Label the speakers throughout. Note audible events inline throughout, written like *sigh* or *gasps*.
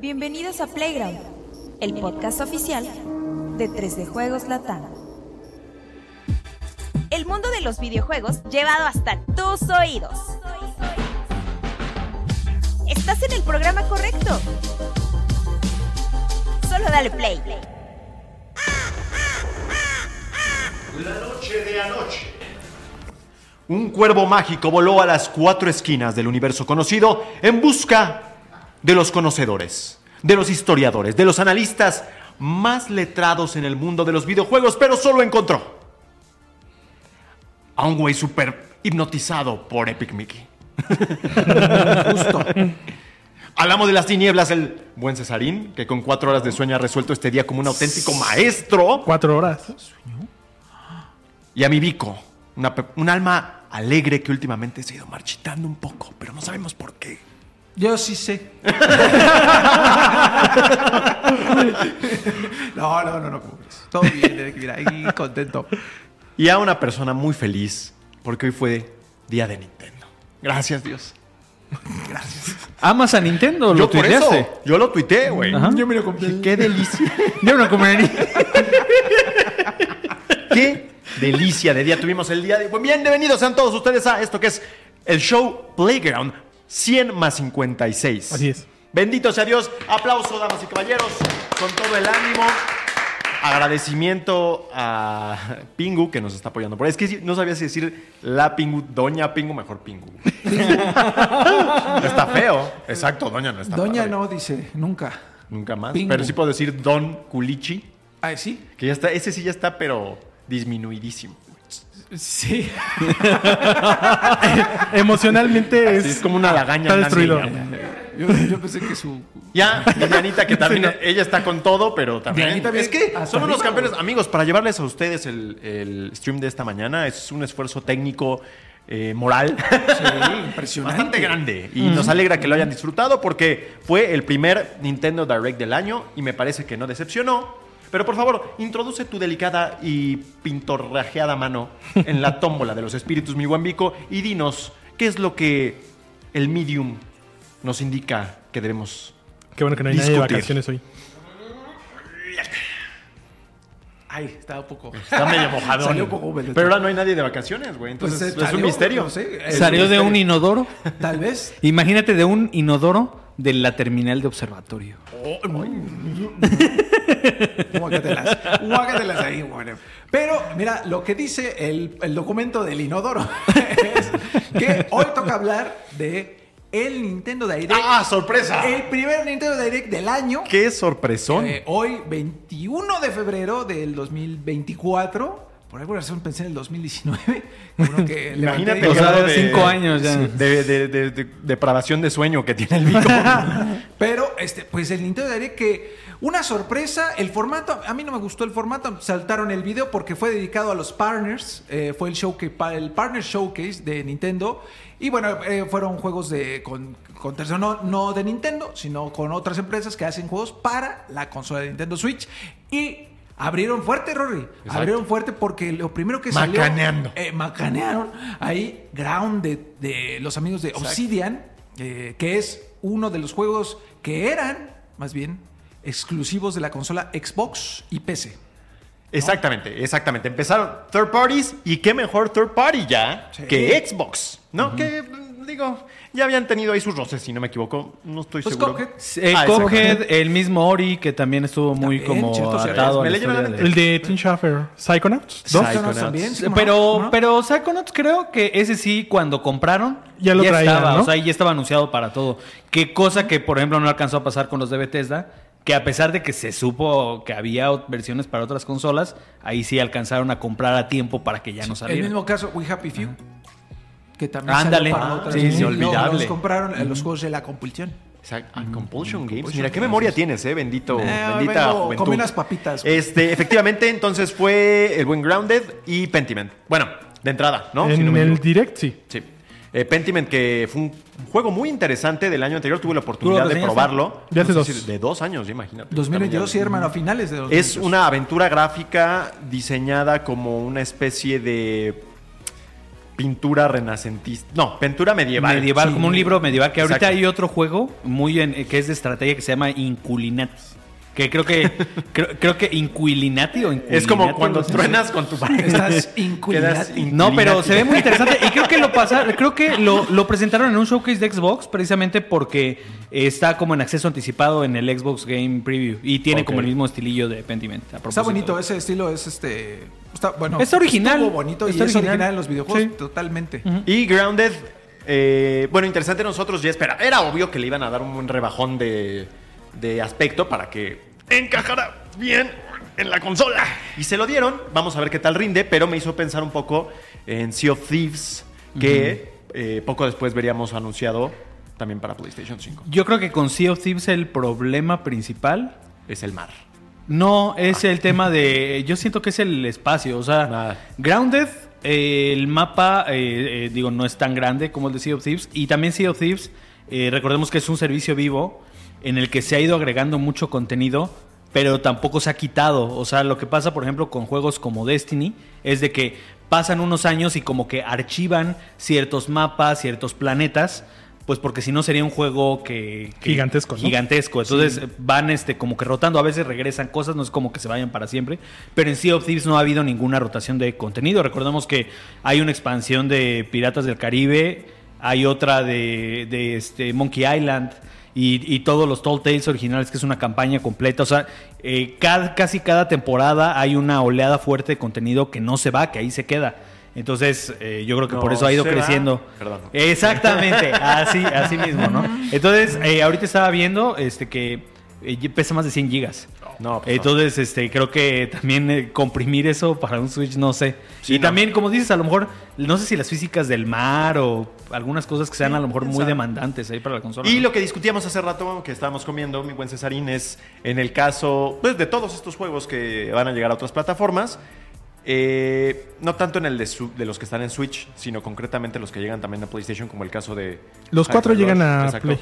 Speaker 1: Bienvenidos a Playground, el podcast oficial de 3D Juegos Latam. El mundo de los videojuegos llevado hasta tus oídos. Estás en el programa correcto. Solo dale play.
Speaker 2: La noche de anoche. Un cuervo mágico voló a las cuatro esquinas del universo conocido en busca de los conocedores, de los historiadores, de los analistas más letrados en el mundo de los videojuegos, pero solo encontró a un güey súper hipnotizado por Epic Mickey. Justo. Hablamos de las tinieblas, el buen Cesarín, que con cuatro horas de sueño ha resuelto este día como un auténtico maestro.
Speaker 3: Cuatro horas.
Speaker 2: Y a mi Vico, una pe- un alma alegre que últimamente se ha ido marchitando un poco, pero no sabemos por qué.
Speaker 4: Yo sí sé. no, no, no, no. ¿cómo crees? Todo bien, Derek, mira, *laughs* aquí contento.
Speaker 2: Y a una persona muy feliz, porque hoy fue día de Nintendo. Gracias, Dios.
Speaker 4: ¿Amas a Nintendo? ¿Lo
Speaker 2: yo por
Speaker 4: tuiteaste?
Speaker 2: eso, yo lo tuiteé, güey.
Speaker 4: Ajá.
Speaker 3: Yo me lo compré.
Speaker 2: Qué delicia.
Speaker 4: Yo no comería.
Speaker 3: *laughs*
Speaker 2: Qué delicia de día tuvimos el día de hoy. Bienvenidos sean todos ustedes a esto que es el show Playground 100 más 56.
Speaker 3: Así es.
Speaker 2: Bendito sea Dios. Aplauso, damas y caballeros, con todo el ánimo. Agradecimiento a Pingu que nos está apoyando. Por ahí. es que no sabía si decir la Pingu, doña Pingu, mejor Pingu. No está feo. Exacto, doña no está
Speaker 4: Doña
Speaker 2: padre.
Speaker 4: no dice, nunca.
Speaker 2: Nunca más.
Speaker 4: Pingu.
Speaker 2: Pero sí puedo decir don culichi,
Speaker 4: Ah, sí.
Speaker 2: que ya está, ese sí ya está, pero disminuidísimo.
Speaker 4: Sí.
Speaker 3: *laughs* Emocionalmente es.
Speaker 2: Sí, es como una lagaña.
Speaker 3: Está
Speaker 2: una
Speaker 3: destruido.
Speaker 2: niña.
Speaker 4: Yo, yo pensé que *laughs* su.
Speaker 2: Ya, y Dianita, que también ella está con todo, pero también.
Speaker 4: Dianita viene
Speaker 2: es que
Speaker 4: hasta
Speaker 2: somos los
Speaker 4: arriba,
Speaker 2: campeones. Amigos, para llevarles a ustedes el, el stream de esta mañana es un esfuerzo técnico, eh, moral,
Speaker 4: Sí, impresionante.
Speaker 2: bastante grande. Y nos alegra que lo hayan disfrutado porque fue el primer Nintendo Direct del año y me parece que no decepcionó. Pero por favor, introduce tu delicada y pintorrajeada mano en la tómbola de los espíritus, mi buen Vico, y dinos qué es lo que el medium nos indica que debemos
Speaker 3: Qué bueno que no hay nadie de
Speaker 2: Discutir.
Speaker 3: vacaciones hoy.
Speaker 4: Ay, estaba poco.
Speaker 2: Está medio mojadón.
Speaker 4: Salió un poco veleta.
Speaker 2: Pero ahora no hay nadie de vacaciones, güey. Entonces
Speaker 4: Pues,
Speaker 2: es
Speaker 4: eh, salió,
Speaker 2: un misterio.
Speaker 4: no sé, eh, es
Speaker 5: Eh, Salió
Speaker 2: Este-
Speaker 5: de un
Speaker 4: misterio.
Speaker 5: inodoro.
Speaker 4: *laughs* Tal vez. *laughs*
Speaker 5: Imagínate de un inodoro de la terminal de observatorio.
Speaker 2: Ah,
Speaker 4: Guácatelas. Guácatelas ahí, bueno. Pero mira, lo que dice el, el documento del inodoro *laughs* es que hoy toca hablar de el Nintendo Direct.
Speaker 2: ¡Ah, sorpresa!
Speaker 4: El primer Nintendo Direct del año.
Speaker 2: ¡Qué sorpresón!
Speaker 4: Eh, hoy, 21 de febrero del 2024. Por alguna razón pensé en el 2019. Uno
Speaker 2: *laughs*
Speaker 4: que levanté
Speaker 2: Imagínate
Speaker 4: y-
Speaker 5: O sea,
Speaker 2: grado de-
Speaker 5: cinco años ya.
Speaker 2: De, de- de- de- depravación de sueño que tiene el Vico.
Speaker 4: Pero, este, pues el Nintendo Direct que una sorpresa, el formato, a mí no me gustó el formato, saltaron el video porque fue dedicado a los partners, eh, fue el showcase, pa- el partner showcase de Nintendo y bueno, eh, fueron juegos de con, con tercero, no, no de Nintendo, sino con otras empresas que hacen juegos para la consola de Nintendo Switch y abrieron fuerte, Rory, abrieron fuerte porque lo primero que salió
Speaker 2: Macaneando.
Speaker 4: eh, macanearon ahí Ground de, de los amigos de Obsidian, eh, que es uno de los juegos que eran, más bien, exclusivos de la consola Xbox y PC.
Speaker 2: exactamente, exactamente. Empezaron third parties y qué mejor third party ya
Speaker 4: Sí.
Speaker 2: que Xbox, ¿no? Que, digo, ya habían tenido ahí sus roces, si no me equivoco. No estoy
Speaker 4: Pues
Speaker 2: seguro.
Speaker 4: Cuphead.
Speaker 5: Eh,
Speaker 2: Ah, exacto.
Speaker 5: Cuphead, el mismo Ori, que también estuvo muy
Speaker 4: También,
Speaker 5: como
Speaker 4: cierto, cierto.
Speaker 5: atado a
Speaker 2: Me
Speaker 5: la
Speaker 2: leyeron
Speaker 5: historia
Speaker 2: la
Speaker 5: de-
Speaker 3: El de Tim Schafer. Psychonauts. Dos.
Speaker 2: Psychonauts.
Speaker 4: ¿cómo no?
Speaker 5: Eh, Pero,
Speaker 4: ¿Cómo no?
Speaker 5: pero Psychonauts creo que ese sí, cuando compraron,
Speaker 3: Ya lo traían,
Speaker 5: estaba,
Speaker 3: ¿no?
Speaker 5: o sea, ya estaba anunciado para todo. Qué cosa que, por ejemplo, no alcanzó a pasar con los de Bethesda, que a pesar de que se supo que había ot- versiones para otras consolas, ahí sí alcanzaron a comprar a tiempo para que ya no
Speaker 4: el
Speaker 5: saliera.
Speaker 4: mismo caso, We Happy Few, que también
Speaker 5: Ándale.
Speaker 4: salió para
Speaker 5: Ah,
Speaker 4: otras-
Speaker 5: sí, sí,
Speaker 4: no,
Speaker 2: olvidable.
Speaker 4: Los compraron eh, los juegos de la compulsión.
Speaker 2: Exacto. Ah, Compulsion Games. Mira, qué memoria tienes, eh. Bendito,
Speaker 4: Eh, hoy
Speaker 2: bendita
Speaker 4: vengo-
Speaker 2: juventud.
Speaker 4: comí unas papitas, güey.
Speaker 2: Este, efectivamente, entonces fue el buen Grounded y Pentiment. Bueno, de entrada, ¿no? Si
Speaker 3: En
Speaker 2: no me
Speaker 3: el
Speaker 2: equivoco.
Speaker 3: direct, sí.
Speaker 2: Sí. Eh, Pentiment, que fue un juego muy interesante del año anterior, tuve la
Speaker 5: ¿Tú
Speaker 2: oportunidad
Speaker 5: lo
Speaker 2: de
Speaker 5: reseñaste?
Speaker 2: probarlo.
Speaker 3: De hace
Speaker 2: No sé
Speaker 3: dos.
Speaker 2: si de dos años, imagínate.
Speaker 4: 2022, sí,
Speaker 2: También ya-
Speaker 4: hermano, a finales de 2022.
Speaker 2: Es una aventura gráfica diseñada como una especie de pintura renacentista. No, pintura medieval.
Speaker 5: medieval,
Speaker 2: Sí.
Speaker 5: como un libro medieval. Que ahorita
Speaker 2: Exacto.
Speaker 5: hay otro juego muy en- eh, que es de estrategia que se llama Inculinati. Que creo que *laughs* creo, creo que Inculinati o Inculinati.
Speaker 2: Es como
Speaker 5: o
Speaker 2: cuando
Speaker 5: sea,
Speaker 2: truenas con tu pareja.
Speaker 4: Estás
Speaker 2: *laughs* Quedas
Speaker 4: inculinati.
Speaker 5: No, pero
Speaker 2: inculinati.
Speaker 5: se ve muy interesante. Y creo que lo pasa, creo que lo, lo presentaron en un showcase de Xbox precisamente porque está como en acceso anticipado en el Xbox Game Preview. Y tiene
Speaker 2: Ok.
Speaker 5: como el mismo estilillo de Pentiment. a
Speaker 4: Está
Speaker 5: propósito.
Speaker 4: bonito, ese estilo es este. Está bueno.
Speaker 5: Está original.
Speaker 4: estuvo bonito y
Speaker 5: Está
Speaker 4: es
Speaker 5: original.
Speaker 4: original en los videojuegos,
Speaker 5: Sí.
Speaker 4: totalmente.
Speaker 2: Y Grounded, eh, bueno, interesante nosotros ya espera. Era obvio que le iban a dar un buen rebajón de, de aspecto para que encajara bien en la consola. Y se lo dieron, vamos a ver qué tal rinde, pero me hizo pensar un poco en Sea of Thieves, que eh, poco después veríamos anunciado también para PlayStation 5.
Speaker 5: Yo creo que con Sea of Thieves el problema principal
Speaker 2: Es el mar.
Speaker 5: No, es el tema de. Yo siento que es el espacio. O sea,
Speaker 2: Nada.
Speaker 5: Grounded, eh, el mapa, eh, eh, digo, no es tan grande como el de Sea of Thieves. Y también Sea of Thieves, eh, recordemos que es un servicio vivo en el que se ha ido agregando mucho contenido, pero tampoco se ha quitado. O sea, lo que pasa, por ejemplo, con juegos como Destiny, es de que pasan unos años y como que archivan ciertos mapas, ciertos planetas. Pues porque si no sería un juego que... que-
Speaker 3: Gigantesco, ¿no?
Speaker 5: gigantesco. Entonces van este como que rotando, a veces regresan cosas, no es como que se vayan para siempre. Pero en Sea of Thieves no ha habido ninguna rotación de contenido. Recordemos que hay una expansión de Piratas del Caribe, hay otra de, de, este Monkey Island. Y, y todos los Tall Tales originales, que es una campaña completa. O sea, eh, cada- casi cada temporada hay una oleada fuerte de contenido que no se va, que ahí se queda. Entonces, eh, yo creo que
Speaker 2: No
Speaker 5: por eso ha ido
Speaker 2: se va.
Speaker 5: creciendo. Eh,
Speaker 2: Perdón.
Speaker 5: Exactamente, así, así mismo, ¿no? Entonces, eh, ahorita estaba viendo este que eh, pesa más de 100 gigas.
Speaker 2: No, pues no.
Speaker 5: Entonces, este, creo que también eh, comprimir eso para un Switch, no sé.
Speaker 2: Sí,
Speaker 5: y
Speaker 2: no.
Speaker 5: también, como dices, a lo mejor, no sé si las físicas del mar o algunas cosas que sean a lo mejor muy
Speaker 2: sabe.
Speaker 5: demandantes ahí para la consola.
Speaker 2: Y
Speaker 5: ¿no?
Speaker 2: lo que discutíamos hace rato, que estábamos comiendo, mi buen Cesarín, es en el caso pues, de todos estos juegos que van a llegar a otras plataformas, eh, no tanto en el de, su- de los que están en Switch, sino concretamente los que llegan también a PlayStation, como el caso de...
Speaker 3: Los cuatro
Speaker 2: Hyper
Speaker 3: llegan
Speaker 2: Rush,
Speaker 3: a Play.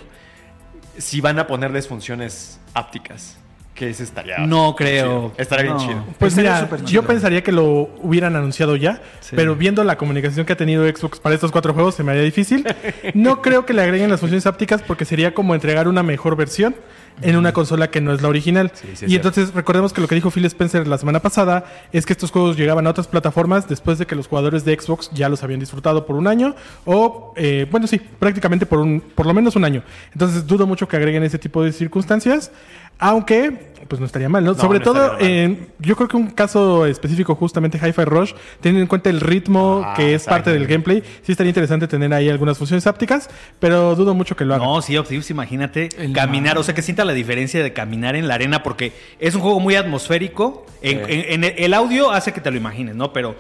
Speaker 2: Si van a ponerles funciones ápticas, que es estaría...
Speaker 5: No creo.
Speaker 2: chido. Estaría
Speaker 5: No.
Speaker 2: bien chido.
Speaker 3: Pues
Speaker 4: Estaría
Speaker 3: mira,
Speaker 4: súper
Speaker 3: yo
Speaker 4: chido.
Speaker 3: pensaría que lo hubieran anunciado ya,
Speaker 5: Sí.
Speaker 3: pero viendo la comunicación que ha tenido Xbox para estos cuatro juegos se me haría difícil.
Speaker 2: *laughs*
Speaker 3: No creo que le agreguen las funciones ápticas porque sería como entregar una mejor versión en una consola que no es la original.
Speaker 2: Sí, sí, es
Speaker 3: y
Speaker 2: cierto.
Speaker 3: entonces recordemos que lo que dijo Phil Spencer la semana pasada es que estos juegos llegaban a otras plataformas después de que los jugadores de Xbox ya los habían disfrutado por un año o, eh, bueno, sí, prácticamente por, un, por lo menos un año. Entonces dudo mucho que agreguen ese tipo de circunstancias, aunque pues no estaría mal, ¿no?
Speaker 2: No,
Speaker 3: Sobre
Speaker 2: no
Speaker 3: todo
Speaker 2: estaría mal.
Speaker 3: en en- yo creo que un caso específico, justamente Hi-Fi Rush, teniendo en cuenta el ritmo
Speaker 2: Ah,
Speaker 3: que es parte del
Speaker 2: exacto.
Speaker 3: gameplay, sí estaría interesante tener ahí algunas funciones ápticas, pero dudo mucho que lo hagan.
Speaker 5: No, sí, of Thieves, imagínate
Speaker 4: El
Speaker 5: caminar, o sea, que sienta la diferencia de caminar en la arena porque es un juego muy atmosférico.
Speaker 2: Sí.
Speaker 5: En- en- en el, el audio hace que te lo imagines, ¿no? Pero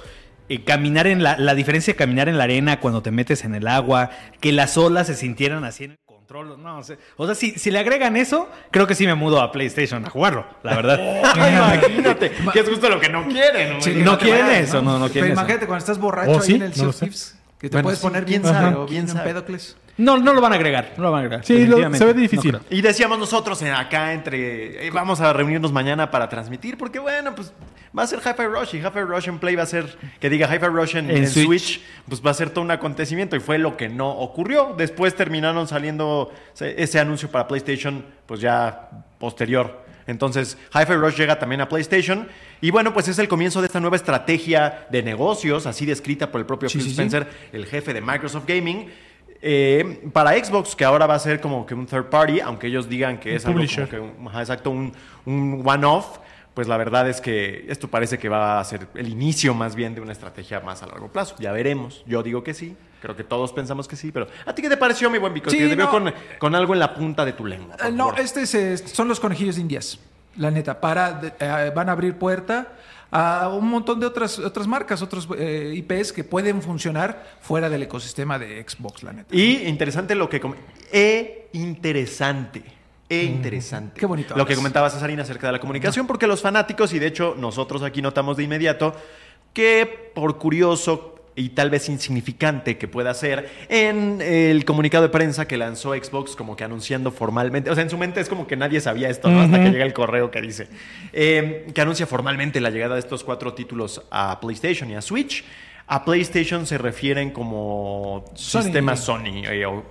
Speaker 5: eh, caminar en la, la diferencia de caminar en la arena cuando te metes en el agua, que las olas se sintieran así en el control, no, o sea, o sea, si, si le agregan eso, creo que sí me mudo a PlayStation a jugarlo, la
Speaker 3: *laughs*
Speaker 2: Ay,
Speaker 5: verdad.
Speaker 2: imagínate, que es justo lo que no quieren. güey.
Speaker 4: Sí,
Speaker 5: *laughs* no
Speaker 4: te
Speaker 5: quieren
Speaker 4: vayan,
Speaker 5: eso, no, no quieren
Speaker 4: Pero
Speaker 5: eso.
Speaker 4: imagínate cuando estás borracho
Speaker 3: ¿O
Speaker 4: ahí
Speaker 3: Oh, sí?
Speaker 4: en el
Speaker 3: No
Speaker 4: Sea
Speaker 3: lo
Speaker 4: of
Speaker 3: sé.
Speaker 4: Thieves, que te
Speaker 2: Bueno,
Speaker 4: puedes
Speaker 2: sí,
Speaker 4: poner
Speaker 2: quién
Speaker 4: bien
Speaker 2: sabe,
Speaker 4: pedo,
Speaker 2: quién
Speaker 4: bien
Speaker 2: sabe.
Speaker 4: pedocles.
Speaker 5: No, no lo van a agregar, no lo van a agregar.
Speaker 3: sí, lo- se
Speaker 5: definitivamente.
Speaker 3: ve
Speaker 5: No
Speaker 3: difícil.
Speaker 5: creo.
Speaker 2: Y decíamos nosotros en- acá entre. eh, vamos a reunirnos mañana para transmitir, porque bueno, pues va a ser Hi-Fi Rush y Hi-Fi Rush en Play va a ser. Que diga Hi-Fi Rush en,
Speaker 5: En
Speaker 2: en Switch.
Speaker 5: Switch.
Speaker 2: pues va a ser todo un acontecimiento y fue lo que no ocurrió. Después terminaron saliendo se- ese anuncio para PlayStation, pues ya posterior. Entonces, Hi-Fi Rush llega también a PlayStation. Y bueno, pues es el comienzo de esta nueva estrategia de negocios, así descrita por el propio
Speaker 4: Sí,
Speaker 2: Phil
Speaker 4: sí, sí.
Speaker 2: Spencer, el jefe de Microsoft Gaming. eh, para Xbox, que ahora va a ser como que un third party, aunque ellos digan que
Speaker 3: Un
Speaker 2: es algo como
Speaker 3: publisher.
Speaker 2: que un- ajá, exacto, un, un one-off, pues la verdad es que esto parece que va a ser el inicio más bien de una estrategia más a largo plazo. Ya veremos. Yo digo que sí. Creo que todos pensamos que sí, pero ¿a ti qué te pareció, mi buen Vico?
Speaker 4: Sí,
Speaker 2: que te veo
Speaker 4: no.
Speaker 2: con, con algo en la punta de tu lengua. por
Speaker 4: Eh, no,
Speaker 2: favor.
Speaker 4: este es, eh, son los conejillos de indias. La neta, para de- eh, van a abrir puerta a un montón de otras otras marcas, otros eh, IPs que pueden funcionar fuera del ecosistema de Xbox, la neta.
Speaker 2: Y interesante lo que... com- E interesante. E interesante.
Speaker 4: Mm, Qué bonito
Speaker 2: Lo que
Speaker 4: hablas.
Speaker 2: comentaba Cesarín acerca de la comunicación, porque los fanáticos, y de hecho nosotros aquí notamos de inmediato, que por curioso y tal vez insignificante que pueda ser, en el comunicado de prensa que lanzó Xbox como que anunciando formalmente, o sea, en su mente es como que nadie sabía esto, ¿no? Hasta que llega el correo que dice, em, eh, que anuncia formalmente la llegada de estos cuatro títulos a PlayStation y a Switch. A PlayStation se refieren como
Speaker 4: Sony.
Speaker 2: sistema Sony eh, o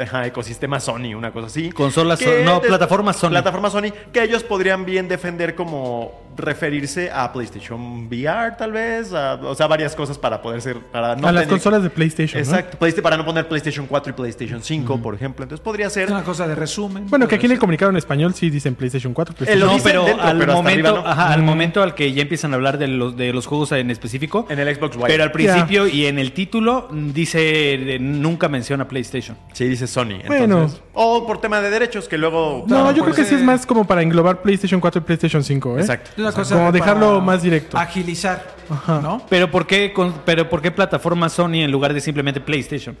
Speaker 2: ajá, ecosistema Sony, una cosa así.
Speaker 5: Consolas
Speaker 2: Que
Speaker 5: Sony- no,
Speaker 2: de-
Speaker 5: plataformas Sony.
Speaker 2: Plataforma Sony, que ellos podrían bien defender como referirse a PlayStation VR tal vez, a- o sea, varias cosas para poder ser, para no
Speaker 3: a las
Speaker 2: tener-
Speaker 3: consolas de PlayStation. ¿no?
Speaker 2: Exacto, Playsta- para no poner PlayStation 4 y PlayStation 5, por ejemplo. Entonces podría ser...
Speaker 4: Es una cosa de resumen.
Speaker 3: Bueno, que aquí en el comunicado en español sí dicen PlayStation 4. PlayStation
Speaker 2: lo
Speaker 5: no,
Speaker 2: dicen
Speaker 5: pero,
Speaker 2: dentro,
Speaker 5: al,
Speaker 2: pero hasta
Speaker 5: momento,
Speaker 2: arriba no.
Speaker 5: ajá, al momento al que ya empiezan a hablar de los, de los juegos en específico.
Speaker 2: En el Xbox Wire.
Speaker 5: Pero al
Speaker 3: Ya.
Speaker 5: principio y en el título mm, dice, de- nunca menciona PlayStation.
Speaker 2: Sí, dice Sony.
Speaker 3: Bueno.
Speaker 2: entonces. O por tema de derechos, que luego...
Speaker 3: No,
Speaker 4: No,
Speaker 3: yo creo
Speaker 4: pues,
Speaker 3: que sí es
Speaker 4: eh.
Speaker 3: más como para englobar PlayStation 4 y PlayStation 5, ¿eh?
Speaker 2: Exacto.
Speaker 4: Es una cosa
Speaker 3: como
Speaker 4: de-
Speaker 3: dejarlo
Speaker 4: para
Speaker 3: más directo.
Speaker 4: Agilizar. ¿No?
Speaker 5: Pero ¿por qué, con- pero ¿por qué plataforma Sony en lugar de simplemente PlayStation?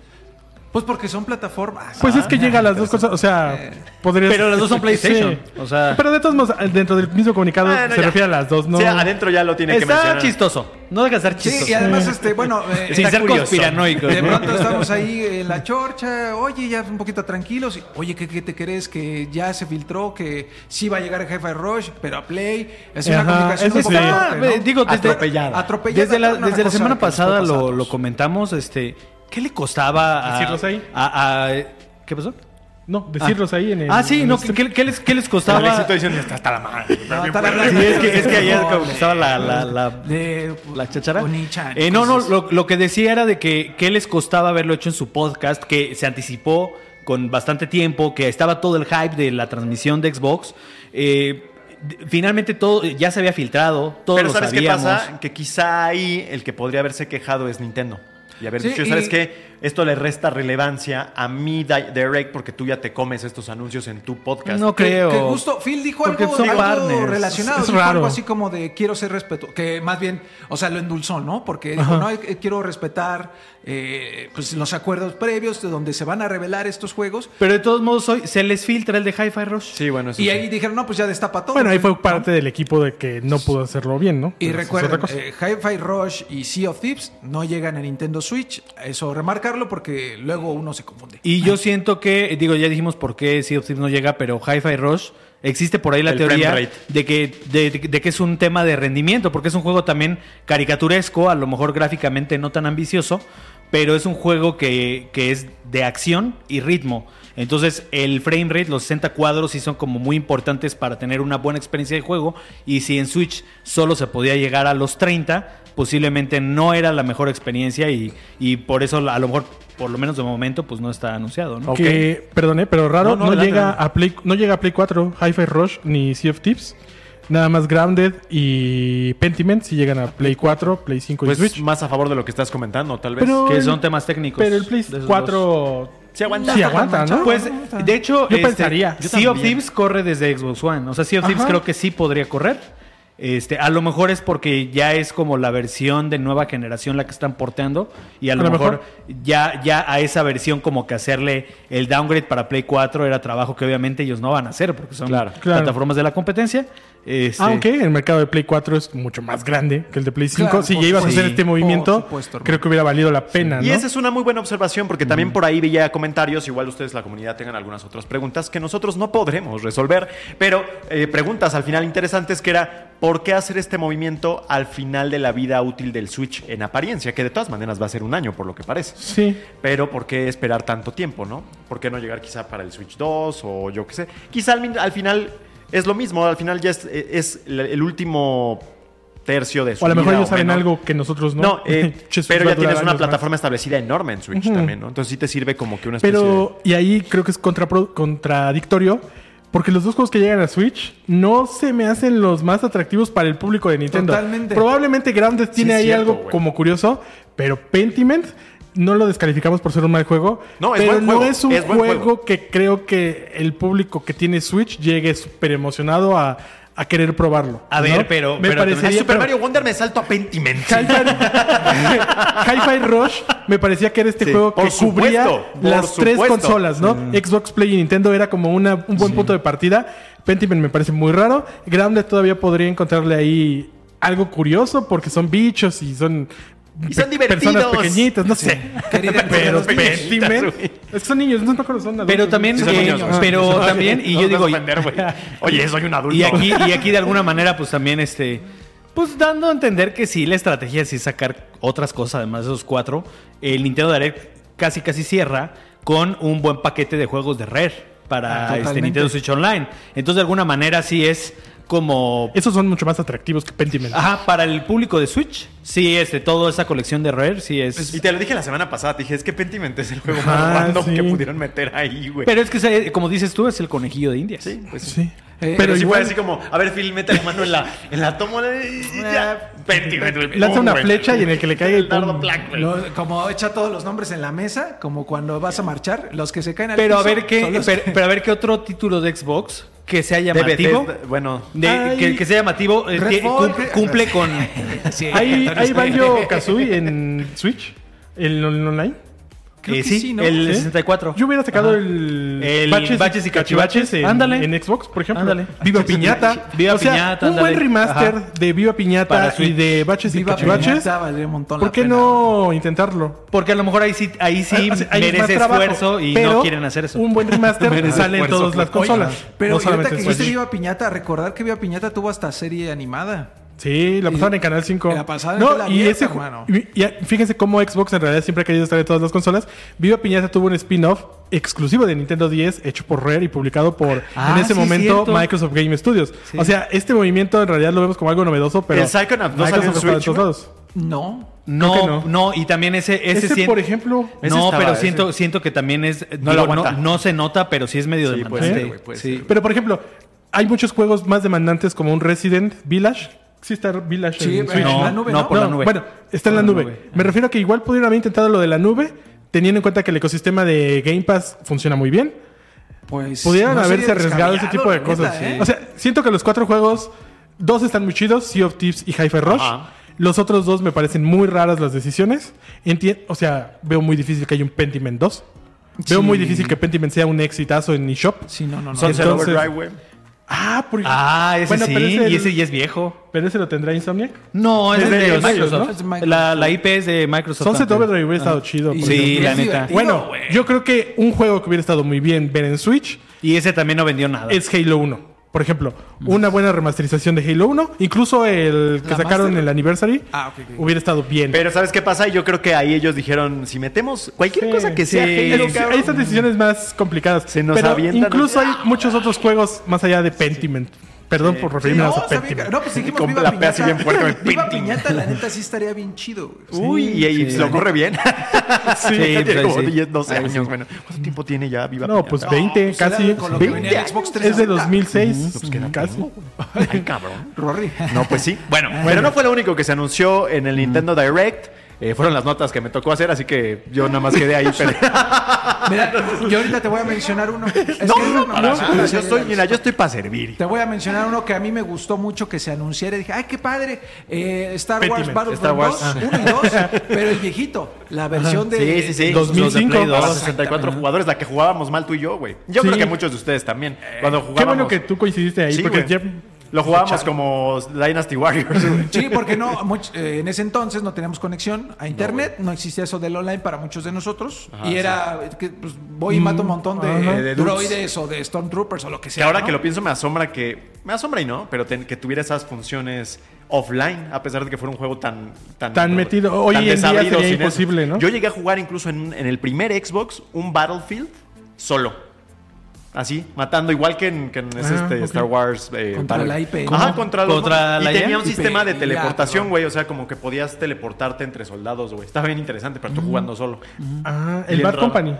Speaker 4: Pues porque son plataformas.
Speaker 3: Pues es que
Speaker 4: Ah,
Speaker 3: llega a las dos cosas, o sea, podrías...
Speaker 5: Pero las dos son PlayStation, o sea-
Speaker 3: Pero de todos modos, dentro del mismo comunicado
Speaker 2: Ah, no,
Speaker 3: se
Speaker 2: ya.
Speaker 3: refiere a las dos, ¿no?
Speaker 2: Sí, adentro ya lo tiene que
Speaker 5: Está
Speaker 2: mencionar.
Speaker 5: chistoso. No deja de estar
Speaker 4: Sí,
Speaker 5: chistoso.
Speaker 4: y además, este, bueno, eh,
Speaker 5: Sin
Speaker 4: está
Speaker 5: ser
Speaker 4: curioso.
Speaker 5: conspiranoico.
Speaker 4: De pronto estamos ahí en la chorcha, oye, ya un poquito tranquilos. y, Oye, ¿qué, qué te crees? Que ya se filtró, que sí va a llegar jefe Rush, pero a Play. Es una
Speaker 3: Ajá,
Speaker 4: comunicación
Speaker 3: eso
Speaker 4: un poco
Speaker 3: sí.
Speaker 5: Ah,
Speaker 4: fuerte,
Speaker 5: eh,
Speaker 4: ¿no?
Speaker 5: digo, desde-
Speaker 4: Atropellada. Atropellada.
Speaker 5: Desde la,
Speaker 4: una
Speaker 5: desde la
Speaker 4: cosa
Speaker 5: semana
Speaker 4: que nos puede
Speaker 5: pasada
Speaker 4: pasar a
Speaker 5: lo,
Speaker 4: todos.
Speaker 5: lo comentamos, este, ¿qué le costaba a,
Speaker 3: Decirlos ahí.
Speaker 5: a- a- ¿Qué pasó?
Speaker 3: No, decirlos ahí en el... este-
Speaker 5: ah, sí,
Speaker 3: en
Speaker 5: no,
Speaker 3: el-
Speaker 5: ¿qué, qué- qué les, qué les costaba?
Speaker 2: Al éxito dicen, está hasta la madre.
Speaker 4: No, está la
Speaker 5: Sí,
Speaker 4: verdad.
Speaker 5: es que, es que ayer
Speaker 2: *laughs*
Speaker 4: No,
Speaker 5: como que estaba la, la, la,
Speaker 4: de-
Speaker 5: la cháchara.
Speaker 4: Oni-chan,
Speaker 5: Eh, no, no,
Speaker 4: cosas.
Speaker 5: lo, lo que decía era de que, que les costaba haberlo hecho en su podcast, que se anticipó con bastante tiempo, que estaba todo el hype de la transmisión de Xbox. Eh, d- finalmente todo ya se había filtrado, todos
Speaker 2: Pero
Speaker 5: lo
Speaker 2: ¿sabes
Speaker 5: sabíamos.
Speaker 2: qué pasa? Que quizá ahí el que podría haberse quejado es Nintendo. Y haber
Speaker 4: Sí,
Speaker 2: dicho,
Speaker 4: y-
Speaker 2: ¿sabes qué? Esto le resta relevancia a mi Di- Direct porque tú ya te comes estos anuncios en tu podcast.
Speaker 5: No
Speaker 4: Que-
Speaker 5: creo.
Speaker 4: Que justo Phil dijo
Speaker 5: Porque
Speaker 4: algo,
Speaker 5: son
Speaker 4: algo
Speaker 5: partners.
Speaker 4: relacionado.
Speaker 3: Es
Speaker 4: dijo
Speaker 3: raro.
Speaker 4: algo así como de quiero ser respeto. Que más bien, o sea, lo endulzó, ¿no? Porque dijo, no, eh, quiero respetar eh, pues, los acuerdos previos de donde se van a revelar estos juegos.
Speaker 5: Pero de todos modos, hoy se les filtra el de Hi-Fi Rush.
Speaker 2: Sí, bueno, eso
Speaker 4: y
Speaker 2: sí.
Speaker 4: ahí dijeron, no, pues ya destapa todo.
Speaker 3: Bueno, ahí fue parte del equipo de que no pudo hacerlo bien, ¿no?
Speaker 4: Y
Speaker 3: Pero eso es
Speaker 4: recuerden,
Speaker 3: otra cosa.
Speaker 4: eh, Hi-Fi Rush y Sea of Thieves no llegan a Nintendo Switch. Eso, remarcarlo porque luego uno se confunde.
Speaker 5: Y yo siento que, digo, ya dijimos por qué Sea of Thieves no llega, pero Hi-Fi Rush existe por ahí la
Speaker 2: El frame
Speaker 5: teoría
Speaker 2: rate.
Speaker 5: de que, de, de- de que es un tema de rendimiento, porque es un juego también caricaturesco, a lo mejor gráficamente no tan ambicioso, pero es un juego que, que es de acción y ritmo. Entonces el frame rate, los 60 cuadros sí son como muy importantes para tener una buena experiencia de juego y si en Switch solo se podía llegar a los 30, posiblemente no era la mejor experiencia y, y por eso a lo mejor, por lo menos de momento, pues no está anunciado. ¿no?
Speaker 3: Que, perdone, pero
Speaker 5: No,
Speaker 3: raro, no,
Speaker 5: no, adelante,
Speaker 3: llega
Speaker 5: adelante.
Speaker 3: a Play, no llega a Play 4, Hi-Fi Rush ni Sea of Tips. Nada más Grounded y Pentiment si llegan a Play 4, Play 5 y
Speaker 2: Pues
Speaker 3: Switch.
Speaker 2: más a favor de lo que estás comentando, tal vez.
Speaker 3: Pero-
Speaker 5: pues, que son temas técnicos.
Speaker 3: Pero el Play
Speaker 5: de esos
Speaker 3: 4
Speaker 2: Sí aguanta.
Speaker 3: sí aguanta,
Speaker 5: dos.
Speaker 3: ¿no?
Speaker 5: Pues, de hecho,
Speaker 3: Yo pensaría. Yo
Speaker 5: Sea of
Speaker 2: también.
Speaker 5: Thieves corre desde Xbox One. O sea, Sea of Thieves
Speaker 3: Ajá.
Speaker 5: creo que sí podría correr. Este, a lo mejor es porque ya es como la versión de nueva generación la que están porteando. Y a lo,
Speaker 3: A lo
Speaker 5: mejor, Ya, ya a esa versión, como que hacerle el downgrade para Play 4 era trabajo que obviamente ellos no van a hacer porque son
Speaker 2: Claro.
Speaker 3: Claro. Ah,
Speaker 5: plataformas de la competencia. Este,
Speaker 3: Aunque el mercado de Play 4 es mucho más grande que el de Play 5.
Speaker 4: Claro,
Speaker 3: si
Speaker 4: por
Speaker 3: ya ibas a hacer
Speaker 4: supuesto.
Speaker 3: este
Speaker 4: Sí,
Speaker 3: movimiento,
Speaker 4: por supuesto, hermano.
Speaker 3: creo que hubiera valido la pena,
Speaker 2: Y
Speaker 3: ¿no?
Speaker 2: esa es una muy buena observación, porque también por ahí veía comentarios, igual ustedes la comunidad tengan algunas otras preguntas que nosotros no podremos resolver, pero eh, preguntas al final interesantes que era, ¿por qué hacer este movimiento al final de la vida útil del Switch en apariencia? Que de todas maneras va a ser un año, por lo que parece.
Speaker 3: Sí.
Speaker 2: Pero ¿por qué esperar tanto tiempo, no? ¿Por qué no llegar quizá para el Switch 2 o yo qué sé? Quizá al, min- al final es lo mismo, al final ya es, es la- el último tercio de su
Speaker 3: O a lo mejor
Speaker 2: vida
Speaker 3: ellos saben
Speaker 2: menos.
Speaker 3: algo que nosotros no.
Speaker 2: No, eh,
Speaker 3: *laughs* Che, Switch
Speaker 2: pero
Speaker 3: va a
Speaker 2: ya
Speaker 3: durar
Speaker 2: tienes una
Speaker 3: años más.
Speaker 2: plataforma establecida enorme en Switch también, ¿no? Entonces sí te sirve como que una especie
Speaker 3: Pero, y ahí creo que es contrapro- contradictorio, porque los dos juegos que llegan a Switch no se me hacen los más atractivos para el público de Nintendo.
Speaker 4: Totalmente.
Speaker 3: Probablemente Grounded tiene
Speaker 2: es
Speaker 3: ahí
Speaker 2: cierto,
Speaker 3: algo
Speaker 2: güey.
Speaker 3: como curioso, pero Pentiment no lo descalificamos por ser un mal juego.
Speaker 2: No, es
Speaker 3: pero
Speaker 2: buen
Speaker 3: no
Speaker 2: juego,
Speaker 3: es un
Speaker 2: es buen
Speaker 3: juego,
Speaker 2: juego.
Speaker 3: que creo que el público que tiene Switch llegue súper emocionado a, a querer probarlo.
Speaker 5: A ver,
Speaker 3: ¿no?
Speaker 5: pero-
Speaker 3: Me
Speaker 5: pero
Speaker 2: de...
Speaker 3: parecería-
Speaker 2: A Super
Speaker 3: pero-
Speaker 2: Mario Wonder me salto a Pentiment. *laughs*
Speaker 3: Hi-Fi Hi-Fi Rush me parecía que era este
Speaker 2: Sí,
Speaker 3: juego
Speaker 2: por
Speaker 3: que cubría
Speaker 2: supuesto, por
Speaker 3: las tres
Speaker 2: supuesto.
Speaker 3: consolas, ¿no?
Speaker 5: Mm.
Speaker 3: Xbox Play y Nintendo era como una, un buen punto de partida. Pentiment me parece muy raro. Grounded todavía podría encontrarle ahí algo curioso porque son bichos y son
Speaker 2: Y son
Speaker 3: pe-
Speaker 2: divertidos.
Speaker 3: personas pequeñitas, no sé. *laughs*
Speaker 4: Querida,
Speaker 3: Pero
Speaker 4: los niños.
Speaker 3: Pentiment es que son niños, no me acuerdo, son adultos.
Speaker 5: Pero también,
Speaker 2: Sí, son
Speaker 5: eh,
Speaker 2: niños, güey.
Speaker 5: pero también, y
Speaker 2: No
Speaker 5: yo
Speaker 2: te vas a
Speaker 5: digo,
Speaker 2: ofender, güey. Oye, soy un adulto. *laughs*
Speaker 5: Y aquí, y aquí de alguna manera, pues también este. Pues dando a entender que sí, la estrategia sí es sacar otras cosas además de esos cuatro. El Nintendo Direct casi casi cierra con un buen paquete de juegos de Rare
Speaker 4: Ah,
Speaker 5: para este
Speaker 4: totalmente.
Speaker 5: Nintendo Switch Online. Entonces, de alguna manera sí es como
Speaker 3: Esos son mucho más atractivos que Pentiment.
Speaker 5: Ajá, para el público de Switch, sí, este, toda esa colección de Rare, sí
Speaker 2: Y
Speaker 5: es.
Speaker 4: Pues,
Speaker 2: te lo dije la semana pasada, te dije, es que Pentiment es el juego
Speaker 3: Ajá,
Speaker 2: más random
Speaker 3: Pues, Ah, sí.
Speaker 2: que pudieron meter ahí, güey.
Speaker 5: Pero es que, se- como dices tú, es el conejillo de Indias.
Speaker 2: Sí, pues sí.
Speaker 3: Sí.
Speaker 4: Eh,
Speaker 2: Pero,
Speaker 3: pero
Speaker 2: si
Speaker 3: igual-
Speaker 2: fue así como, a ver, Phil, mete la mano en la, en la toma de. y ya. Pentiment, güey.
Speaker 3: Ah, Lanza una
Speaker 2: Güey.
Speaker 3: flecha y en el que le caiga el
Speaker 2: El dardo
Speaker 3: pum.
Speaker 2: black, güey.
Speaker 4: Lo- como echa todos los nombres en la mesa, como cuando vas a marchar, los que se caen al
Speaker 5: Pero a
Speaker 4: piso
Speaker 5: ver qué,
Speaker 4: son los
Speaker 5: pero,
Speaker 4: que-
Speaker 5: pero a ver qué otro título de Xbox que sea
Speaker 2: De
Speaker 5: llamativo.
Speaker 2: Bethesda, bueno.
Speaker 5: de-
Speaker 3: Ay.
Speaker 5: que, que sea llamativo, eh,
Speaker 4: Red
Speaker 5: tie-
Speaker 4: Bull,
Speaker 5: cum-
Speaker 4: que-
Speaker 5: cumple
Speaker 3: *laughs*
Speaker 5: con.
Speaker 4: Sí,
Speaker 3: ¿Hay,
Speaker 4: entonces-
Speaker 5: *laughs*
Speaker 3: hay Banjo Kazooie en Switch? ¿El on- online?
Speaker 4: Creo
Speaker 5: Eh,
Speaker 4: que
Speaker 5: sí,
Speaker 4: sí, ¿no?
Speaker 5: el
Speaker 3: ¿Sí?
Speaker 5: 64.
Speaker 3: Yo hubiera sacado el,
Speaker 5: El Baches y Cachivaches
Speaker 3: en,
Speaker 5: Ándale.
Speaker 3: en Xbox, por ejemplo.
Speaker 5: Ándale.
Speaker 3: Viva Piñata.
Speaker 5: Viva
Speaker 3: O sea,
Speaker 5: Piñata,
Speaker 3: Un buen
Speaker 5: ándale.
Speaker 3: remaster
Speaker 5: Ajá.
Speaker 3: de Viva
Speaker 5: Para
Speaker 3: Piñata y
Speaker 5: Switch.
Speaker 3: de Baches
Speaker 4: *laughs*
Speaker 3: y
Speaker 4: Viva
Speaker 3: Cachivaches.
Speaker 4: Piñata, valdría un montón la
Speaker 3: ¿Por qué
Speaker 4: pena.
Speaker 3: no intentarlo?
Speaker 5: Porque a lo mejor ahí sí, ahí sí
Speaker 3: Ah, o sea, hay más
Speaker 5: merece
Speaker 3: trabajo,
Speaker 5: esfuerzo y
Speaker 3: pero
Speaker 5: no quieren hacer eso.
Speaker 3: Un buen
Speaker 5: *laughs*
Speaker 3: remaster
Speaker 2: Merece
Speaker 3: sale en
Speaker 2: esfuerzo,
Speaker 3: todas las
Speaker 2: claro.
Speaker 3: consolas.
Speaker 4: Pero
Speaker 3: no
Speaker 4: y ahorita
Speaker 3: solamente
Speaker 4: que
Speaker 3: en
Speaker 4: dijiste
Speaker 3: Switch.
Speaker 4: Viva Piñata, recordar que Viva Piñata tuvo hasta serie animada.
Speaker 3: Sí, la pasaban en Canal 5.
Speaker 4: La pasaban en
Speaker 3: no,
Speaker 4: tela
Speaker 3: y
Speaker 4: abierta,
Speaker 3: ese ju-
Speaker 4: hermano.
Speaker 3: y- y fíjense cómo Xbox en realidad siempre ha querido estar en todas las consolas. Viva Piñata tuvo un spin-off exclusivo de Nintendo 10 hecho por Rare y publicado por
Speaker 5: Ah,
Speaker 3: en ese
Speaker 5: sí,
Speaker 3: momento
Speaker 5: cierto.
Speaker 3: Microsoft Game Studios. O sea, este movimiento en realidad lo vemos como algo novedoso, pero
Speaker 2: ¿El Psychonaut no
Speaker 3: Microsoft
Speaker 2: salió en
Speaker 3: está de
Speaker 2: Switch,
Speaker 3: todos
Speaker 2: güey?
Speaker 3: lados.
Speaker 4: No.
Speaker 5: no,
Speaker 3: que
Speaker 5: no,
Speaker 3: no.
Speaker 5: y también ese. Ese,
Speaker 3: Ese,
Speaker 5: sien-
Speaker 3: por ejemplo,
Speaker 2: Ese
Speaker 5: no,
Speaker 2: estaba,
Speaker 5: pero
Speaker 2: ese.
Speaker 5: siento, siento que también es.
Speaker 2: No
Speaker 5: digo,
Speaker 2: lo aguanta.
Speaker 5: no, no se nota, pero sí es medio
Speaker 2: Sí, puede
Speaker 5: demandante.
Speaker 2: ser, güey, puede
Speaker 5: Sí.
Speaker 3: pero por ejemplo, hay muchos juegos más demandantes como un Resident Village. Sí está Village
Speaker 4: Sí,
Speaker 3: en
Speaker 4: pero
Speaker 3: Switch.
Speaker 5: No,
Speaker 4: en la nube,
Speaker 5: no,
Speaker 4: ¿no?
Speaker 5: por la nube.
Speaker 3: Bueno, está en la
Speaker 5: Por la
Speaker 3: nube.
Speaker 5: nube.
Speaker 3: Me refiero a que igual pudieron haber intentado lo de la nube, teniendo en cuenta que el ecosistema de Game Pass funciona muy bien.
Speaker 4: Pues.
Speaker 3: Pudieran
Speaker 4: no
Speaker 3: haberse
Speaker 4: sería
Speaker 3: arriesgado ese tipo de
Speaker 4: descabellado, la
Speaker 3: cosas.
Speaker 4: neta, ¿eh?
Speaker 3: O sea, siento que los cuatro juegos, dos están muy chidos, Sea of Thieves y Hyper Rush.
Speaker 2: Ajá.
Speaker 3: Los otros dos me parecen muy raras las decisiones. Enti- o sea, veo muy difícil que haya un Pentiment 2. Veo
Speaker 4: Sí.
Speaker 3: muy difícil que Pentiment sea un exitazo en eShop.
Speaker 4: Sí, no, no, no.
Speaker 2: Sunset
Speaker 3: Entonces-
Speaker 2: Overdrive, güey.
Speaker 3: Ah, por
Speaker 5: Ah, ese
Speaker 3: Bueno,
Speaker 5: sí,
Speaker 3: pero ese-
Speaker 5: y ese ya es viejo.
Speaker 3: Pero ese lo tendrá Insomniac.
Speaker 5: No, es
Speaker 3: Es
Speaker 5: de,
Speaker 3: de
Speaker 5: ellos.
Speaker 3: Microsoft, ¿no?
Speaker 5: Es de
Speaker 4: Microsoft.
Speaker 5: La, la IP es de Microsoft.
Speaker 3: Sunset
Speaker 5: Antes.
Speaker 3: Overdrive hubiera estado chido. por
Speaker 5: Sí,
Speaker 3: ejemplo.
Speaker 5: la neta.
Speaker 4: divertido,
Speaker 3: Bueno,
Speaker 4: güey.
Speaker 3: yo creo que un juego que hubiera estado muy bien ver en Switch
Speaker 5: Y ese también no vendió nada.
Speaker 3: es Halo 1. Por ejemplo, una buena remasterización de Halo 1, incluso el que
Speaker 4: La
Speaker 3: sacaron
Speaker 4: master-
Speaker 3: el Anniversary,
Speaker 4: Ah, ok, ok.
Speaker 3: hubiera estado bien.
Speaker 2: Pero ¿sabes qué pasa? Yo creo que ahí ellos dijeron, si metemos cualquier
Speaker 3: Sí,
Speaker 2: cosa que
Speaker 3: sí.
Speaker 2: sea Halo,
Speaker 3: Es-
Speaker 2: cabrón.
Speaker 3: Hay estas decisiones más complicadas.
Speaker 2: Se nos
Speaker 3: pero
Speaker 2: avientan
Speaker 3: incluso hay
Speaker 2: así.
Speaker 3: muchos otros juegos más allá de Pentiment. Perdón por
Speaker 4: Sí,
Speaker 3: referirme
Speaker 4: no,
Speaker 3: a
Speaker 4: está bien
Speaker 3: Pentiment.
Speaker 4: ca- no, pues dijimos
Speaker 2: Con
Speaker 4: Viva
Speaker 2: la
Speaker 4: Piñata.
Speaker 2: pea así bien fuerte, Uh. güey.
Speaker 4: Viva
Speaker 2: Ping.
Speaker 4: Piñata, la neta sí estaría bien chido. güey.
Speaker 2: Uy, y ahí se lo corre bien. *laughs*
Speaker 5: Sí, pues
Speaker 3: pues
Speaker 2: tiene
Speaker 5: sí,
Speaker 2: como
Speaker 5: sí.
Speaker 2: 10, 12
Speaker 5: Ahí sí.
Speaker 2: años, bueno. ¿Cuánto tiempo tiene ya Viva
Speaker 3: No,
Speaker 2: Piñata?
Speaker 3: pues 20,
Speaker 4: pues
Speaker 3: casi.
Speaker 4: era con lo que
Speaker 3: 20
Speaker 4: venía el
Speaker 3: años.
Speaker 4: Xbox
Speaker 3: es de
Speaker 4: 360.
Speaker 3: 2006.
Speaker 2: Pues queda
Speaker 3: casi.
Speaker 2: poco. Ay, cabrón.
Speaker 4: Rory.
Speaker 2: No, pues sí. *laughs* Bueno, pero no fue lo único que se anunció en el Nintendo Direct. Eh, fueron las notas que me tocó hacer, así que yo nada más quedé ahí. Pero...
Speaker 4: Mira, yo ahorita te voy a mencionar uno. Es que
Speaker 2: no,
Speaker 4: es una
Speaker 2: no, para
Speaker 4: mamada.
Speaker 2: nada. yo estoy, mira, yo estoy para servir.
Speaker 4: Te voy a mencionar uno que a mí me gustó mucho que se anunciara. Dije, ay, qué padre. eh, Star
Speaker 3: Pentiment,
Speaker 4: Wars
Speaker 2: Star
Speaker 4: Battlefront
Speaker 2: Wars.
Speaker 4: 2, 1 y 2, pero el viejito, la versión de...
Speaker 2: Sí, sí, sí.
Speaker 3: 2005.
Speaker 2: Los de Play dos,
Speaker 3: Exactamente.
Speaker 2: 64 jugadores, la que jugábamos mal tú y yo, güey. Yo
Speaker 3: Sí.
Speaker 2: creo que muchos de ustedes también. Cuando jugábamos.
Speaker 3: Qué bueno que tú coincidiste ahí,
Speaker 2: Sí,
Speaker 3: porque
Speaker 2: güey.
Speaker 3: ya-
Speaker 2: Lo jugábamos como Dynasty Warriors, güey.
Speaker 4: Sí, porque no, much- eh, en ese entonces no teníamos conexión a internet, no, existía eso del online para muchos de nosotros. y era que pues, voy y mato un montón de,
Speaker 3: ajá.
Speaker 4: eh,
Speaker 2: De dudes.
Speaker 4: droides o de stormtroopers o lo que
Speaker 2: Que
Speaker 4: sea.
Speaker 2: ahora
Speaker 4: ¿no?
Speaker 2: que lo pienso me asombra que... Me asombra y no, pero ten- que tuviera esas funciones offline, a pesar de que fuera un juego tan... Tan,
Speaker 3: Tan metido. Hoy en día
Speaker 2: desabrido
Speaker 3: sería
Speaker 2: sin eso.
Speaker 3: imposible, ¿no?
Speaker 2: Yo llegué a jugar incluso en, en el primer Xbox un Battlefield solo. Así, matando igual que en, que en ese,
Speaker 3: Ah,
Speaker 2: este
Speaker 3: ok.
Speaker 2: Star Wars. eh,
Speaker 4: Contra
Speaker 2: Battle-
Speaker 4: la IP, ¿no?
Speaker 2: Ajá, contra, los-
Speaker 5: Contra la
Speaker 2: Y tenía un
Speaker 4: IP,
Speaker 2: sistema de
Speaker 4: ya,
Speaker 2: teleportación,
Speaker 4: perdón.
Speaker 2: güey. O sea, como que podías teleportarte entre soldados, güey. Estaba bien interesante, pero tú jugando solo.
Speaker 3: Mm. Ah, el
Speaker 2: Bien
Speaker 3: Bad
Speaker 2: raro.
Speaker 3: Company.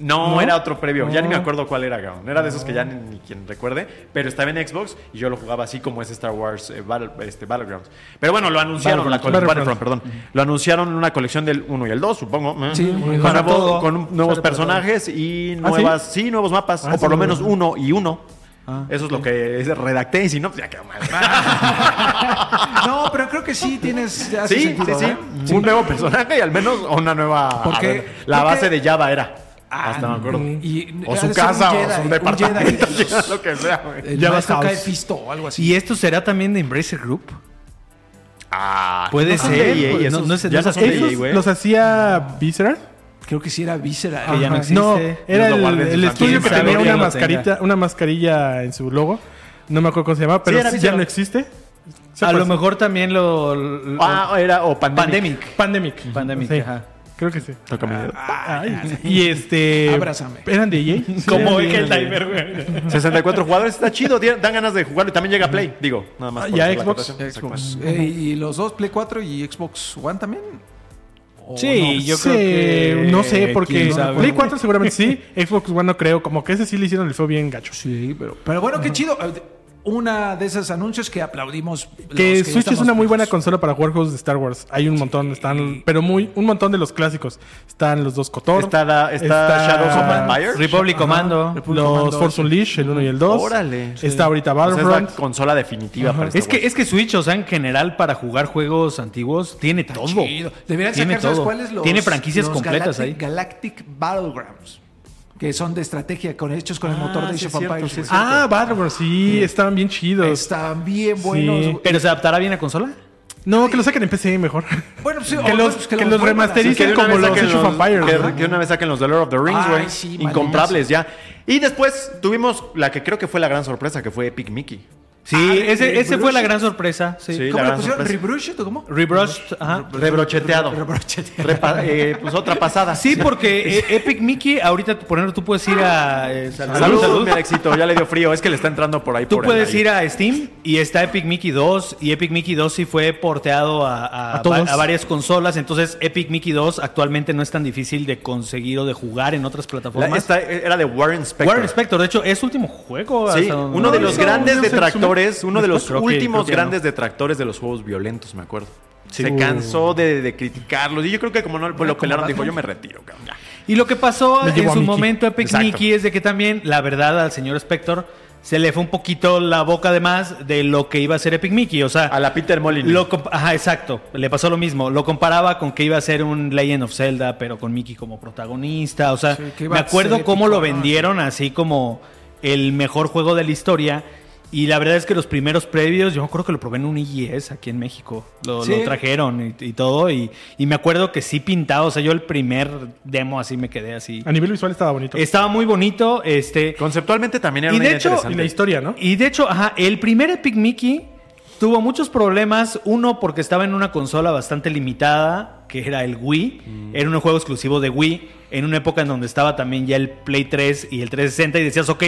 Speaker 2: No,
Speaker 3: ¿No?
Speaker 2: era otro previo. Ya ni me
Speaker 3: Ah.
Speaker 2: acuerdo cuál era, cabrón. Era de esos que ya ni, ni quien recuerde. Pero estaba en Xbox y yo lo jugaba así como es Star Wars eh, Battle- este, Battlegrounds. Pero bueno, lo anunciaron. La cole-
Speaker 3: Battlefront.
Speaker 2: Battlefront, perdón. Lo anunciaron en una colección del 1 y el 2, supongo. ¿eh?
Speaker 4: Sí,
Speaker 2: Con
Speaker 4: uno y dos.
Speaker 2: nuevo-
Speaker 4: Para todo.
Speaker 2: con un- nuevos
Speaker 4: Sale para
Speaker 2: personajes y
Speaker 3: ¿Ah,
Speaker 2: nuevas. sí? nuevos mapas.
Speaker 3: Ah,
Speaker 2: o por
Speaker 3: sí,
Speaker 2: lo menos
Speaker 3: nuevos.
Speaker 2: uno y uno.
Speaker 4: Ah.
Speaker 2: Eso es lo que es- redacté. Y si no, pues ya quedó mal.
Speaker 4: *laughs* No, pero creo que sí tienes... hace
Speaker 2: sí, sí,
Speaker 4: sentido,
Speaker 2: sí.
Speaker 4: ¿eh?
Speaker 2: Un nuevo personaje y al menos una nueva.
Speaker 4: Porque-
Speaker 2: a ver, la
Speaker 4: porque-
Speaker 2: base de Java era.
Speaker 4: Ah,
Speaker 2: Hasta me acuerdo.
Speaker 4: y-
Speaker 2: o
Speaker 4: ha
Speaker 2: su
Speaker 4: de ser
Speaker 2: casa,
Speaker 4: un
Speaker 2: o
Speaker 4: Jedi,
Speaker 2: su
Speaker 4: un
Speaker 2: departamento, *laughs*
Speaker 4: Jedi. Eh,
Speaker 2: lo que sea, güey.
Speaker 4: El
Speaker 3: Ya
Speaker 4: maestro
Speaker 3: vas,
Speaker 4: Kai
Speaker 3: House.
Speaker 4: Fisto o algo así.
Speaker 5: ¿Y esto será también de Embracer Group?
Speaker 2: Ah,
Speaker 5: Puede
Speaker 2: no son
Speaker 5: ser,
Speaker 2: de EA,
Speaker 5: pues,
Speaker 2: esos
Speaker 5: no- no sé,
Speaker 2: ya
Speaker 5: no
Speaker 2: no
Speaker 5: sé.
Speaker 2: son de EA,
Speaker 3: Esos
Speaker 2: güey.
Speaker 3: los hacía Visceral.
Speaker 4: Creo que sí era Visceral.
Speaker 5: Que ya no
Speaker 4: Ajá.
Speaker 5: existe.
Speaker 3: No, era
Speaker 2: Dios lo
Speaker 3: el,
Speaker 2: guarde en
Speaker 3: el
Speaker 2: sus
Speaker 3: estudio
Speaker 2: amigos.
Speaker 3: que
Speaker 2: Quién
Speaker 3: tenía
Speaker 5: sabe,
Speaker 3: una
Speaker 5: lo
Speaker 3: mascarita,
Speaker 5: tenga.
Speaker 3: una mascarilla en su logo. No me acuerdo cómo se llamaba, pero
Speaker 2: Sí, era
Speaker 3: ya no
Speaker 2: Visceral.
Speaker 3: existe. Se
Speaker 5: a lo
Speaker 3: parece.
Speaker 5: mejor también lo. lo-
Speaker 2: Ah, era o Pandemic.
Speaker 5: pandemic.
Speaker 3: Pandemic.
Speaker 5: Pandemic,
Speaker 3: Sí,
Speaker 5: ajá. Ah,
Speaker 3: Creo que sí.
Speaker 2: Toca mi dedo.
Speaker 4: Ah,
Speaker 3: Ay, y este.
Speaker 4: Abrázame.
Speaker 3: ¿Eran DJ?
Speaker 5: *laughs* Como
Speaker 3: eran
Speaker 5: el
Speaker 3: DJ.
Speaker 5: Timer, güey.
Speaker 2: 64 jugadores, está chido, tiene- dan ganas de jugarlo y también llega a Play, digo, nada más.
Speaker 3: Ah,
Speaker 2: por
Speaker 3: ¿y a
Speaker 2: hacer la
Speaker 3: Xbox?
Speaker 2: acotación.
Speaker 4: Xbox.
Speaker 2: Exacto.
Speaker 4: Eh, y los dos, Play 4 y Xbox One también. ¿O
Speaker 5: Sí,
Speaker 4: no?
Speaker 5: yo
Speaker 3: Sí,
Speaker 5: creo que.
Speaker 3: No sé, porque
Speaker 5: quién sabe.
Speaker 3: Play 4 seguramente sí. *laughs* Xbox One no creo. Como que ese sí le hicieron el feo bien gacho.
Speaker 4: Sí, pero, pero bueno, qué chido. Eh, Una de esos anuncios que aplaudimos. los
Speaker 3: Que
Speaker 4: ya
Speaker 3: Switch es
Speaker 4: estamos
Speaker 3: una muy buena
Speaker 4: viejos.
Speaker 3: consola para jugar juegos de Star Wars. Hay un montón, están, pero muy, un montón de los clásicos. Están los dos Cotor.
Speaker 2: Está da- está Shadows of Empire.
Speaker 5: Republic
Speaker 3: Ajá.
Speaker 5: Commando.
Speaker 3: Los
Speaker 4: Commando,
Speaker 3: Force
Speaker 4: sí.
Speaker 3: Unleashed, el 1 y el 2.
Speaker 2: Órale.
Speaker 3: Está ahorita
Speaker 2: O sea,
Speaker 3: Battlefront.
Speaker 2: es la consola definitiva para este
Speaker 5: Es que,
Speaker 2: güey.
Speaker 5: es que Switch, o sea, en general, para jugar juegos antiguos, tiene todo.
Speaker 4: Chido. Deberían
Speaker 5: tiene
Speaker 4: sacar, ¿sabes
Speaker 5: todo.
Speaker 4: cuáles? Los-
Speaker 5: tiene franquicias
Speaker 4: los
Speaker 5: completas
Speaker 4: Galactic-
Speaker 5: ahí.
Speaker 4: Galactic Battlegrounds. Que son de estrategia con hechos con el
Speaker 2: Ah,
Speaker 4: motor de
Speaker 2: sí
Speaker 4: Age
Speaker 2: es
Speaker 4: of
Speaker 2: cierto,
Speaker 4: Empires,
Speaker 2: sí es
Speaker 4: güey.
Speaker 3: ah, Battlefront, sí, estaban bien chidos.
Speaker 4: Están bien buenos.
Speaker 3: Sí.
Speaker 4: güey.
Speaker 5: ¿Pero se adaptará bien a consola?
Speaker 3: No, que lo saquen en PC mejor. *laughs*
Speaker 4: Bueno, sí,
Speaker 3: que
Speaker 4: o-
Speaker 3: los,
Speaker 4: pues,
Speaker 3: que
Speaker 4: los
Speaker 3: los
Speaker 4: vuelvan a hacer.
Speaker 2: Sí,
Speaker 3: remastericen
Speaker 2: de una
Speaker 3: como
Speaker 2: vez
Speaker 3: los
Speaker 2: saquen
Speaker 3: Age of Empires.
Speaker 2: que-
Speaker 3: ¿no?
Speaker 2: que de una vez saquen los de Lord of the Rings,
Speaker 4: Ay,
Speaker 2: güey.
Speaker 4: sí, malditos.
Speaker 2: Incomprables ya. Y después tuvimos la que creo que fue la gran sorpresa, que fue Epic Mickey.
Speaker 5: Sí,
Speaker 4: Ah,
Speaker 5: ese,
Speaker 4: Rebrush.
Speaker 5: ese fue la gran sorpresa. Sí.
Speaker 2: Sí. la
Speaker 4: ¿Cómo le
Speaker 2: gran
Speaker 4: pusieron?
Speaker 2: sorpresa.
Speaker 4: ¿Rebrushed o cómo?
Speaker 5: Rebrushed, ajá.
Speaker 2: Rebrocheteado.
Speaker 4: Rebrocheteado.
Speaker 2: Repa- eh, pues otra pasada.
Speaker 5: Sí, porque eh, Epic Mickey, ahorita, por ejemplo, tú puedes ir a. eh, salud,
Speaker 2: Saludos,
Speaker 5: salud.
Speaker 2: mi Alexito, ya le dio frío, es que le está entrando por ahí.
Speaker 5: Tú
Speaker 2: por el
Speaker 5: puedes
Speaker 2: aire.
Speaker 5: ir a Steam y está Epic Mickey 2 y Epic Mickey 2 sí fue porteado a, a-
Speaker 3: A todos.
Speaker 5: va- a varias consolas, entonces Epic Mickey 2 actualmente no es tan difícil de conseguir o de jugar en otras
Speaker 2: La-
Speaker 5: plataformas.
Speaker 2: esta era de Warren Spector.
Speaker 5: Warren Spector, de hecho, es su último juego.
Speaker 2: Sí,
Speaker 5: hasta donde-
Speaker 2: uno de
Speaker 5: no,
Speaker 2: los
Speaker 5: hizo-
Speaker 2: grandes
Speaker 5: no hizo-
Speaker 2: detractores, uno de los
Speaker 5: *laughs* Creo que-
Speaker 2: últimos
Speaker 5: creo que no.
Speaker 2: grandes detractores de los juegos violentos, me acuerdo.
Speaker 5: Sí.
Speaker 2: Se
Speaker 5: Uh.
Speaker 2: cansó de, de criticarlos. Y yo creo que como no pues lo
Speaker 4: Como
Speaker 2: pelaron,
Speaker 4: Batman.
Speaker 2: dijo, yo me retiro, cabrón. ya.
Speaker 5: Y lo que pasó
Speaker 3: Me
Speaker 5: en
Speaker 3: llevo a
Speaker 5: su
Speaker 3: Mickey.
Speaker 5: momento Epic
Speaker 2: Exacto.
Speaker 5: Mickey es de que también, la verdad, al señor Spector se le fue un poquito la boca de más de lo que iba a ser Epic Mickey. O sea,
Speaker 2: A la Peter Molyneux.
Speaker 5: Lo comp- Ajá, exacto. Le pasó lo mismo. Lo comparaba con que iba a ser un Legend of Zelda, pero con Mickey como protagonista. O sea,
Speaker 4: Sí, que iba
Speaker 5: me
Speaker 4: a
Speaker 5: acuerdo
Speaker 4: ser
Speaker 5: cómo
Speaker 4: épico,
Speaker 5: lo
Speaker 4: ¿no?
Speaker 5: vendieron así como el mejor juego de la historia. Y la verdad es que los primeros previos, yo me acuerdo que lo probé en un IES aquí en México. Lo,
Speaker 4: Sí.
Speaker 5: lo trajeron y, y todo. Y, y me acuerdo que sí pintaba. O sea, yo el primer demo así me quedé así.
Speaker 3: A nivel visual estaba bonito.
Speaker 5: Estaba muy bonito. Este,
Speaker 2: Conceptualmente también era
Speaker 5: Y
Speaker 2: una
Speaker 5: de
Speaker 2: idea
Speaker 5: hecho,
Speaker 3: y
Speaker 2: interesante.
Speaker 3: la historia, ¿no?
Speaker 5: y de hecho, ajá, el primer Epic Mickey tuvo muchos problemas. Uno, porque estaba en una consola bastante limitada, que era el Wii.
Speaker 3: Mm.
Speaker 5: Era un juego exclusivo de Wii. En una época en donde estaba también ya el Play 3 y el 360. Y decías, ok,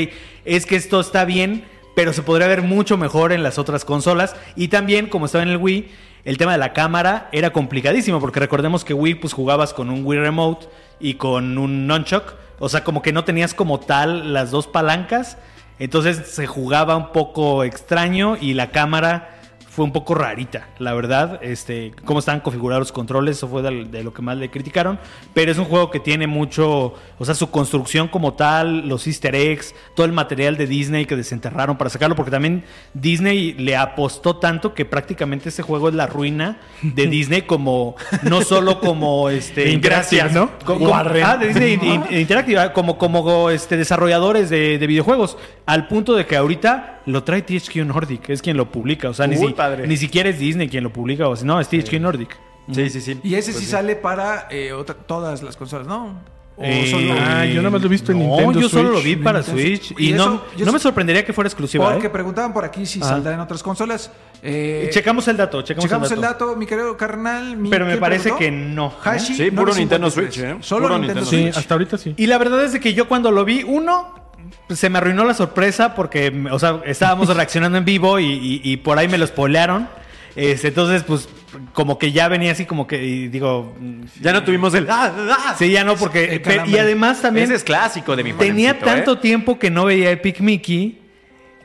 Speaker 5: es que esto está bien, pero se podría ver mucho mejor en las otras consolas. Y también, como estaba en el Wii, el tema de la cámara era complicadísimo. Porque recordemos que Wii, pues jugabas con un Wii Remote y con un Nunchuck. O sea, como que no tenías como tal las dos palancas. Entonces se jugaba un poco extraño y la cámara fue un poco rarita, la verdad. Este, cómo estaban configurados los controles, eso fue del- de, lo que más le criticaron. Pero es un juego que tiene mucho, o sea, su construcción como tal, los easter eggs, todo el material de Disney que desenterraron para sacarlo, porque también Disney le apostó tanto que prácticamente este juego es la ruina
Speaker 3: *laughs*
Speaker 5: de Disney como, no solo como este...
Speaker 3: Interactive,
Speaker 5: gracias,
Speaker 3: ¿no?
Speaker 5: como- como- ah, de Disney in- in- Interactive, ah, como, como este, desarrolladores de, de videojuegos, al punto de que ahorita lo trae THQ Nordic, es quien lo publica, o sea, ni,
Speaker 2: Uy,
Speaker 5: si-
Speaker 2: padre.
Speaker 5: ni siquiera es Disney quien lo publica, o sea, no, es THQ Nordic.
Speaker 2: Sí, sí, sí.
Speaker 4: Y ese
Speaker 2: Pues
Speaker 4: sí, sale para eh, otra- todas las consolas, ¿no? O
Speaker 5: Eh,
Speaker 4: solo-
Speaker 3: Ah, yo nada más lo he visto en Nintendo
Speaker 5: yo solo lo
Speaker 3: Switch.
Speaker 5: vi para
Speaker 4: Nintendo
Speaker 5: Switch.
Speaker 4: Switch.
Speaker 5: Y,
Speaker 4: Y
Speaker 5: no,
Speaker 4: eso- yo
Speaker 5: no me
Speaker 4: sé-
Speaker 5: sorprendería que fuera exclusiva.
Speaker 4: Porque
Speaker 5: ¿eh?
Speaker 4: preguntaban por aquí si
Speaker 5: Ah.
Speaker 4: saldrá en otras consolas. Eh,
Speaker 5: Checamos el dato, checamos,
Speaker 4: checamos el dato, mi querido carnal. mi-
Speaker 5: Pero me
Speaker 4: ¿quién
Speaker 5: parece
Speaker 4: preguntó?
Speaker 5: que no.
Speaker 4: Hashi,
Speaker 2: Sí, puro
Speaker 4: 953.
Speaker 2: Nintendo Switch, ¿eh?
Speaker 4: Solo
Speaker 2: Puro
Speaker 4: Nintendo,
Speaker 2: Nintendo
Speaker 3: Sí,
Speaker 4: Switch.
Speaker 3: hasta ahorita sí.
Speaker 5: Y la verdad es de que yo cuando lo vi, uno, pues, se me arruinó la sorpresa porque, o sea,
Speaker 2: *laughs*
Speaker 5: estábamos reaccionando en vivo y, y- y por ahí me lo spoilearon. Este, entonces, pues, como que ya venía así como que, y digo, mm,
Speaker 2: Ya no tuvimos el... ¡Ah, ah!
Speaker 5: sí, ya no, porque...
Speaker 4: El
Speaker 5: pe- y
Speaker 4: calambre.
Speaker 5: además también...
Speaker 2: Ese es clásico de mi
Speaker 5: Tenía
Speaker 2: Juanemcito, ¿eh?
Speaker 5: tanto tiempo que no veía Epic Mickey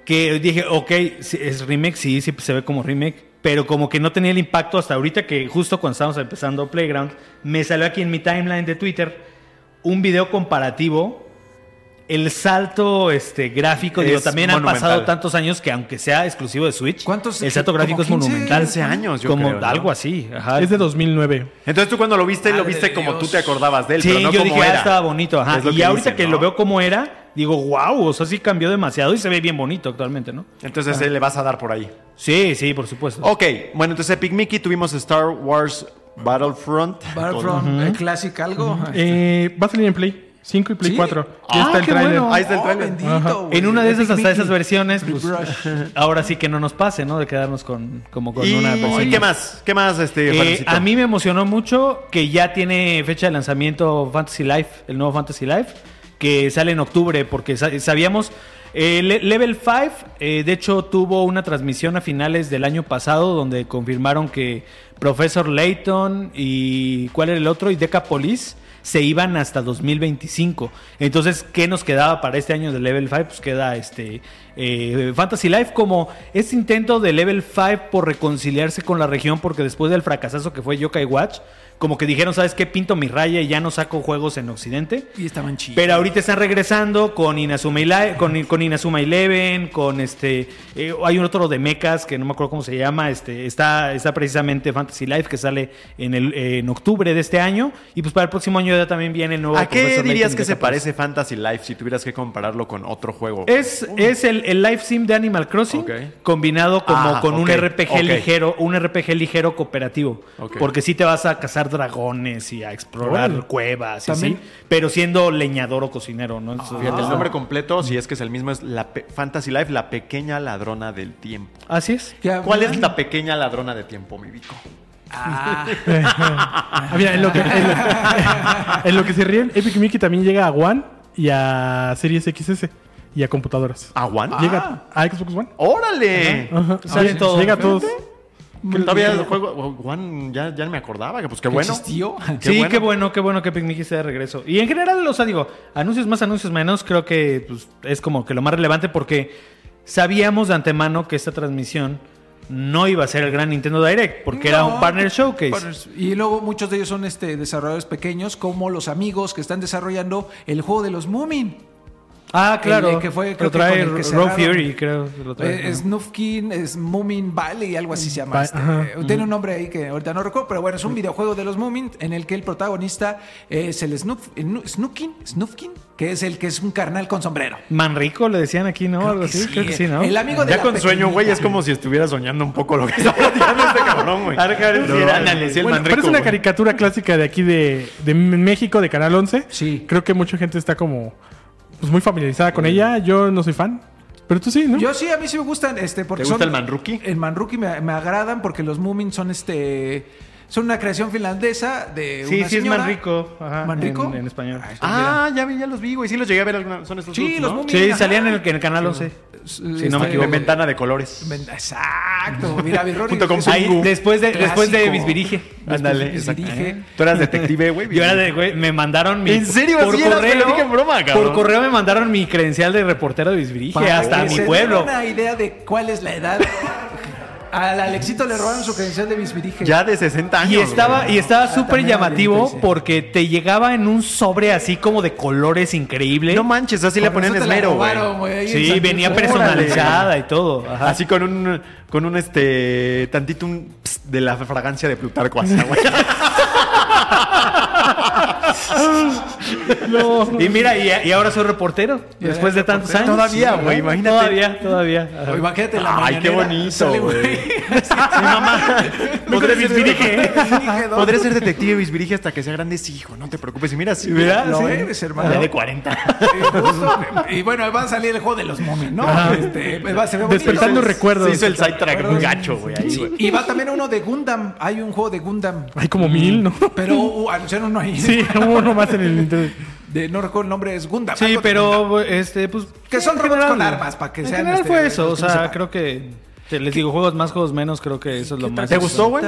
Speaker 5: que dije, ok, sí, es remake, sí, sí, se ve como remake, pero como que no tenía el impacto hasta ahorita que justo cuando estábamos empezando Playground, me salió aquí en mi timeline de Twitter un video comparativo. El salto este, gráfico, digo,
Speaker 2: Es
Speaker 5: también han
Speaker 2: monumental.
Speaker 5: pasado tantos años que aunque sea exclusivo de Switch,
Speaker 4: ¿Cuántos?
Speaker 5: el salto
Speaker 4: Como
Speaker 5: gráfico es
Speaker 4: 15,
Speaker 5: monumental.
Speaker 2: 15 años, yo
Speaker 5: Como
Speaker 2: creo, ¿no?
Speaker 5: algo así. Ajá.
Speaker 3: Ah, Es de 2009.
Speaker 2: Entonces tú cuando lo viste, lo
Speaker 4: Madre
Speaker 2: viste
Speaker 4: de
Speaker 2: como
Speaker 4: Dios.
Speaker 2: tú te acordabas de él,
Speaker 5: Sí,
Speaker 2: pero no
Speaker 5: yo
Speaker 2: como
Speaker 5: dije, ah,
Speaker 2: era.
Speaker 5: estaba bonito, ajá.
Speaker 2: Es lo
Speaker 5: Y ahorita
Speaker 2: dicen,
Speaker 5: que
Speaker 2: ¿no?
Speaker 5: lo veo como era, digo, wow, o sea, sí cambió demasiado y se ve bien bonito actualmente, ¿no?
Speaker 2: Entonces
Speaker 5: Ah.
Speaker 2: eh, le vas a dar por ahí.
Speaker 5: Sí, sí, por supuesto.
Speaker 2: Ok, bueno, entonces Epic Mickey tuvimos Star Wars Battlefront.
Speaker 4: Battlefront, eh, Classic algo.
Speaker 3: Eh, va a salir en Play. 5 y Play
Speaker 4: Sí.
Speaker 3: 4.
Speaker 5: Ah,
Speaker 3: Ya está el
Speaker 5: qué
Speaker 3: tráiler.
Speaker 5: bueno. Oh,
Speaker 2: Ahí está el trailer.
Speaker 3: Ajá.
Speaker 4: Oh, güey.
Speaker 5: En una de esas,
Speaker 4: Epic
Speaker 5: hasta
Speaker 4: Mickey.
Speaker 5: esas versiones, pues,
Speaker 4: Brush.
Speaker 5: ahora sí que no nos pase, ¿no? De quedarnos con, como con una
Speaker 2: ¿Y
Speaker 5: versión.
Speaker 2: qué más? ¿Qué más, este,
Speaker 5: Eh,
Speaker 2: Juancito?
Speaker 5: a mí me emocionó mucho que ya tiene fecha de lanzamiento Fantasy Life, el nuevo Fantasy Life, que sale en octubre, porque sa- sabíamos. eh, Le- Level 5, eh, de hecho, tuvo una transmisión a finales del año pasado donde confirmaron que Professor Layton y. ¿Cuál era el otro? Y Deca Police se iban hasta 2025. Entonces, ¿qué nos quedaba para este año de Level 5? Pues queda este eh, Fantasy Life como este intento de Level 5 por reconciliarse con la región, porque después del fracasazo que fue Yokai Watch, como que dijeron, ¿sabes qué? Pinto mi raya y ya no saco juegos en Occidente.
Speaker 4: Y estaban chidos.
Speaker 5: Pero ahorita están regresando con Inazuma, Ele- con, con Inazuma Eleven, con este... eh, hay un otro de mechas que no me acuerdo cómo se llama. Este, está, está precisamente Fantasy Life que sale en, el, en octubre de este año. Y pues para el próximo año ya también viene el nuevo...
Speaker 2: ¿A qué
Speaker 5: Professor
Speaker 2: dirías
Speaker 5: Layton
Speaker 2: que
Speaker 5: de
Speaker 2: se
Speaker 5: Capaz.
Speaker 2: parece Fantasy Life si tuvieras que compararlo con otro juego?
Speaker 5: Es, es el, el live sim de Animal Crossing
Speaker 2: Ok.
Speaker 5: combinado como
Speaker 2: Ah,
Speaker 5: con
Speaker 2: ok,
Speaker 5: un RPG
Speaker 2: ok.
Speaker 5: ligero, un RPG ligero cooperativo.
Speaker 2: Ok.
Speaker 5: Porque sí te vas a cazar dragones y a explorar
Speaker 3: Órale.
Speaker 5: cuevas y
Speaker 4: También-
Speaker 5: así, pero siendo leñador o cocinero, ¿no? Entonces,
Speaker 2: Fíjate, el
Speaker 5: está-
Speaker 2: nombre completo, si es que es el mismo, es la pe- Fantasy Life, la pequeña ladrona del tiempo.
Speaker 5: Así es.
Speaker 4: Ya,
Speaker 2: ¿Cuál
Speaker 4: man.
Speaker 2: es la pequeña ladrona de tiempo, mi Vico?
Speaker 4: Ah,
Speaker 3: Ah, mira, en lo, que, en, lo, *laughs* en lo que se ríen, Epic Mickey también llega a One y a Series XS y a computadoras.
Speaker 2: ¿A Ah, Juan?
Speaker 3: Llega a Xbox One.
Speaker 2: ¡Órale!
Speaker 3: Ajá.
Speaker 5: Sale
Speaker 3: Llega-
Speaker 5: todo.
Speaker 3: Llega a todos.
Speaker 4: Ah,
Speaker 2: Que Todavía el juego, oh, Juan, ya, ya no me acordaba, que pues qué bueno.
Speaker 4: existió?
Speaker 2: Qué
Speaker 5: sí,
Speaker 2: bueno.
Speaker 5: qué bueno, qué bueno que Epic Mickey esté de regreso. Y en general, o sea, digo, anuncios más, anuncios menos, creo que pues, es como que lo más relevante porque sabíamos de antemano que esta transmisión no iba a ser el gran Nintendo Direct, porque era
Speaker 4: No,
Speaker 5: un partner showcase.
Speaker 4: partners. Y luego muchos de ellos son este, desarrolladores pequeños, como los amigos que están desarrollando el juego de los Moomin.
Speaker 5: Ah, claro.
Speaker 4: El que fue, creo
Speaker 5: lo
Speaker 4: que
Speaker 5: trae
Speaker 4: con el que
Speaker 5: Road
Speaker 4: cerraron.
Speaker 5: Fury, creo. Lo trae.
Speaker 4: Eh, Snufkin, es Moomin Valley, algo así se llama.
Speaker 3: Va-
Speaker 4: este.
Speaker 3: ajá.
Speaker 4: Eh, Tiene un nombre ahí que ahorita no recuerdo, pero bueno, es un videojuego de los Moomin en el que el protagonista es el Snuf, eh, Nu- Snufkin, Snufkin, que es el que es un carnal con sombrero.
Speaker 5: Manrico le decían aquí, ¿no? Algo así, creo que sí, ¿no?
Speaker 4: El amigo de
Speaker 2: Ya
Speaker 4: la
Speaker 2: con sueño,
Speaker 4: pequeñita.
Speaker 2: güey, es como si estuviera soñando un poco lo que está platicando este cabrón, güey.
Speaker 5: Ahora que ahora sí
Speaker 2: No,
Speaker 5: era-
Speaker 2: ándale, sí, el
Speaker 3: Bueno,
Speaker 2: Manrico,
Speaker 3: pero es una
Speaker 2: güey.
Speaker 3: caricatura clásica de aquí de, de México, de Canal 11.
Speaker 4: Sí.
Speaker 3: Creo que mucha gente está como pues, muy familiarizada con ella. Yo no soy fan. Pero tú sí, ¿no?
Speaker 4: Yo sí, a mí sí me gustan. Este, porque
Speaker 2: ¿Te gusta
Speaker 4: son-
Speaker 2: el Manruki?
Speaker 4: El Manruki me, me agradan porque los Moomin son este. Son una creación finlandesa de.
Speaker 5: Sí,
Speaker 4: una
Speaker 5: sí, es
Speaker 4: señora.
Speaker 5: Manrico. Ajá,
Speaker 4: ¿Manrico?
Speaker 5: En, en español.
Speaker 4: Ah, está bien.
Speaker 2: Ah, ya, vi- ya los vi, güey. Sí los llegué a ver alguna. Son estos
Speaker 4: Sí,
Speaker 2: dudes,
Speaker 4: los
Speaker 2: ¿no?
Speaker 4: Moomin.
Speaker 5: sí,
Speaker 4: ajá.
Speaker 5: salían en el, en el canal 11.
Speaker 4: Si
Speaker 5: no me
Speaker 2: En ventana de colores.
Speaker 4: Exacto. Mira, mi Rory-
Speaker 2: Junto con
Speaker 4: es un
Speaker 5: Ahí,
Speaker 2: Pingu.
Speaker 5: después de,
Speaker 4: clásico.
Speaker 5: después de Bisbirige.
Speaker 2: Ándale,
Speaker 4: Después
Speaker 2: exacto.
Speaker 4: dirige.
Speaker 2: Tú eras detective, güey.
Speaker 5: Yo era de, güey, me mandaron mi.
Speaker 2: ¿En serio? Así eras, te lo dije en broma, cabrón.
Speaker 5: por correo me mandaron mi credencial de reportero de Bisbirige
Speaker 4: Para
Speaker 5: hasta
Speaker 4: que
Speaker 5: mi
Speaker 4: se den
Speaker 5: pueblo.
Speaker 4: una idea de cuál es la edad. Al Alexito le robaron su credencial de bisbirige.
Speaker 2: Ya de 60 años.
Speaker 5: Y estaba,
Speaker 2: güey. Ah,
Speaker 5: y estaba súper
Speaker 4: también
Speaker 5: llamativo
Speaker 4: valiente, sí.
Speaker 5: porque te llegaba en un sobre así como de colores increíble.
Speaker 2: No manches, así le
Speaker 4: Con
Speaker 2: ponían
Speaker 4: razón te la
Speaker 2: esmero, güey.
Speaker 4: robaron, güey, ahí en
Speaker 5: Sí,
Speaker 4: San
Speaker 5: venía
Speaker 4: Luis.
Speaker 5: personalizada y todo. Ajá.
Speaker 2: Así con un, con un este, tantito un ps de la fragancia de Plutarco hasta,
Speaker 5: *laughs*
Speaker 2: güey.
Speaker 5: Y mira, y, y ahora soy reportero.
Speaker 4: Ya
Speaker 5: después de
Speaker 4: eres
Speaker 5: tantos años.
Speaker 4: reportero.
Speaker 2: Todavía,
Speaker 5: ¿verdad?
Speaker 2: güey, imagínate.
Speaker 5: Todavía, todavía. Ajá.
Speaker 4: Oye, Imagínate la
Speaker 2: Ay, qué
Speaker 4: mañanera,
Speaker 2: bonito,
Speaker 4: sale,
Speaker 2: güey. ah,
Speaker 5: Mi mamá. Podré bisbirige.
Speaker 2: Podría ser detective de Bisbirige hasta que sea grande, sí, hijo, no te preocupes. Y mira, sí, eh,
Speaker 5: Mira,
Speaker 4: Lo
Speaker 5: sí.
Speaker 4: eres, hermano.
Speaker 5: Ya de 40.
Speaker 4: Sí, justo. *laughs* y bueno, va a salir el juego de los momios, ¿no? Este, va a ser bonito.
Speaker 3: Despertando recuerdos.
Speaker 2: Se hizo el sidetrack muy gacho, güey, ahí,
Speaker 4: Sí,
Speaker 2: güey.
Speaker 4: y va también uno de Gundam. Hay un juego de Gundam.
Speaker 3: Hay como mil, ¿no?
Speaker 4: Pero uh, anunciaron uno ahí.
Speaker 3: *laughs* Sí, hubo uno más en el Nintendo.
Speaker 4: De, no recuerdo el nombre, es Gundam.
Speaker 5: Sí,
Speaker 4: algo de Gundam.
Speaker 5: pero este, pues.
Speaker 4: Que son
Speaker 5: en
Speaker 4: robots
Speaker 5: general,
Speaker 4: con
Speaker 5: güey.
Speaker 4: armas, para que
Speaker 5: En
Speaker 4: sean,
Speaker 5: general
Speaker 4: este,
Speaker 5: fue eso. O
Speaker 4: los que no
Speaker 5: sea,
Speaker 4: sepan.
Speaker 5: creo que. te- les digo, juegos más, juegos menos, creo que eso es lo más.
Speaker 2: ¿Te gustó, güey?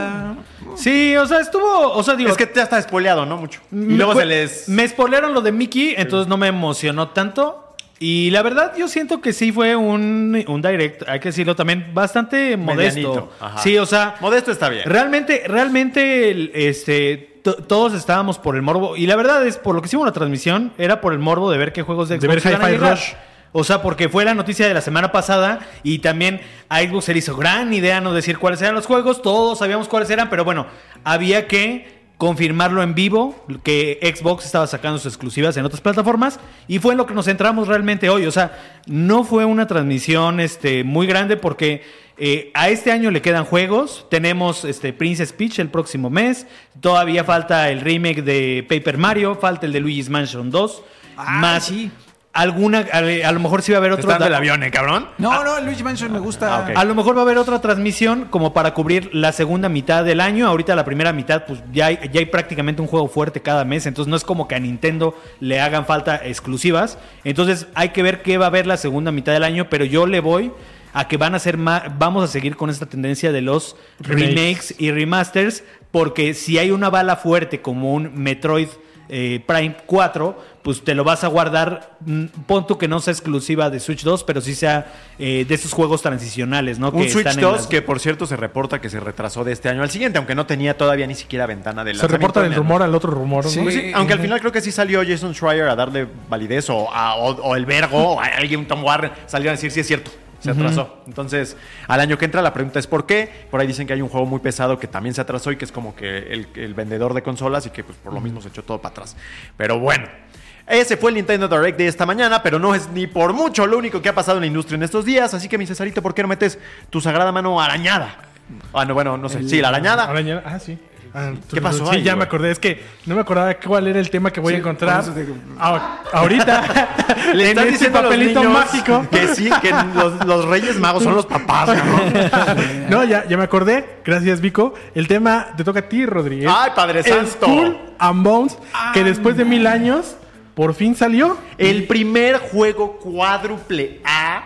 Speaker 5: Sí, o sea, estuvo. O sea, digo.
Speaker 2: Es que ya está espoleado, ¿no? Mucho. Y
Speaker 5: me
Speaker 2: luego
Speaker 5: fue-
Speaker 2: se les...
Speaker 5: Me spoilearon lo de Mickey, entonces no me emocionó tanto. Y la verdad, yo siento que sí fue un, un direct, hay que decirlo también, bastante modesto.
Speaker 2: Medianito, ajá.
Speaker 5: Sí, o sea.
Speaker 2: Modesto está bien.
Speaker 5: Realmente, realmente, el- este, to- todos estábamos por el morbo. Y la verdad es, por lo que hicimos la transmisión, era por el morbo de ver qué juegos de Xbox
Speaker 3: De ver
Speaker 5: iban a
Speaker 3: Hi-Fi
Speaker 5: llegar.
Speaker 3: Rush.
Speaker 5: O sea, porque fue la noticia de la semana pasada y también a Xbox se le hizo gran idea no decir cuáles eran los juegos. Todos sabíamos cuáles eran, pero bueno, había que confirmarlo en vivo, que Xbox estaba sacando sus exclusivas en otras plataformas y fue en lo que nos centramos realmente hoy. O sea, no fue una transmisión este, muy grande porque eh, a este año le quedan juegos. Tenemos este, Princess Peach el próximo mes. Todavía falta el remake de Paper Mario, falta el de Luigi's Mansion 2.
Speaker 4: Ah,
Speaker 5: más
Speaker 4: sí.
Speaker 5: alguna, a, a lo mejor sí va a haber
Speaker 2: Te
Speaker 5: otro
Speaker 2: están del
Speaker 5: da-
Speaker 2: avión, ¿eh, cabrón?
Speaker 4: No, no, Luigi Mansion me gusta.
Speaker 2: ah, ok.
Speaker 5: A lo mejor va a haber otra transmisión como para cubrir la segunda mitad del año. Ahorita la primera mitad, pues ya hay, ya hay prácticamente un juego fuerte cada mes. Entonces no es como que a Nintendo le hagan falta exclusivas. Entonces hay que ver qué va a haber la segunda mitad del año. Pero yo le voy a que van a ser más, vamos a seguir con esta tendencia de los
Speaker 3: Remakes.
Speaker 5: remakes y remasters. Porque si hay una bala fuerte como un Metroid. eh, Prime 4, pues te lo vas a guardar. mm, Pon tú que no sea exclusiva de Switch 2, pero sí sea eh, de esos juegos transicionales, ¿no?
Speaker 2: Un
Speaker 5: que
Speaker 2: Switch
Speaker 5: están en
Speaker 2: 2
Speaker 5: las-
Speaker 2: que, por cierto, se reporta que se retrasó de este año al siguiente, aunque no tenía todavía ni siquiera ventana de
Speaker 3: Se
Speaker 2: lanzamiento
Speaker 3: reporta
Speaker 2: ni
Speaker 3: del rumor al otro rumor, ¿no?
Speaker 4: Sí.
Speaker 2: Pues sí, aunque al final creo que sí salió Jason Schreier a darle validez o, a- o- o el vergo o a alguien, Tom Warren, salió a decir si es cierto. Se atrasó. Entonces, al año que entra, la pregunta es por qué. Por ahí dicen que hay un juego muy pesado que también se atrasó y que es como que el, el vendedor de consolas y que pues, por lo mismo se echó todo para atrás. Pero bueno, ese fue el Nintendo Direct de esta mañana, pero no es ni por mucho lo único que ha pasado en la industria en estos días. Así que, mi Cesarito, ¿por qué no metes tu sagrada mano arañada? Ah, no, bueno, no sé. Sí, la arañada.
Speaker 3: Arañada, Ah, sí. Ah,
Speaker 2: ¿Qué pasó
Speaker 3: Sí,
Speaker 2: ahí,
Speaker 3: ya
Speaker 2: güey?
Speaker 3: me acordé. Es que no me acordaba cuál era el tema que voy a
Speaker 4: Sí,
Speaker 3: encontrar.
Speaker 4: por eso te-
Speaker 3: Ah, ahorita.
Speaker 2: *laughs* Le
Speaker 3: en
Speaker 2: están
Speaker 3: ese
Speaker 2: diciendo a los
Speaker 3: papelito
Speaker 2: niños
Speaker 3: mágico.
Speaker 2: que sí, que los, los reyes magos son los papás. *laughs* ¿no?
Speaker 3: *laughs* No, ya, ya me acordé. Gracias, Vico. El tema te toca a ti, Rodríguez.
Speaker 2: Ay, Padre
Speaker 3: El
Speaker 2: Santo.
Speaker 3: Skull and Bones, que después de mil años, por fin salió.
Speaker 2: El primer juego cuádruple A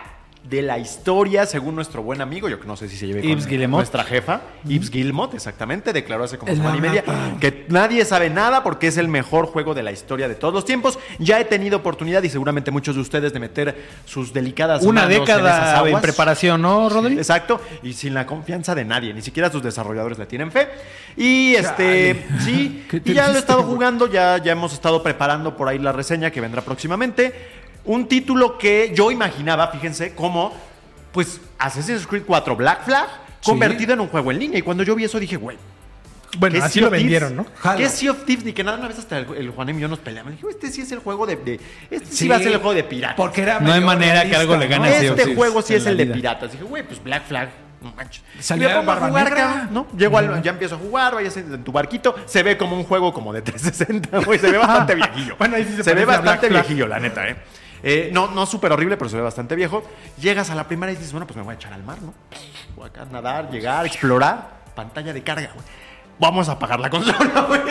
Speaker 2: de la historia, según nuestro buen amigo, yo que no sé si se lleve
Speaker 5: Yves
Speaker 2: con
Speaker 5: Guillemot.
Speaker 2: nuestra jefa, Yves Guillemot, exactamente, declaró hace como
Speaker 4: El
Speaker 2: semana y media
Speaker 4: mamapán.
Speaker 2: que nadie sabe nada porque es el mejor juego de la historia de todos los tiempos. Ya he tenido oportunidad y seguramente muchos de ustedes de meter sus delicadas
Speaker 5: Una
Speaker 2: manos en esas
Speaker 5: década en,
Speaker 2: aguas.
Speaker 5: preparación, ¿no, Rodri?
Speaker 2: Exacto, y sin la confianza de nadie, ni siquiera sus desarrolladores le tienen fe. Y este, sí,
Speaker 4: Qué
Speaker 2: y ya lo he
Speaker 4: triste,
Speaker 2: estado
Speaker 4: güey.
Speaker 2: jugando, ya, ya hemos estado preparando por ahí la reseña que vendrá próximamente. Un título que yo imaginaba, fíjense, como pues Assassin's Creed 4 Black Flag
Speaker 4: Sí.
Speaker 2: convertido en un juego en línea. Y cuando yo vi eso dije, güey,
Speaker 3: Bueno,
Speaker 2: ¿Qué
Speaker 3: así
Speaker 2: Sea
Speaker 3: lo
Speaker 2: of Thieves?
Speaker 3: vendieron, ¿no?
Speaker 4: Jala.
Speaker 2: ¿Qué Sea of Thieves? Ni que nada, una vez hasta el, el Juanem y yo nos peleamos. Le dije, este sí es el juego de... de- este sí. va a ser el juego de piratas.
Speaker 4: Porque era
Speaker 5: No hay
Speaker 4: medio
Speaker 5: manera que algo le gane a Sea of
Speaker 2: Este
Speaker 5: Thieves
Speaker 2: juego sí
Speaker 5: en
Speaker 2: es
Speaker 5: la
Speaker 2: el de
Speaker 5: vida.
Speaker 2: piratas. Dije, güey, pues Black Flag. No manches.
Speaker 4: Salía
Speaker 2: Y me pongo a
Speaker 4: Barba
Speaker 2: jugar,
Speaker 4: Negra.
Speaker 2: cabrón, ¿no? Llego al- ya empiezo a jugar, vayas en tu barquito. Se ve como un juego como de 360, *laughs* güey. Se ve bastante viejillo.
Speaker 3: *laughs* Bueno, ahí sí se
Speaker 2: se ve
Speaker 3: parece a
Speaker 2: bastante
Speaker 3: Black Flag.
Speaker 2: viejillo, la neta, ¿eh? Eh, no, no súper horrible, pero se ve bastante viejo. Llegas a la primera y dices, bueno, pues me voy a echar al mar, ¿no? Voy acá a nadar, llegar, explorar. Pantalla de carga, güey. Vamos a apagar la consola, güey.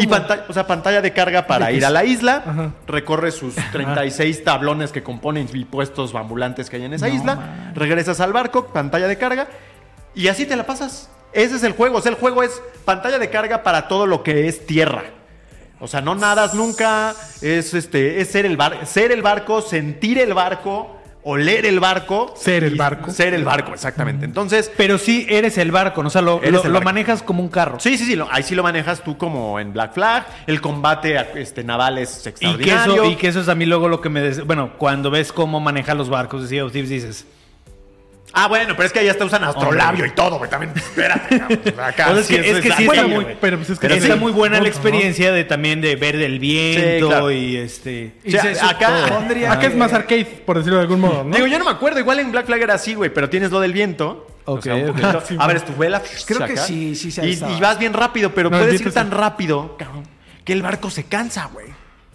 Speaker 2: Y pantalla, o sea, pantalla de carga para ir a la isla.
Speaker 3: Ajá.
Speaker 2: Recorre sus 36 tablones que componen y puestos ambulantes que hay en esa isla. Regresas al barco, pantalla de carga. Y así te la pasas. Ese es el juego. O sea, el juego es pantalla de carga para todo lo que es tierra. O sea, no nadas nunca. Es este. Es ser el barco. Ser el barco, sentir el barco, oler el barco.
Speaker 3: Ser el
Speaker 2: y-
Speaker 3: barco.
Speaker 2: Ser el barco, exactamente. Entonces.
Speaker 5: Pero sí eres el barco, ¿no? o sea, lo,
Speaker 2: Eres
Speaker 5: lo-
Speaker 2: el
Speaker 5: lo
Speaker 2: barco.
Speaker 5: manejas como un carro.
Speaker 2: Sí, sí, sí, lo- ahí sí lo manejas tú como en Black Flag. El combate este, naval es
Speaker 5: Y que, eso,
Speaker 2: extraordinario.
Speaker 5: y que eso es a mí luego lo que me... des- Bueno, cuando ves cómo maneja los barcos de Sea of Thieves, dices...
Speaker 2: Ah, bueno, pero es que allá hasta usan astrolabio y todo, güey. También, espérate, cabrón, acá.
Speaker 5: Pues es que- es que sí está
Speaker 2: güey,
Speaker 5: muy-
Speaker 2: güey.
Speaker 3: pero pues es que
Speaker 5: Pero
Speaker 3: sí.
Speaker 5: está muy buena la
Speaker 3: Punto, ¿no?
Speaker 5: experiencia de también de ver el
Speaker 2: Sí,
Speaker 5: viento
Speaker 2: claro.
Speaker 5: y este...
Speaker 4: Y
Speaker 2: O sea,
Speaker 4: se
Speaker 2: acá-
Speaker 4: supondría
Speaker 3: Acá es
Speaker 4: que-
Speaker 3: más arcade, por decirlo de algún modo, ¿no?
Speaker 2: Digo, yo no me acuerdo. Igual en Black Flag era así, güey, pero tienes lo del viento.
Speaker 5: Ok,
Speaker 2: un
Speaker 5: ok.
Speaker 2: poquito.
Speaker 3: Sí,
Speaker 2: a
Speaker 3: güey.
Speaker 2: ver, es tu vela.
Speaker 4: Creo que
Speaker 2: acá.
Speaker 4: sí, sí se
Speaker 2: y,
Speaker 4: estaba.
Speaker 2: y vas bien rápido, pero
Speaker 3: No, el
Speaker 2: puedes
Speaker 3: viento
Speaker 2: ir tan
Speaker 3: está-
Speaker 2: rápido, cabrón, que el barco se cansa, güey.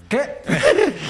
Speaker 4: ¿Qué?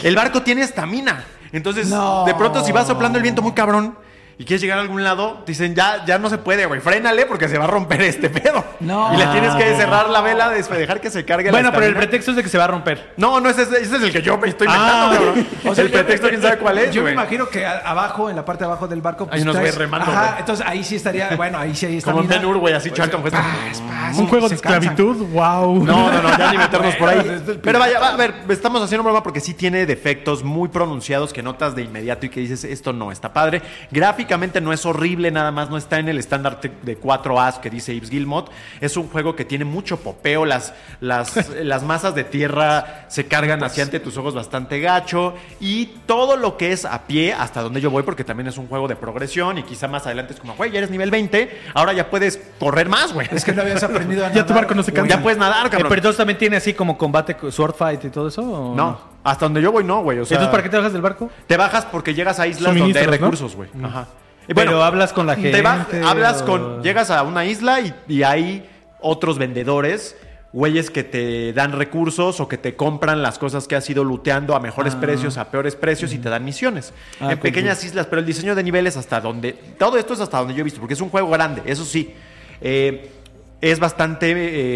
Speaker 2: El barco tiene estamina. Entonces,
Speaker 4: No.
Speaker 2: de pronto, si va soplando el viento muy cabrón y quieres llegar a algún lado, te dicen, ya, ya no se puede, güey. Frénale porque se va a romper este pedo.
Speaker 4: No.
Speaker 2: Y le tienes que cerrar la vela, des- dejar que se cargue
Speaker 5: Bueno,
Speaker 2: la
Speaker 5: pero el
Speaker 2: estamina.
Speaker 5: pretexto es de que se va a romper.
Speaker 2: No, no, ese, es- ese es el que yo me estoy
Speaker 5: Ah.
Speaker 2: inventando, cabrón.
Speaker 4: O sea,
Speaker 2: el
Speaker 4: yo-
Speaker 2: pretexto, quién sabe cuál es,
Speaker 4: Yo
Speaker 2: güey.
Speaker 4: me imagino que a- abajo, en la parte de abajo del barco. pues,
Speaker 2: Hay unos
Speaker 4: traes-
Speaker 2: güeyes remando,
Speaker 4: Ajá,
Speaker 2: güey.
Speaker 4: entonces ahí sí estaría. Bueno, ahí sí ahí está.
Speaker 2: Como en
Speaker 4: mira.
Speaker 2: Ben Hur, güey, así chaca. pues,
Speaker 4: paz, paz,
Speaker 3: un
Speaker 4: sí,
Speaker 3: juego de
Speaker 4: se cansan.
Speaker 3: esclavitud, wow.
Speaker 2: No,
Speaker 3: *laughs*
Speaker 2: no, no, ya ni meternos por
Speaker 4: Bueno,
Speaker 2: ahí.
Speaker 4: desde el
Speaker 2: Pero vaya, va, a ver, estamos haciendo un programa porque sí tiene defectos muy pronunciados que notas de inmediato y que dices, esto no está padre. Gráficamente no es horrible, nada más no está en el estándar te- de 4As que dice Yves Gilmot. Es un juego que tiene mucho popeo, las, las, eh, las masas de tierra se cargan hacia ante tus ojos bastante gacho y todo lo que es a pie, hasta donde yo voy, porque también es un juego de progresión y quizá más adelante es como, güey, ya eres nivel 20, ahora ya puedes correr más, güey.
Speaker 4: Es que no habías aprendido a
Speaker 3: Ya tu
Speaker 4: nadar.
Speaker 3: barco no se
Speaker 4: Uy,
Speaker 3: cansa.
Speaker 2: Ya puedes nadar,
Speaker 5: Eh,
Speaker 2: cabrón.
Speaker 5: pero entonces también tiene así como combate, sword fight y todo eso. ¿o
Speaker 2: No, hasta donde yo voy no, güey. O sea,
Speaker 5: Entonces, ¿para qué te bajas del barco?
Speaker 2: te bajas porque llegas a islas donde hay
Speaker 3: Suministros, ¿no?
Speaker 2: recursos, güey. Ajá. Y
Speaker 5: Pero hablas con la
Speaker 2: Te baj-
Speaker 5: gente,
Speaker 2: hablas
Speaker 5: o-
Speaker 2: con, llegas a una isla y, y hay otros vendedores güeyes que te dan recursos o que te compran las cosas que has ido luteando a mejores precios, a peores precios y te dan misiones.
Speaker 5: Ah,
Speaker 2: en
Speaker 5: con-
Speaker 2: pequeñas islas, pero el diseño de niveles hasta donde... Todo esto es hasta donde yo he visto, porque es un juego grande, eso sí. Eh, es bastante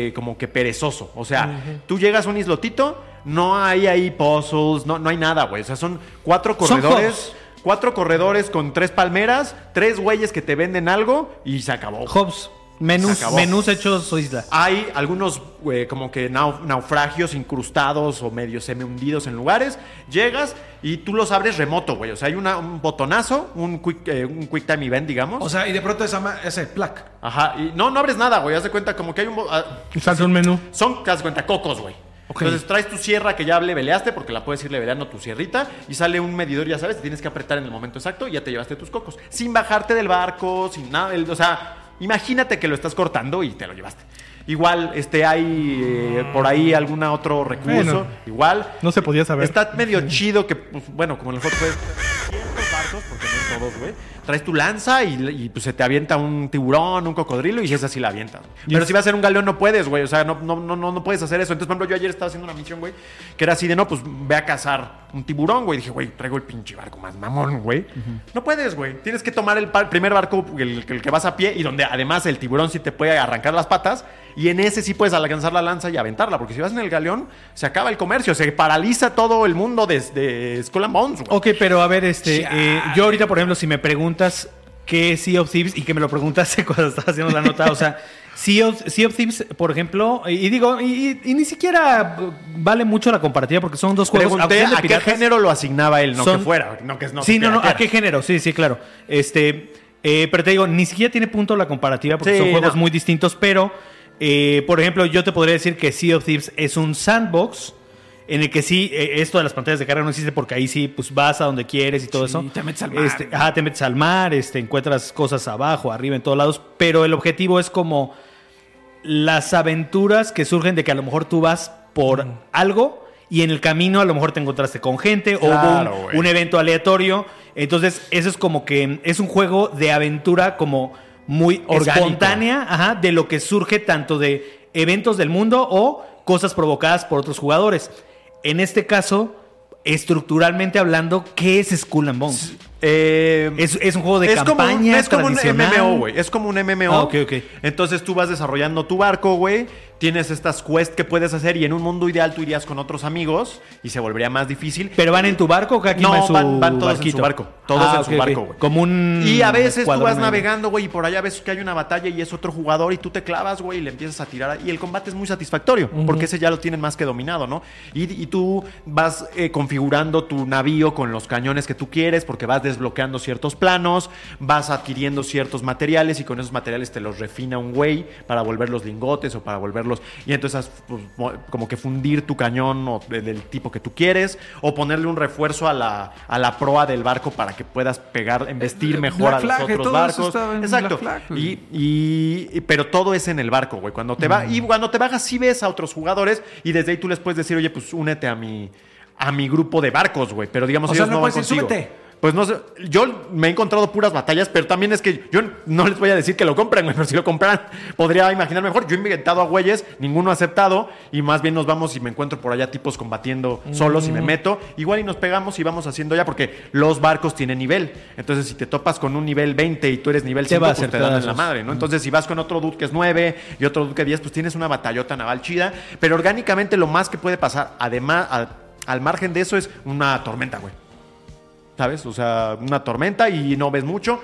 Speaker 2: eh, como que perezoso. O sea, tú llegas a un islotito, no hay ahí puzzles, no, no hay nada, güey. O sea, son cuatro
Speaker 5: Son
Speaker 2: corredores.
Speaker 5: hubs.
Speaker 2: Cuatro corredores con tres palmeras, tres güeyes que te venden algo y se acabó.
Speaker 5: Hobbs, menús,
Speaker 2: Se acabó.
Speaker 5: menús hechos su isla.
Speaker 2: Hay algunos eh, como que nau- naufragios incrustados o medio semi hundidos en lugares. Llegas y tú los abres remoto, güey. O sea, hay una- un botonazo, un quick, eh, un quick time event, digamos.
Speaker 4: O sea, y de pronto esa ma- ese plac.
Speaker 2: Ajá. Y no, no abres nada, güey. Haz de cuenta como que hay un... bo- ah,
Speaker 3: Y Salta un menú.
Speaker 2: son, te das cuenta, cocos, güey.
Speaker 3: Ok.
Speaker 2: Entonces traes tu sierra que ya leveleaste, porque la puedes ir leveleando tu sierrita, y sale un medidor, ya sabes, te tienes que apretar en el momento exacto y ya te llevaste tus cocos. Sin bajarte del barco, sin nada. el- o sea, imagínate que lo estás cortando y te lo llevaste. Igual, este, hay eh, por ahí algún otro recurso.
Speaker 3: Bueno.
Speaker 2: Igual.
Speaker 3: No se podía saber.
Speaker 2: Está medio chido que, pues, bueno, como en el Hot Wheels, ciertos barcos, porque no todos, güey. Traes tu lanza y, y, pues, se te avienta un tiburón, un cocodrilo y esa sí la avientas. Pero si vas a hacer un galeón no puedes, güey. O sea, no, no, no, no, no puedes hacer eso. Entonces, por ejemplo, yo ayer estaba haciendo una misión, güey, que era así de, no, pues ve a cazar un tiburón, güey. Dije, güey, traigo el pinche barco más mamón, güey. No puedes, güey. Tienes que tomar el par- primer barco, el, el que vas a pie, y donde además el tiburón sí te puede arrancar las patas. Y en ese sí puedes alcanzar la lanza y aventarla, porque si vas en el galeón, se acaba el comercio, se paraliza todo el mundo desde Skull and Bones, güey.
Speaker 5: Ok, pero a ver, este,
Speaker 4: Chale.
Speaker 5: eh, yo ahorita, por ejemplo, si me preguntas qué es Sea of Thieves y que me lo preguntaste *laughs* cuando estaba haciendo la nota, o sea, sea of, Sea of Thieves, por ejemplo, y, y digo, y, y- y ni siquiera eh, vale mucho la comparativa porque son dos juegos.
Speaker 2: Pregunté
Speaker 5: opción de
Speaker 2: a qué
Speaker 5: piratas.
Speaker 2: género lo asignaba él, no
Speaker 5: son-
Speaker 2: que fuera, no que no
Speaker 5: sí, no, no,
Speaker 2: supiera
Speaker 5: ¿a qué
Speaker 2: era.
Speaker 5: género? Sí, sí, claro. Este, eh, pero te digo, ni siquiera tiene punto la comparativa porque
Speaker 2: Sí,
Speaker 5: son juegos
Speaker 2: no.
Speaker 5: muy distintos, pero, eh, por ejemplo, yo te podría decir que Sea of Thieves es un sandbox en el que sí, eh, esto de las pantallas de carga no existe porque ahí sí, pues vas a donde quieres y todo
Speaker 4: Sí,
Speaker 5: eso.
Speaker 4: te metes al mar.
Speaker 5: Este, ajá, te metes al mar, este, encuentras cosas abajo, arriba, en todos lados, pero el objetivo es como las aventuras que surgen de que a lo mejor tú vas por
Speaker 4: Mm.
Speaker 5: algo y en el camino a lo mejor te encontraste con gente
Speaker 2: Claro,
Speaker 5: o hubo un,
Speaker 2: güey.
Speaker 5: un evento aleatorio. Entonces, eso es como que es un juego de aventura como muy
Speaker 2: Orgánico.
Speaker 5: espontánea, ajá, de lo que surge tanto de eventos del mundo o cosas provocadas por otros jugadores. En este caso, estructuralmente hablando, ¿qué es Skull and Bones?
Speaker 2: Eh,
Speaker 5: Es, es un juego de
Speaker 2: es como un-
Speaker 5: campaña
Speaker 2: es como un
Speaker 5: tradicional.
Speaker 2: MMO, güey. Es como un MMO.
Speaker 5: Ah, ok, ok.
Speaker 2: Entonces tú vas desarrollando tu barco, güey. Tienes estas quests que puedes hacer y en un mundo ideal tú irías con otros amigos y se volvería más difícil.
Speaker 5: ¿Pero van en tu barco o cada quien
Speaker 2: no,
Speaker 5: va en su
Speaker 2: van, van todos en
Speaker 5: barquito?
Speaker 2: su barco. Todos
Speaker 5: Ah,
Speaker 2: en
Speaker 5: ok,
Speaker 2: su
Speaker 5: ok.
Speaker 2: barco, güey.
Speaker 5: Como un.
Speaker 2: Y a veces tú
Speaker 5: escuadrón
Speaker 2: vas
Speaker 5: ahí.
Speaker 2: navegando, güey, y por allá ves que hay una batalla y es otro jugador y tú te clavas, güey, y le empiezas a tirar. Y el combate es muy satisfactorio, porque ese ya lo tienen más que dominado, ¿no? Y, y tú vas eh, configurando tu navío con los cañones que tú quieres, porque vas desbloqueando ciertos planos, vas adquiriendo ciertos materiales y con esos materiales te los refina un güey para volver los lingotes o para volverlos. Y entonces pues, mo- como que fundir tu cañón o de- del tipo que tú quieres, o ponerle un refuerzo a la, a la proa del barco para que puedas pegar, vestir
Speaker 4: Black
Speaker 2: mejor a los
Speaker 4: Flag,
Speaker 2: otros
Speaker 4: todo eso
Speaker 2: barcos.
Speaker 4: estaba en
Speaker 2: Exacto.
Speaker 4: Black Flag, güey.
Speaker 2: y, y- y- pero todo es en el barco, güey. Cuando te va
Speaker 4: Mm.
Speaker 2: y cuando te bajas sí ves a otros jugadores y desde ahí tú les puedes decir, "Oye, pues únete a mi a mi grupo de barcos, güey." Pero digamos
Speaker 4: O sea,
Speaker 2: ellos
Speaker 4: no
Speaker 2: no van
Speaker 4: puedes decir,
Speaker 2: contigo.
Speaker 4: "Súbete".
Speaker 2: Pues no sé, yo me he encontrado puras batallas, pero también es que yo no les voy a decir que lo compren, güey, *laughs* pero si lo compran, podría imaginar mejor. Yo he inventado a güeyes, ninguno ha aceptado, y más bien nos vamos y me encuentro por allá tipos combatiendo solos y
Speaker 5: Mm.
Speaker 2: me meto. Igual y nos pegamos y vamos haciendo ya, porque los barcos tienen nivel. Entonces, si te topas con un nivel 20 y tú eres nivel
Speaker 5: Te
Speaker 2: 5,
Speaker 5: va a
Speaker 2: pues te
Speaker 5: hacer
Speaker 2: dan en la
Speaker 5: pedazos. Mm.
Speaker 2: madre, ¿no? Entonces, si vas con otro dude que es 9 y otro dude que es 10, pues tienes una batallota naval chida, pero orgánicamente lo más que puede pasar, además, al- al margen de eso, es una tormenta, güey. ¿sabes? O sea, una tormenta y no ves mucho.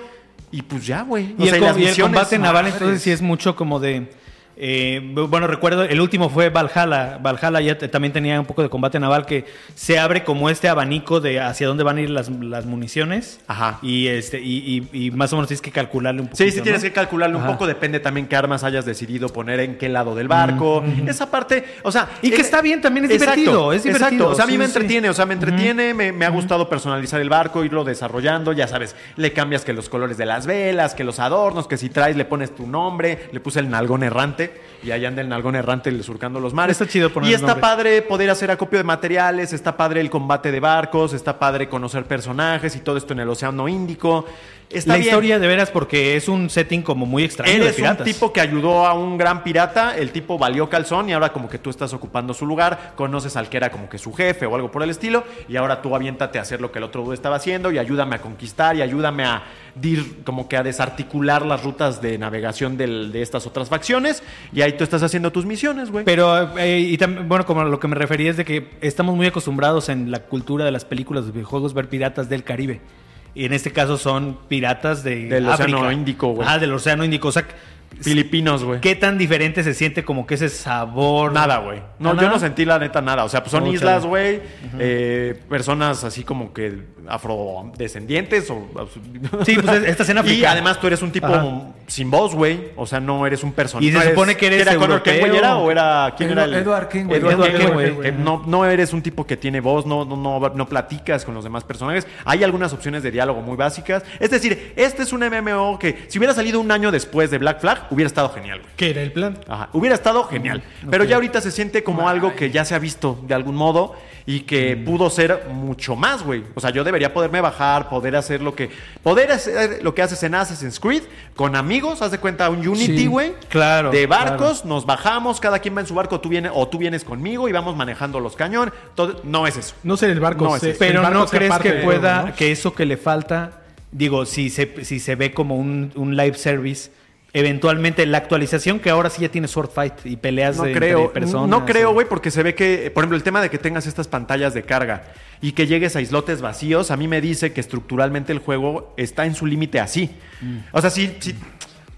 Speaker 2: Y pues ya, güey. O
Speaker 5: Y,
Speaker 2: sea,
Speaker 5: el,
Speaker 2: las
Speaker 5: com- y el
Speaker 2: misiones,
Speaker 5: combate naval,
Speaker 2: madres.
Speaker 5: entonces sí es mucho como de. eh, bueno, recuerdo, el último fue Valhalla. Valhalla ya te- también tenía un poco de combate naval que se abre como este abanico de hacia dónde van a ir las, las municiones.
Speaker 2: Ajá.
Speaker 5: Y, este, y, y- y más o menos tienes que calcularle un poco.
Speaker 2: Sí, sí tienes que calcularlo un
Speaker 5: Ajá.
Speaker 2: poco, depende también qué armas hayas decidido poner en qué lado del barco. Esa parte, o sea.
Speaker 5: Y que
Speaker 2: eh,
Speaker 5: está bien, también es
Speaker 2: exacto,
Speaker 5: divertido, es divertido,
Speaker 2: Exacto. O sea, a mí
Speaker 5: sí,
Speaker 2: me
Speaker 5: sí.
Speaker 2: entretiene, o sea, me entretiene, me, me ha gustado personalizar el barco, irlo desarrollando, ya sabes, le cambias que los colores de las velas, que los adornos, que si traes, le pones tu nombre, le puse el nalgón errante, errante y ahí anda el nalgón errante surcando los mares.
Speaker 5: Está chido poner
Speaker 2: Y
Speaker 5: el
Speaker 2: está
Speaker 5: nombre.
Speaker 2: padre poder hacer acopio de materiales, está padre el combate de barcos, está padre conocer personajes y todo esto en el Océano Índico. Está
Speaker 5: la
Speaker 2: bien.
Speaker 5: historia de veras porque es un setting como muy extraño
Speaker 2: Él
Speaker 5: de
Speaker 2: es un
Speaker 5: piratas.
Speaker 2: tipo que ayudó a un gran pirata, el tipo valió calzón y ahora como que tú estás ocupando su lugar, conoces al que era como que su jefe o algo por el estilo y ahora tú aviéntate a hacer lo que el otro dude estaba haciendo y ayúdame a conquistar y ayúdame a dir, como que a desarticular las rutas de navegación del- de estas otras facciones y ahí tú estás haciendo tus misiones, güey.
Speaker 5: Pero, eh, y tam- bueno, como lo que me refería es de que estamos muy acostumbrados en la cultura de las películas de videojuegos ver piratas del Caribe. Y en este caso son piratas de
Speaker 2: Del Océano
Speaker 5: África.
Speaker 2: Índico, güey.
Speaker 5: Ah, del Océano Índico. O sea,
Speaker 2: Filipinos, güey.
Speaker 5: ¿qué tan diferente se siente como que ese sabor?
Speaker 2: Nada, güey. No, yo
Speaker 5: Ah, nada.
Speaker 2: no sentí la neta nada. O sea, pues son
Speaker 5: Oh,
Speaker 2: islas,
Speaker 5: chale.
Speaker 2: güey. eh, personas así como que afrodescendientes o... *laughs* o-
Speaker 5: Sí, pues, es- esta escena
Speaker 2: Y
Speaker 5: africana.
Speaker 2: además tú eres un tipo
Speaker 5: Ajá.
Speaker 2: sin voz, güey. O sea, no eres un personaje.
Speaker 5: Y se supone que eres
Speaker 2: ¿Era Conor
Speaker 5: europeo.
Speaker 2: Kenway era o era... ¿Quién
Speaker 4: Edu-
Speaker 2: era el...?
Speaker 4: Edward Kenway.
Speaker 2: Edward
Speaker 5: Edward
Speaker 2: Kenway.
Speaker 5: Kenway,
Speaker 2: Que No, no eres un tipo que tiene voz, no, no, no, no platicas con los demás personajes. Hay algunas opciones de diálogo muy básicas. Es decir, este es un MMO que si hubiera salido un año después de Black Flag, hubiera estado genial, güey.
Speaker 3: Que era el plan.
Speaker 2: Ajá. Hubiera estado genial. Pero ya ahorita se siente como algo que ya se ha visto de algún modo y que pudo ser mucho más, güey. O sea, yo debería poderme bajar, poder hacer lo que. Poder hacer lo que haces en Assassin's Creed con amigos. Haz de cuenta un Unity,
Speaker 4: Sí,
Speaker 2: güey.
Speaker 5: claro,
Speaker 2: De
Speaker 5: claro.
Speaker 2: barcos, nos bajamos, cada quien va en su barco, tú vienes, o tú vienes conmigo y vamos manejando los cañones. Todo- no es eso.
Speaker 3: No sé, el barco.
Speaker 2: No,
Speaker 3: se-
Speaker 2: ese-
Speaker 5: Pero
Speaker 3: el barco
Speaker 5: no
Speaker 3: sea
Speaker 5: crees
Speaker 3: parte
Speaker 5: que
Speaker 3: del
Speaker 5: pueda,
Speaker 3: juego, ¿no?
Speaker 5: que eso que le falta, digo, si se, si se ve como un, un live service, eventualmente la actualización que ahora sí ya tiene Sword Fight y peleas
Speaker 2: No
Speaker 5: de entre
Speaker 2: creo,
Speaker 5: personas.
Speaker 2: no creo,
Speaker 5: y-
Speaker 2: güey, porque se ve que, por ejemplo, el tema de que tengas estas pantallas de carga y que llegues a islotes vacíos, a mí me dice que estructuralmente el juego está en su límite así.
Speaker 5: Mm.
Speaker 2: O sea, si, si-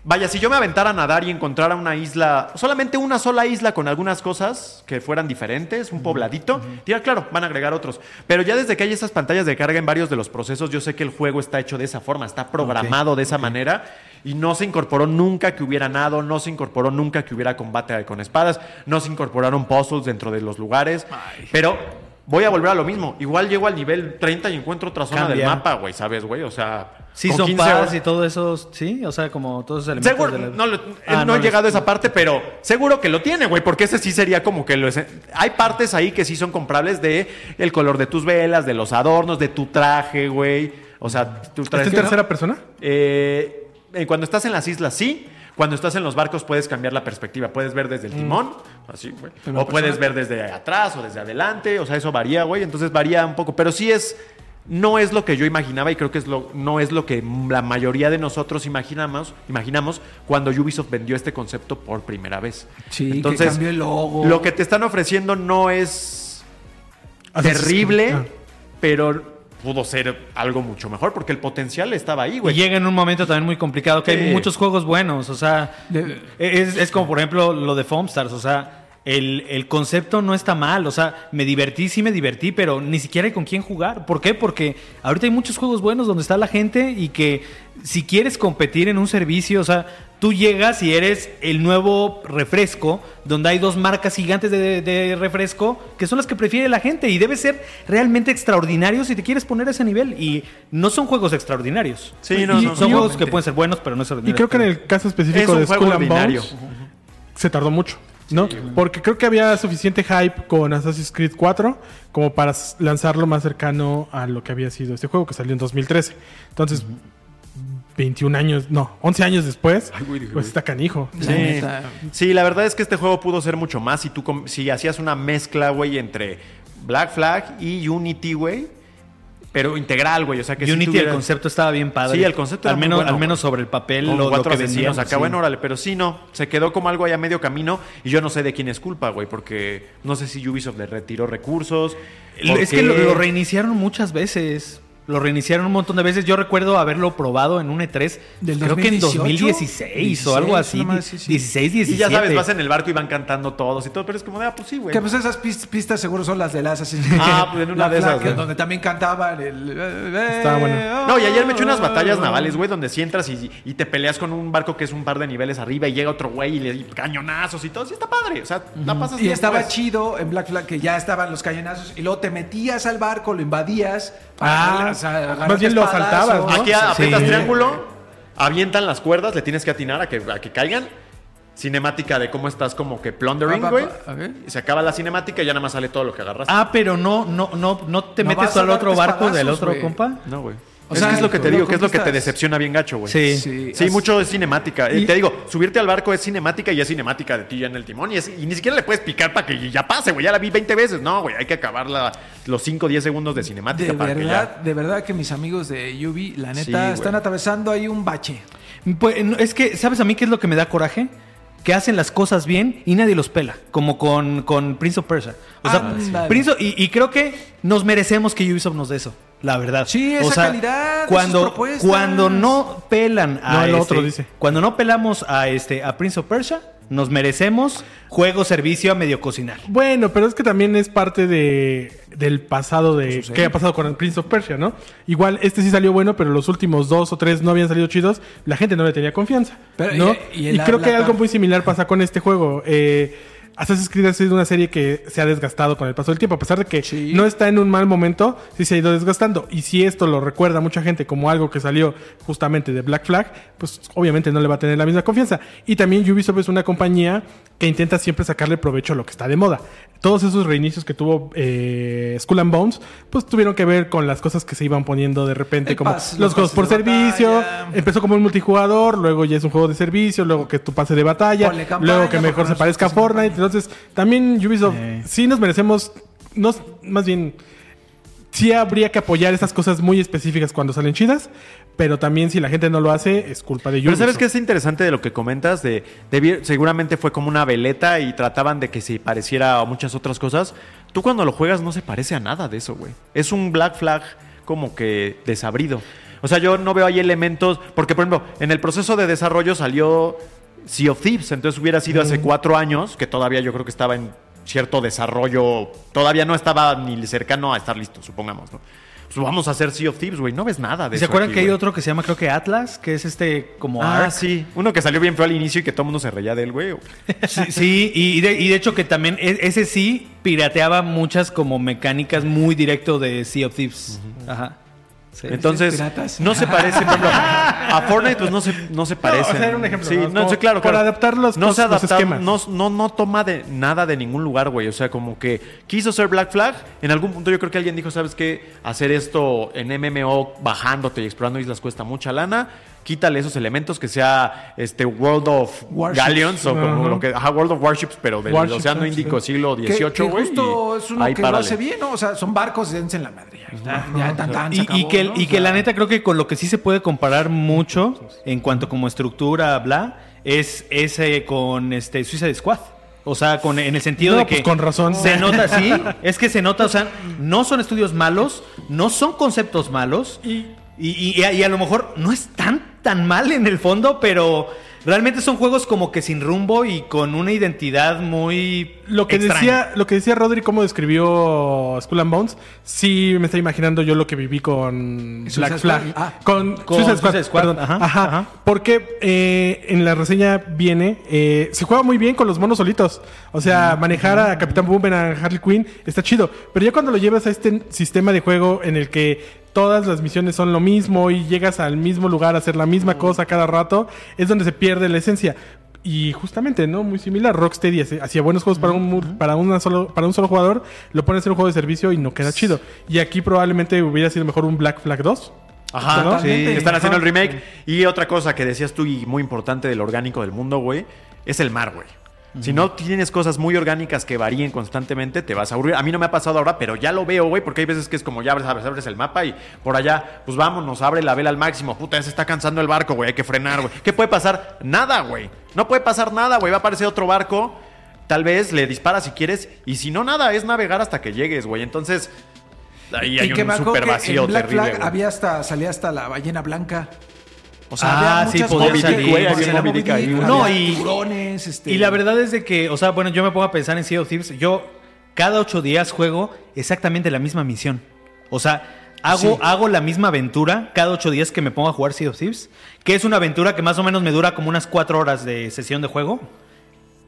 Speaker 2: vaya, si yo me aventara a nadar y encontrara una isla, solamente una sola isla con algunas cosas que fueran diferentes, un pobladito, tira, claro, van a agregar otros. Pero ya desde que hay esas pantallas de carga en varios de los procesos, yo sé que el juego está hecho de esa forma, está programado de esa manera. Y no se incorporó nunca que hubiera nado, no se incorporó nunca que hubiera combate con espadas, no se incorporaron puzzles dentro de los lugares. Pero voy a volver a lo mismo. Igual llego al nivel 30 y encuentro otra zona del
Speaker 5: Cambia.
Speaker 2: mapa, güey, ¿sabes, güey? O sea,
Speaker 5: Sí,
Speaker 2: con
Speaker 5: son
Speaker 2: 15 horas-
Speaker 5: paz y todo eso, sí, o sea, como todos esos elementos.
Speaker 2: Seguro,
Speaker 5: de la-
Speaker 2: no, lo- él
Speaker 5: Ah,
Speaker 2: no he
Speaker 5: lo-
Speaker 2: llegado a esa parte, pero seguro que lo tiene, güey, porque ese sí sería como que lo es. Hay partes ahí que sí son comprables de el color de tus velas, de los adornos, de tu traje, güey. O sea, tu traje.
Speaker 3: ¿Está en tercera persona?
Speaker 2: Eh, eh, cuando estás en las islas, sí. Cuando estás en los barcos puedes cambiar la perspectiva. Puedes ver
Speaker 4: Mm.
Speaker 2: desde el timón, así, güey. O
Speaker 4: pues,
Speaker 2: puedes ver desde atrás o desde adelante. O sea, eso varía, güey. Entonces varía un poco. Pero sí es. No es lo que yo imaginaba y creo que es lo, no es lo que la mayoría de nosotros imaginamos, imaginamos cuando Ubisoft vendió este concepto por primera vez.
Speaker 4: Sí, que cambió el logo.
Speaker 2: Lo que te están ofreciendo no es
Speaker 3: Assassin's Creed.
Speaker 2: terrible,
Speaker 3: Ah.
Speaker 2: pero pudo ser algo mucho mejor porque el potencial estaba ahí,
Speaker 5: Y
Speaker 2: güey.
Speaker 5: llega en un momento también muy complicado, que
Speaker 2: Sí.
Speaker 5: hay muchos juegos buenos, o sea,
Speaker 4: De-
Speaker 5: es, es como por ejemplo lo de Foamstars, o sea, el, el concepto no está mal, o sea, me divertí, sí me divertí, pero ni siquiera hay con quién jugar. ¿Por qué? Porque ahorita hay muchos juegos buenos donde está la gente y que si quieres competir en un servicio, o sea, tú llegas y eres el nuevo refresco, donde hay dos marcas gigantes de, de refresco que son las que prefiere la gente y debe ser realmente extraordinario si te quieres poner a ese nivel y no son juegos extraordinarios.
Speaker 2: Sí, no,
Speaker 3: Y-
Speaker 2: no,
Speaker 5: Pues, Son
Speaker 2: no.
Speaker 5: juegos que pueden ser buenos, pero no
Speaker 3: Y
Speaker 5: extraordinarios.
Speaker 3: creo que en el caso
Speaker 2: Es
Speaker 3: específico
Speaker 2: un
Speaker 3: de
Speaker 2: juego
Speaker 3: Skull and
Speaker 2: ordinario.
Speaker 3: Bones se tardó mucho, ¿no? Porque creo que había suficiente hype con Assassin's Creed 4 como para s- lanzarlo más cercano a lo que había sido este juego que salió en 2013. Entonces, 21 años, no, 11 años después, pues está canijo.
Speaker 4: La
Speaker 2: Sí.
Speaker 4: neta.
Speaker 2: Sí, la verdad es que este juego pudo ser mucho más si tú com- si hacías una mezcla, güey, entre Black Flag y Unity, güey, pero integral, güey, o sea que sí
Speaker 5: Unity,
Speaker 2: tuviera-
Speaker 5: E el concepto estaba bien padre.
Speaker 2: Sí, el concepto
Speaker 5: al
Speaker 2: era muy
Speaker 5: menos,
Speaker 2: bueno,
Speaker 5: al menos
Speaker 2: güey.
Speaker 5: sobre el papel,
Speaker 2: Con
Speaker 5: lo, lo
Speaker 2: cuatro
Speaker 5: que
Speaker 2: asesinos
Speaker 5: vendían.
Speaker 2: acá, bueno, órale, pero sí no, se quedó como algo allá medio camino y yo no sé de quién es culpa, güey, porque no sé si Ubisoft le retiró recursos.
Speaker 5: Es
Speaker 2: porque-
Speaker 5: que lo, lo reiniciaron muchas veces. Lo reiniciaron un montón de veces. Yo recuerdo haberlo probado en un E3,
Speaker 4: ¿Del
Speaker 5: creo que en
Speaker 4: 2018?
Speaker 5: 2016 o algo
Speaker 4: 16,
Speaker 5: así.
Speaker 4: una madre así, sí.
Speaker 5: 16,
Speaker 2: y ya
Speaker 5: 17.
Speaker 2: sabes, vas en el barco y van cantando todos y todo, pero es como de, ah, pues sí, güey.
Speaker 4: Que pues esas pis- pistas seguro son las de las Assassin's
Speaker 2: Ah, pues, en una
Speaker 4: La
Speaker 2: de esas,
Speaker 4: flaca,
Speaker 2: güey.
Speaker 4: Donde también cantaban el... eh,
Speaker 3: Estaba bueno.
Speaker 2: No, y ayer me eché unas batallas navales, güey, donde si entras y, y te peleas con un barco que es un par de niveles arriba y llega otro güey y le y cañonazos y todo. Sí, está padre. O sea, la pasas
Speaker 4: oh, Y
Speaker 2: bien,
Speaker 4: estaba
Speaker 2: pues.
Speaker 4: chido en Black Flag que ya estaban los cañonazos y luego te metías al barco, lo invadías.
Speaker 3: Ah, más bien lo asaltabas, ¿no?
Speaker 2: Aquí
Speaker 5: Sí.
Speaker 2: aprietas triángulo, avientan las cuerdas, le tienes que atinar a que, a que caigan. cinemática de cómo estás como que plundering,
Speaker 4: Ah, Va, va,
Speaker 2: güey.
Speaker 4: va, ok.
Speaker 2: Y se acaba la cinemática y ya nada más sale todo lo que agarraste.
Speaker 5: Ah, pero no, no, no, no te
Speaker 4: No
Speaker 5: metes
Speaker 4: vas a
Speaker 5: al otro
Speaker 4: darte
Speaker 5: barco del
Speaker 4: espadazos,
Speaker 5: otro
Speaker 4: güey.
Speaker 5: compa.
Speaker 2: no, güey.
Speaker 4: O
Speaker 2: es
Speaker 4: sea,
Speaker 2: que es lo que te
Speaker 4: lo
Speaker 2: digo, que es lo que te
Speaker 4: conquistas.
Speaker 2: decepciona bien gacho, güey.
Speaker 5: Sí.
Speaker 2: Sí,
Speaker 4: as-
Speaker 2: mucho es cinemática. Eh,
Speaker 3: Y-
Speaker 2: Te digo, subirte al barco es cinemática y es cinemática de ti ya en el timón. Y, es- y ni siquiera le puedes picar para que ya pase, güey. Ya la vi 20 veces. No, güey, hay que acabar la- los 5 o 10 segundos de cinemática
Speaker 4: De
Speaker 2: para
Speaker 4: verdad, de verdad que mis amigos de UV, la
Speaker 2: Sí,
Speaker 4: neta,
Speaker 2: güey.
Speaker 4: están atravesando ahí un bache.
Speaker 5: Pues, no, es que, ¿sabes a mí qué es lo que me da coraje? Que hacen las cosas bien y nadie los pela, como con, con Prince of Persia. O sea,
Speaker 4: Ándale.
Speaker 5: Prince of- y, y creo que nos merecemos que Ubisoft nos dé eso, la verdad.
Speaker 4: Sí, esa
Speaker 5: o sea,
Speaker 4: calidad, esas
Speaker 5: Cuando,
Speaker 4: propuestas.
Speaker 5: cuando no pelan a
Speaker 3: No, el
Speaker 5: este-
Speaker 3: otro dice.
Speaker 5: Cuando no pelamos a este a Prince of Persia, nos merecemos juego servicio a medio cocinar.
Speaker 3: Bueno, pero es que también es parte de, del pasado de qué ha pasado con el Prince of Persia, ¿no? Igual este sí salió bueno, pero los últimos dos o tres no habían salido chidos. La gente no le tenía confianza,
Speaker 4: Pero,
Speaker 3: ¿no?
Speaker 4: y-
Speaker 3: Y,
Speaker 4: y la-
Speaker 3: creo
Speaker 4: la
Speaker 3: que
Speaker 4: tar-
Speaker 3: algo muy similar pasa con este juego. Eh, Assassin's Creed ha sido una serie que se ha desgastado con el paso del tiempo, a pesar de que
Speaker 4: Sí.
Speaker 3: no está en un mal momento, sí se ha ido desgastando. Y si esto lo recuerda a mucha gente como algo que salió justamente de Black Flag, pues obviamente no le va a tener la misma confianza. Y también Ubisoft es una compañía que intenta siempre sacarle provecho a lo que está de moda. Todos esos reinicios que tuvo eh, Skull and Bones, pues tuvieron que ver con las cosas que se iban poniendo de repente,
Speaker 4: El
Speaker 3: como
Speaker 4: pase,
Speaker 3: los
Speaker 4: los
Speaker 3: juegos por
Speaker 4: pases de
Speaker 3: servicio,
Speaker 4: batalla.
Speaker 3: empezó como un multijugador, luego ya es un juego de servicio, luego que tu pase de batalla,
Speaker 4: Ponle campaña,
Speaker 3: luego que mejor
Speaker 4: porque
Speaker 3: se
Speaker 4: no
Speaker 3: parezca a
Speaker 4: estás en
Speaker 3: Fortnite. Entonces, también Ubisoft, sí nos merecemos, nos, más bien, sí habría que apoyar esas cosas muy específicas cuando salen chidas, pero también si la gente no lo hace, es culpa de
Speaker 2: Pero
Speaker 3: Ubisoft.
Speaker 2: ¿sabes qué es interesante de lo que comentas? De, debi- seguramente fue como una veleta y trataban de que se pareciera a muchas otras cosas. Tú cuando lo juegas no se parece a nada de eso, güey. Es un Black Flag como que desabrido. O sea, yo no veo ahí elementos... Porque, por ejemplo, en el proceso de desarrollo salió Sea of Thieves. Entonces hubiera sido
Speaker 5: Mm.
Speaker 2: hace cuatro años, que todavía yo creo que estaba en cierto desarrollo... Todavía no estaba ni cercano a estar listo, supongamos, ¿no? Pues vamos a hacer Sea of Thieves, güey. No ves nada de eso
Speaker 5: ¿Se acuerdan
Speaker 2: aquí,
Speaker 5: que hay
Speaker 2: güey.
Speaker 5: otro que se llama creo que Atlas, que es este como
Speaker 2: Ah,
Speaker 5: Ark?
Speaker 2: sí. Uno que salió bien feo al inicio y que todo el mundo se reía del güey.
Speaker 5: Sí, sí, y, de, y de hecho que también e- ese sí pirateaba muchas como mecánicas muy directo de Sea of Thieves. Ajá. Sí.
Speaker 2: Entonces,
Speaker 4: piratas.
Speaker 2: no se parece, por ejemplo, a Fortnite, pues no se, no
Speaker 3: *laughs*
Speaker 2: se parece.
Speaker 3: o sea, era un ejemplo,
Speaker 2: Sí,
Speaker 3: ¿no?
Speaker 2: no,
Speaker 3: Como
Speaker 2: sí, claro,
Speaker 3: por
Speaker 2: claro.
Speaker 3: adaptar los-
Speaker 2: no
Speaker 3: los-
Speaker 2: se
Speaker 3: los
Speaker 2: adapta-
Speaker 3: esquemas.
Speaker 2: No, no, no toma de nada de ningún lugar, güey. O sea, como que quiso ser Black Flag. En algún punto yo creo que alguien dijo, ¿sabes qué? Hacer esto en MMO bajándote y explorando islas cuesta mucha lana. Quítale esos elementos que sea este World of
Speaker 4: Warships.
Speaker 2: Galleons o como
Speaker 3: Ajá.
Speaker 2: lo que. Ajá, World of Warships, pero del
Speaker 3: Warships,
Speaker 2: Océano
Speaker 3: sí.
Speaker 2: Índico, siglo
Speaker 4: Que- que
Speaker 2: XVIII, güey.
Speaker 4: justo
Speaker 2: y
Speaker 4: es uno
Speaker 2: ahí
Speaker 4: que lo
Speaker 2: párale.
Speaker 4: hace bien, ¿no? O sea, son barcos, dense en la madre. Ya, ya, ya, tan, tan, se
Speaker 5: Y, y
Speaker 4: acabó,
Speaker 5: que, el-
Speaker 4: ¿no?
Speaker 5: y
Speaker 4: O
Speaker 5: que la
Speaker 4: sea,
Speaker 5: neta creo que con lo que sí se puede comparar mucho en cuanto como estructura, bla, es ese con este Suicide Squad. O sea, con, en el sentido
Speaker 3: No,
Speaker 5: de que...
Speaker 3: pues, con razón. *laughs*
Speaker 5: Se nota, sí. Es que se nota, o sea, no son estudios malos, no son conceptos malos. Y, y- y a, y a lo mejor no están tan mal en el fondo, pero realmente son juegos como que sin rumbo y con una identidad muy...
Speaker 3: Lo que,
Speaker 5: extraña.
Speaker 3: decía, lo que decía Rodri, cómo describió Skull and Bones, sí me está imaginando yo lo que viví con
Speaker 4: Suicide
Speaker 3: Black Flag.
Speaker 4: Squad. Ah.
Speaker 3: con,
Speaker 5: Con
Speaker 3: Suicide Squad.
Speaker 5: Suicide Squad,
Speaker 3: perdón.
Speaker 5: ajá,
Speaker 3: Ajá,
Speaker 5: ajá.
Speaker 3: Porque eh, en la reseña viene, eh, se juega muy bien con los monos solitos. O
Speaker 5: Mm.
Speaker 3: sea, manejar a Capitán Boomerang, a Harley Quinn, está chido. Pero ya cuando lo llevas a este sistema de juego en el que todas las misiones son lo mismo y llegas al mismo lugar a hacer la
Speaker 5: Mm.
Speaker 3: misma cosa cada rato, es donde se pierde la esencia. Y justamente, ¿no? Muy similar. Rocksteady hace- hacía buenos juegos para un,
Speaker 5: Mm,
Speaker 3: mu- para, una solo, para un solo jugador, lo pones en un juego de servicio y no queda chido. Y aquí probablemente hubiera sido mejor un Black Flag 2.
Speaker 2: Ajá,
Speaker 3: ¿no?
Speaker 2: sí.
Speaker 4: Totalmente.
Speaker 2: Están haciendo el
Speaker 4: Ajá.
Speaker 2: remake. Y otra cosa que decías tú y muy importante del orgánico del mundo, güey, es el mar, güey. Si no tienes cosas muy orgánicas que varíen constantemente, te vas a aburrir. A mí no me ha pasado ahora, pero ya lo veo, güey, porque hay veces que es como ya abres, abres, abres el mapa y por allá, pues vámonos, abre la vela al máximo. Puta, ya se está cansando el barco, güey, hay que frenar, güey. ¿Qué puede pasar? Nada, güey. No puede pasar nada, güey. Va a aparecer otro barco, tal vez le disparas si quieres, y si no, nada, es navegar hasta que llegues, güey. Entonces, ahí hay
Speaker 4: y que
Speaker 2: un
Speaker 4: me acuerdo
Speaker 2: super
Speaker 4: que en
Speaker 2: vacío
Speaker 4: Black
Speaker 2: terrible.
Speaker 4: Flag
Speaker 2: güey.
Speaker 4: había hasta, salía hasta la ballena blanca. O
Speaker 5: Ah, sí, podía
Speaker 4: cosas
Speaker 5: salir,
Speaker 4: que-
Speaker 5: güey,
Speaker 4: salía
Speaker 5: había
Speaker 2: Moby Dick ahí,
Speaker 4: Moby Dick,
Speaker 5: No,
Speaker 4: había
Speaker 5: y-
Speaker 4: tiburones, este-
Speaker 5: Y la verdad es de que, o sea, bueno, yo me pongo a pensar en Sea of Thieves. Yo cada ocho días juego exactamente la misma misión. O sea, hago,
Speaker 4: Sí.
Speaker 5: hago la misma aventura cada ocho días que me pongo a jugar Sea of Thieves. Que es una aventura que más o menos me dura como unas cuatro horas de sesión de juego.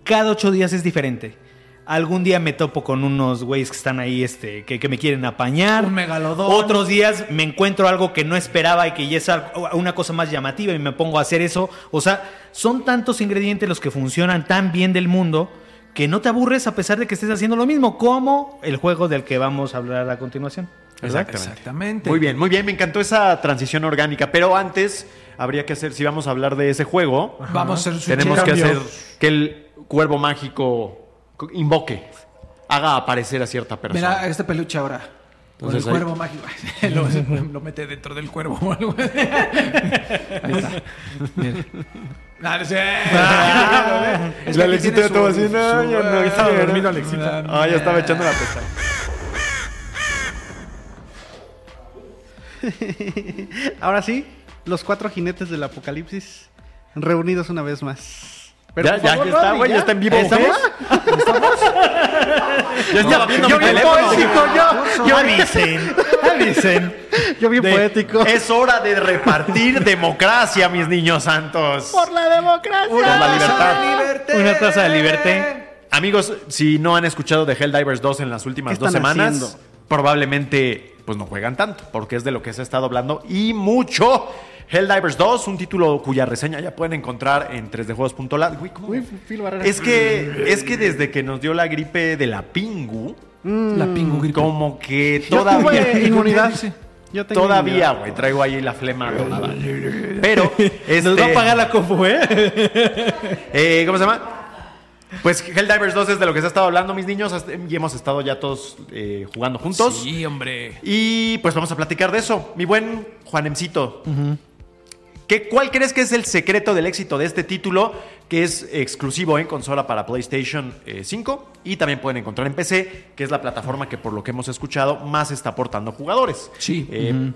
Speaker 5: Cada ocho días es diferente. Algún día me topo con unos güeyes que están ahí, este, que, que me quieren apañar.
Speaker 4: Un megalodón.
Speaker 5: Otros días me encuentro algo que no esperaba y que ya es algo- una cosa más llamativa y me pongo a hacer eso. O sea, son tantos ingredientes los que funcionan tan bien del mundo que no te aburres a pesar de que estés haciendo lo mismo, como el juego del que vamos a hablar a continuación.
Speaker 2: Exactamente.
Speaker 4: Exactamente.
Speaker 2: Muy bien, muy bien. Me encantó esa transición orgánica. Pero antes habría que hacer, si vamos a hablar de ese juego,
Speaker 4: Vamos a hacer un switch.
Speaker 2: tenemos que
Speaker 3: Cambio.
Speaker 2: hacer que el cuervo mágico co- invoque, haga aparecer a cierta persona. *laughs*
Speaker 4: Mira, este peluche ahora. Con
Speaker 2: Entonces,
Speaker 4: el
Speaker 2: ahí-
Speaker 4: cuervo mágico. *laughs* lo, lo mete dentro del cuervo o algo. *laughs* Ahí está. Mira. Ah, no sé. *laughs* Es que
Speaker 2: Ah, La
Speaker 4: aquí
Speaker 2: Alexita
Speaker 4: tiene
Speaker 2: ya estaba así,
Speaker 4: su-
Speaker 2: no,
Speaker 4: su-
Speaker 2: ya no, ya
Speaker 3: estaba
Speaker 2: era.
Speaker 4: *laughs*
Speaker 3: dormido Alexita.
Speaker 2: Ah, ya estaba echando la pesta.
Speaker 6: Ahora sí, los cuatro jinetes del apocalipsis reunidos una vez más. Pero,
Speaker 2: Ya,
Speaker 6: por
Speaker 2: ya,
Speaker 6: favor,
Speaker 2: ya está,
Speaker 6: Rodri,
Speaker 2: güey, ya está en vivo.
Speaker 6: ¿Estamos?
Speaker 2: Ya estaba viendo
Speaker 5: yo
Speaker 2: mi
Speaker 5: vi el
Speaker 2: teléfono.
Speaker 5: poético,
Speaker 6: yo, yo,
Speaker 5: Avisen,
Speaker 6: *laughs*
Speaker 5: avisen.
Speaker 6: yo bien
Speaker 5: De-
Speaker 6: poético.
Speaker 2: Es hora de repartir democracia, mis niños santos.
Speaker 6: la democracia.
Speaker 2: Por *laughs* la libertad.
Speaker 4: Liberté.
Speaker 5: Una taza de liberté.
Speaker 2: Amigos, si no han escuchado de Helldivers 2 en las últimas
Speaker 6: ¿Qué
Speaker 2: dos
Speaker 6: están
Speaker 2: semanas,
Speaker 6: haciendo?
Speaker 2: probablemente pues no juegan tanto, porque es de lo que se ha estado hablando y mucho. Helldivers 2, un título cuya reseña ya pueden encontrar en 3djuegos.lat. Güey, ¿cómo?
Speaker 6: Uy, Phil Barrera.
Speaker 2: es que es que desde que nos dio la gripe de la pingu,
Speaker 4: La pingu gripe.
Speaker 2: como que
Speaker 6: Yo
Speaker 2: todavía
Speaker 6: tuve inmunidad.
Speaker 4: dice?
Speaker 6: Yo tengo
Speaker 2: Todavía,
Speaker 6: inmunidad.
Speaker 2: güey, traigo ahí la flema dorada.
Speaker 6: *laughs*
Speaker 2: Pero,
Speaker 5: Nos va a
Speaker 2: este,
Speaker 5: pagar la cofu, ¿eh?
Speaker 2: eh, ¿Cómo se llama? Pues Helldivers 2 es de lo que se ha estado hablando, mis niños, hasta- y hemos estado ya todos eh, jugando juntos.
Speaker 4: Sí, hombre.
Speaker 2: Y pues vamos a platicar de eso. Mi buen Juanemcito, ¿qué, ¿cuál crees que es el secreto del éxito de este título? Que es exclusivo en consola para PlayStation eh, 5 y también pueden encontrar en PC, que es la plataforma que por lo que hemos escuchado más está aportando jugadores.
Speaker 4: Sí.
Speaker 2: Eh,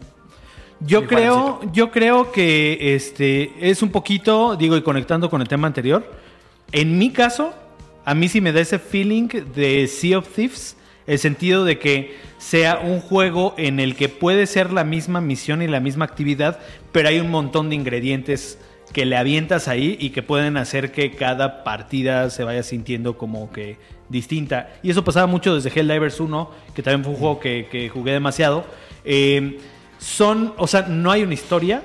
Speaker 5: Yo
Speaker 2: Mi
Speaker 5: creo, yo creo que este es un poquito, digo, y conectando con el tema anterior, en mi caso, a mí sí me da ese feeling de Sea of Thieves, el sentido de que sea un juego en el que puede ser la misma misión y la misma actividad, pero hay un montón de ingredientes que le avientas ahí y que pueden hacer que cada partida se vaya sintiendo como que distinta. Y eso pasaba mucho desde Helldivers 1, que también fue un juego que, que jugué demasiado. Eh, son, o sea, no hay una historia,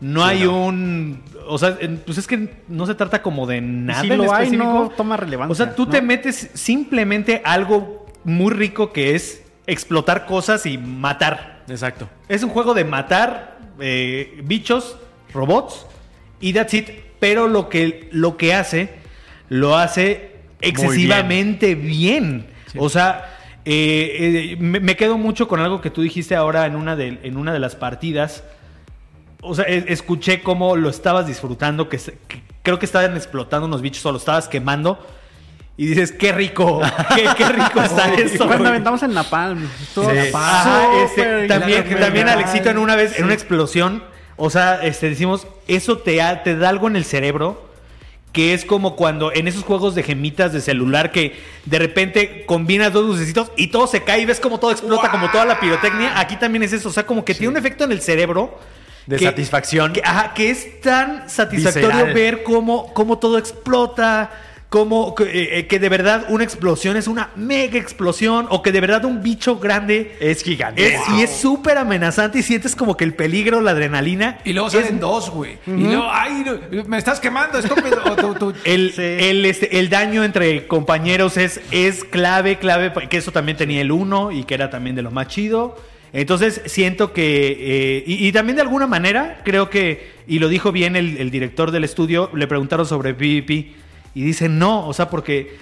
Speaker 5: no hay un... O sea, en- pues es que no se trata como de nada
Speaker 6: si
Speaker 5: en
Speaker 6: lo hay,
Speaker 5: específico.
Speaker 6: no toma relevancia,
Speaker 5: O sea, tú
Speaker 6: ¿no?
Speaker 5: te metes simplemente a algo muy rico que es explotar cosas y matar.
Speaker 2: Exacto.
Speaker 5: Es un juego de matar eh, bichos, robots y that's it. Pero lo que, lo que hace, lo hace excesivamente bien. O sea, eh, eh, me, me quedo mucho con algo que tú dijiste ahora en una de, en una de las partidas. O sea, e- escuché cómo lo estabas disfrutando, que, se- que creo que estaban explotando unos bichos o lo estabas quemando. Y dices, qué rico, qué, qué rico está eso. *laughs*
Speaker 6: Cuando
Speaker 5: güey".
Speaker 6: aventamos en Napalm. Todo
Speaker 5: Sí.
Speaker 6: Napalm.
Speaker 5: Ajá, este,
Speaker 6: Súper
Speaker 5: también,
Speaker 6: genial.
Speaker 5: también
Speaker 2: Ah,
Speaker 5: Alexito en una vez, en una explosión, o sea, este, decimos, eso te, ha- te da algo en el cerebro, que es como cuando en esos juegos de gemitas de celular que de repente combinas dos lucecitos y todo se cae y ves como todo explota, como toda la pirotecnia, aquí también es eso, o sea, como que tiene un efecto en el cerebro.
Speaker 2: De
Speaker 5: que-
Speaker 2: satisfacción.
Speaker 5: que- ajá, que es tan satisfactorio
Speaker 2: Visceral.
Speaker 5: ver cómo, cómo todo explota, cómo, que, eh, que de verdad una explosión es una mega explosión, o que de verdad un bicho grande
Speaker 2: Es gigante.
Speaker 5: es- Y es súper amenazante y sientes como que el peligro, la adrenalina.
Speaker 4: Y luego salen dos, güey. Y luego, ay, no, me estás quemando, estúpido. O tú- tú-
Speaker 5: El,
Speaker 6: Sí.
Speaker 5: el, este, el daño entre compañeros es, es clave, clave, que eso también tenía el 1 y que era también de lo más chido. Entonces siento que, eh, y, y también de alguna manera, creo que, y lo dijo bien el, el director del estudio, le preguntaron sobre PvP y dice no, o sea, porque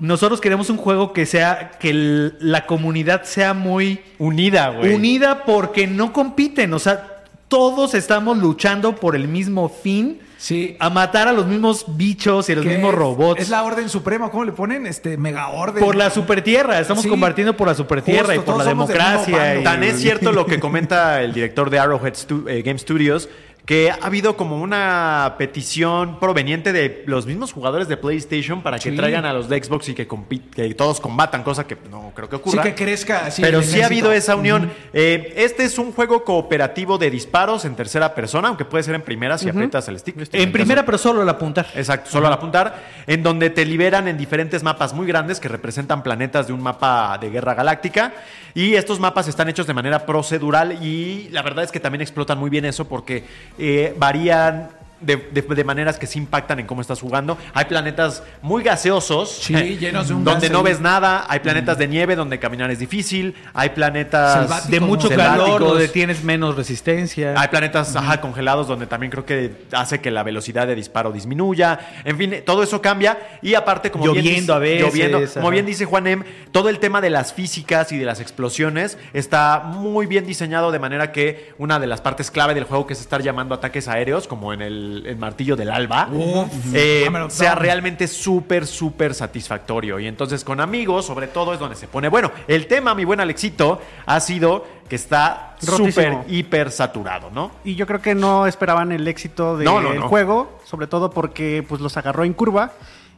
Speaker 5: nosotros queremos un juego que sea, que el- la comunidad sea muy...
Speaker 2: Unida, güey.
Speaker 5: Unida porque no compiten, o sea, todos estamos luchando por el mismo fin,
Speaker 4: Sí.
Speaker 5: a matar a los mismos bichos y a los
Speaker 4: que
Speaker 5: mismos
Speaker 4: es-
Speaker 5: robots.
Speaker 4: Es la orden suprema, ¿cómo le ponen? Este, mega orden.
Speaker 5: Por la supertierra, estamos
Speaker 4: Sí.
Speaker 5: compartiendo por la supertierra
Speaker 4: Justo,
Speaker 5: y por la
Speaker 4: todos somos del mismo
Speaker 5: democracia.
Speaker 4: bando.
Speaker 5: y-
Speaker 2: Tan es cierto lo que comenta el director de Arrowhead Stu- eh, Game Studios que ha habido como una petición proveniente de los mismos jugadores de PlayStation para que
Speaker 4: Sí.
Speaker 2: traigan a los de Xbox y que, compi- que todos combatan, cosa que no creo que ocurra.
Speaker 4: Sí, que crezca así
Speaker 2: Pero
Speaker 4: el
Speaker 2: sí ha
Speaker 4: ejército.
Speaker 2: habido esa unión. Eh, este es un juego cooperativo de disparos en tercera persona, aunque puede ser en primera si aprietas el stick.
Speaker 5: En primera, pero solo al apuntar.
Speaker 2: Exacto, solo al apuntar, en donde te liberan en diferentes mapas muy grandes que representan planetas de un mapa de guerra galáctica. Y estos mapas están hechos de manera procedural y la verdad es que también explotan muy bien eso porque eh, varían. De, de- de maneras que sí impactan en cómo estás jugando. Hay planetas muy gaseosos. *laughs*
Speaker 4: Sí, llenos de un
Speaker 2: Donde
Speaker 4: gas
Speaker 2: no
Speaker 4: ahí.
Speaker 2: ves nada. Hay planetas de nieve donde caminar es difícil. Hay planetas
Speaker 4: Selváticos,
Speaker 5: De mucho
Speaker 4: ¿no?
Speaker 5: calor,
Speaker 2: Selváticos.
Speaker 5: donde tienes menos resistencia.
Speaker 2: Hay planetas ajá, congelados donde también creo que hace que la velocidad de disparo disminuya. En fin, eh, todo eso cambia. Y aparte, como bien, dice-
Speaker 5: Lloviendo a veces,
Speaker 2: lloviendo, como
Speaker 5: ajá.
Speaker 2: bien dice Juan M, todo el tema de las físicas y de las explosiones está muy bien diseñado de manera que una de las partes clave del juego, que es estar llamando ataques aéreos, como en el en martillo del alba,
Speaker 4: Uf.
Speaker 2: eh,
Speaker 4: Hammer of
Speaker 2: sea
Speaker 4: Dawn.
Speaker 2: realmente súper, súper satisfactorio. Y entonces con amigos, sobre todo, es donde se pone bueno. El tema, mi buen Alexito, ha sido que está
Speaker 6: Rotísimo.
Speaker 2: súper, hiper saturado, ¿no?
Speaker 6: Y yo creo que no esperaban el éxito del
Speaker 2: No, no, no.
Speaker 6: juego, sobre todo porque pues los agarró en curva.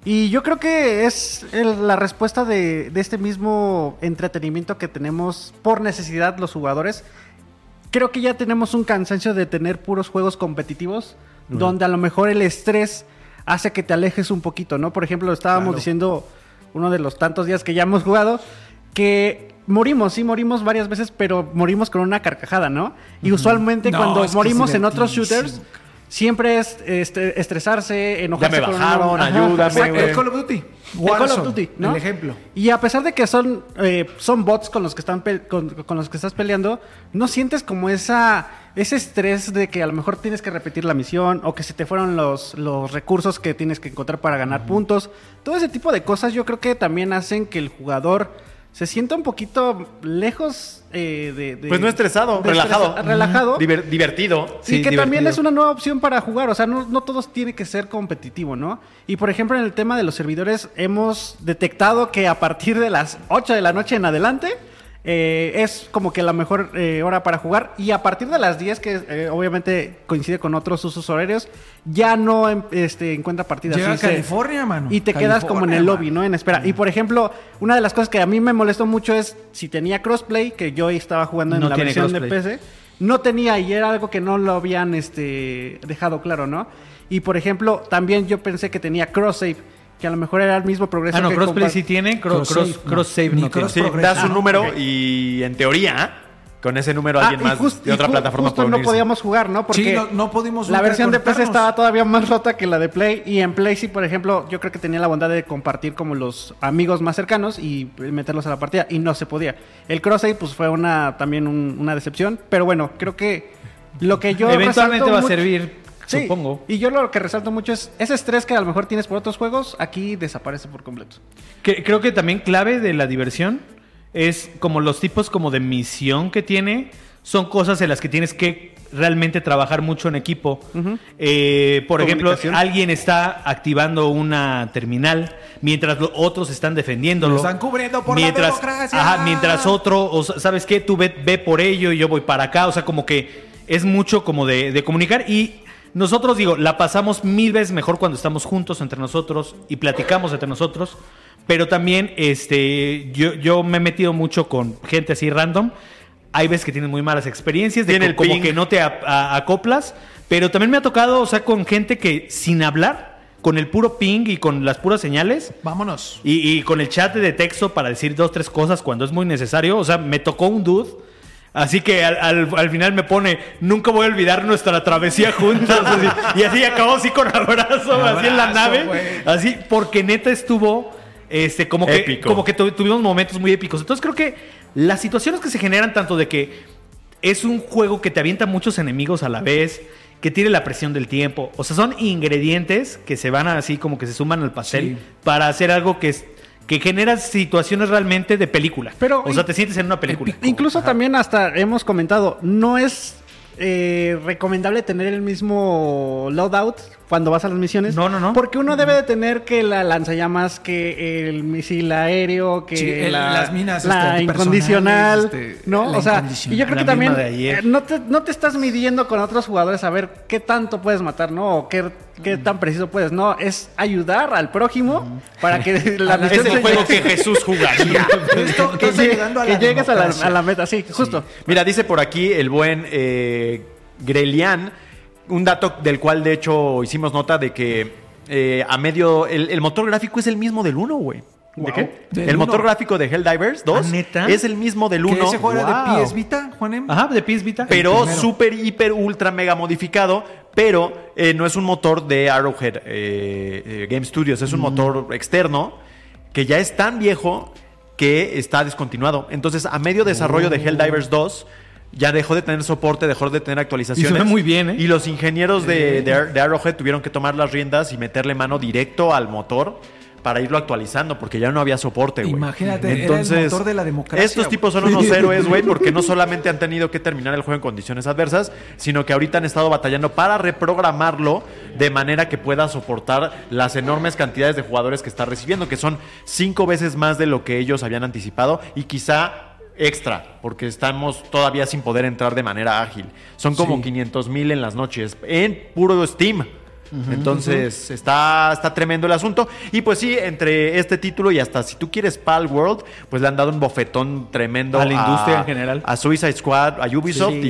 Speaker 6: Y yo creo que es el- la respuesta de, de este mismo entretenimiento que tenemos por necesidad los jugadores. Creo que ya tenemos un cansancio de tener puros juegos competitivos, donde a lo mejor el estrés hace que te alejes un poquito, ¿no? Por ejemplo, estábamos diciendo uno de los tantos días que ya hemos jugado, que morimos, sí, morimos varias veces, pero morimos con una carcajada, ¿no? Y usualmente
Speaker 4: No,
Speaker 6: cuando
Speaker 4: es que es
Speaker 6: morimos en otros
Speaker 4: divertidísimo,
Speaker 6: shooters, siempre es este, estresarse, enojarse.
Speaker 2: me
Speaker 6: con un-
Speaker 2: bajaron,
Speaker 6: Ajá,
Speaker 2: ayúdame,
Speaker 6: exacto.
Speaker 4: Exacto, el Call of Duty.
Speaker 6: El Call of
Speaker 4: Warzone,
Speaker 6: Duty, ¿no?
Speaker 4: El ejemplo.
Speaker 6: Y a pesar de que son, eh, son bots con los que están pe- con, con los que estás peleando, no sientes como esa ese estrés de que a lo mejor tienes que repetir la misión o que se te fueron los, los recursos que tienes que encontrar para ganar puntos. Todo ese tipo de cosas yo creo que también hacen que el jugador se sienta un poquito lejos eh, de, de-
Speaker 2: Pues no estresado,
Speaker 6: de
Speaker 2: relajado.
Speaker 6: estresa- relajado.
Speaker 2: Diver- divertido.
Speaker 5: Sí,
Speaker 6: y que también
Speaker 5: divertido.
Speaker 6: es una nueva opción para jugar. O sea, no, no todos tiene que ser competitivo, ¿no? Y por ejemplo, en el tema de los servidores, hemos detectado que a partir de las 8 de la noche en adelante. eh, es como que la mejor eh, hora para jugar y a partir de las 10 que eh, obviamente coincide con otros usos horarios ya no em- este, encuentra partidas
Speaker 4: Llega a
Speaker 6: Sí, se-
Speaker 4: California, mano.
Speaker 6: y te quedas como en el
Speaker 4: California,
Speaker 6: lobby
Speaker 4: mano.
Speaker 6: no en espera y por ejemplo una de las cosas que a mí me molestó mucho es si tenía crossplay que yo estaba jugando en
Speaker 5: No
Speaker 6: la
Speaker 5: tiene
Speaker 6: versión de
Speaker 5: crossplay.
Speaker 6: PC ese, no tenía y era algo que no lo habían este, dejado claro, ¿no? Y por ejemplo, también yo pensé que tenía cross save, que a lo mejor era el mismo progreso.
Speaker 5: Ah, no,
Speaker 6: que
Speaker 5: crossplay
Speaker 6: compa-
Speaker 5: sí tiene, cro-
Speaker 4: Cross save,
Speaker 5: cross,
Speaker 4: no.
Speaker 5: cross save
Speaker 4: Ni
Speaker 5: no tiene.
Speaker 4: cross-
Speaker 2: Sí,
Speaker 4: progreso.
Speaker 2: das
Speaker 4: Ah,
Speaker 2: un número y en teoría, con ese número alguien
Speaker 6: Ah, y
Speaker 2: más
Speaker 6: just-
Speaker 2: de otra
Speaker 6: y ju-
Speaker 2: plataforma
Speaker 6: justo
Speaker 2: puede
Speaker 6: no
Speaker 2: unirse.
Speaker 6: podíamos jugar, ¿no? Porque
Speaker 4: Sí, no- no pudimos
Speaker 6: La
Speaker 4: nunca
Speaker 6: versión de PC
Speaker 4: conectarnos.
Speaker 6: estaba todavía más rota que la de Play y en Play sí, por ejemplo, yo creo que tenía la bondad de compartir como los amigos más cercanos y eh, meterlos a la partida y no se podía. El cross save pues fue una también un- una decepción, pero bueno, creo que lo que yo
Speaker 5: Eventualmente
Speaker 6: resalto
Speaker 5: va a
Speaker 6: mucho-
Speaker 5: servir,
Speaker 6: Sí,
Speaker 5: supongo.
Speaker 6: Y yo lo que resalto mucho es ese estrés que a lo mejor tienes por otros juegos, aquí desaparece por completo.
Speaker 5: Que- creo que también clave de la diversión es como los tipos como de misión que tiene son cosas en las que tienes que realmente trabajar mucho en equipo. Eh, por ejemplo,
Speaker 6: Comunicación.
Speaker 5: alguien está activando una terminal mientras los otros están defendiéndolo.
Speaker 4: Lo están cubriendo por la democracia.
Speaker 5: Ajá, mientras otro, o sea, ¿sabes qué? Tú ve, ve por ello y yo voy para acá. O sea, como que es mucho como de, de comunicar y nosotros, digo, la pasamos mil veces mejor cuando estamos juntos entre nosotros y platicamos entre nosotros. Pero también, este, yo, yo me he metido mucho con gente así random. Hay veces que tienen muy malas experiencias, de
Speaker 2: Tiene
Speaker 5: co-
Speaker 2: el
Speaker 5: como
Speaker 2: ping.
Speaker 5: que no te a- a- acoplas. Pero también me ha tocado, o sea, con gente que sin hablar, con el puro ping y con las puras señales,
Speaker 4: Vámonos.
Speaker 5: y, y con el chat de texto para decir dos, tres cosas cuando es muy necesario. O sea, me tocó un dude. Así que al, al- al final me pone, nunca voy a olvidar nuestra travesía juntos. *laughs* así. y así acabó así con abrazo, así en la
Speaker 4: Abrazo,
Speaker 5: nave.
Speaker 4: güey.
Speaker 5: Así, porque neta estuvo este, como que,
Speaker 2: Épico.
Speaker 5: como que tu- tuvimos momentos muy épicos. Entonces creo que las situaciones que se generan, tanto de que es un juego que te avienta muchos enemigos a la vez, que tiene la presión del tiempo. O sea, son ingredientes que se van así como que se suman al pastel
Speaker 4: Sí.
Speaker 5: para hacer algo que es que genera situaciones realmente de película.
Speaker 6: Pero- eh,
Speaker 5: o sea, te sientes en una película.
Speaker 6: Incluso también hasta hemos comentado, no es eh, recomendable tener el mismo loadout cuando vas a las misiones.
Speaker 5: No, no, no.
Speaker 6: Porque uno debe de tener que la lanzallamas, que el misil aéreo, que
Speaker 4: Sí, el-
Speaker 6: la-
Speaker 4: las minas,
Speaker 6: la
Speaker 4: este,
Speaker 6: incondicional,
Speaker 4: personales, este,
Speaker 6: ¿no?
Speaker 4: la
Speaker 6: O sea, y yo
Speaker 4: incondicional.
Speaker 6: creo
Speaker 5: La
Speaker 6: que
Speaker 5: misma
Speaker 6: también
Speaker 5: de ayer.
Speaker 6: eh, no, te, no te estás midiendo con otros jugadores a ver qué tanto puedes matar, ¿no? O qué,
Speaker 4: Mm.
Speaker 6: qué tan preciso puedes. No, es ayudar al prójimo para
Speaker 4: *laughs*
Speaker 5: Ah,
Speaker 6: que la
Speaker 4: Es
Speaker 2: Ah, Es
Speaker 6: misión
Speaker 2: el
Speaker 6: se-
Speaker 2: juego que Jesús jugaría. *laughs*
Speaker 6: *laughs*
Speaker 5: *laughs*
Speaker 4: Esto
Speaker 6: que,
Speaker 4: está
Speaker 6: llegue-
Speaker 4: ayudando a
Speaker 6: que
Speaker 4: la
Speaker 6: llegues a la,
Speaker 4: democracia.
Speaker 6: a la meta, sí, justo.
Speaker 2: Mira, dice por aquí el buen eh, Grelian, un dato del cual de hecho hicimos nota de que eh, a medio. El, el motor gráfico es el mismo del 1, güey. ¿De
Speaker 4: Wow.
Speaker 2: qué?
Speaker 4: Del
Speaker 2: el
Speaker 4: uno.
Speaker 2: motor gráfico de Helldivers 2
Speaker 5: ¿Ah, neta?
Speaker 2: es el mismo del
Speaker 4: Que
Speaker 2: 1.
Speaker 4: ese juego era
Speaker 2: Wow.
Speaker 4: de PS Vita, Juanem.
Speaker 5: Ajá, de PS Vita.
Speaker 2: Pero
Speaker 4: primero.
Speaker 2: súper, hiper, ultra, mega modificado. Pero eh, no es un motor de Arrowhead eh, eh, Game Studios,
Speaker 5: Mm.
Speaker 2: es un motor externo que ya es tan viejo que está descontinuado. Entonces, a medio desarrollo
Speaker 5: Oh.
Speaker 2: de Helldivers 2, ya dejó de tener soporte, dejó de tener actualizaciones.
Speaker 5: Y se ve muy bien, ¿eh?
Speaker 2: Y los ingenieros de, de Ar- de Arrowhead tuvieron que tomar las riendas y meterle mano directo al motor para irlo actualizando, porque ya no había soporte, güey.
Speaker 4: Imagínate, era el motor de la democracia,
Speaker 2: Estos
Speaker 4: güey.
Speaker 2: tipos son unos héroes, güey, porque no solamente han tenido que terminar el juego en condiciones adversas, sino que ahorita han estado batallando para reprogramarlo de manera que pueda soportar las enormes cantidades de jugadores que está recibiendo, que son cinco veces más de lo que ellos habían anticipado y quizá extra, porque estamos todavía sin poder entrar de manera ágil. Son como
Speaker 4: Sí.
Speaker 2: 500 mil en las noches, en puro Steam. Entonces está, está tremendo el asunto. Y pues sí, entre este título y hasta si tú quieres Pal World, pues le han dado un bofetón tremendo
Speaker 5: A la industria en general.
Speaker 2: A Suicide Squad, a Ubisoft
Speaker 5: Sí,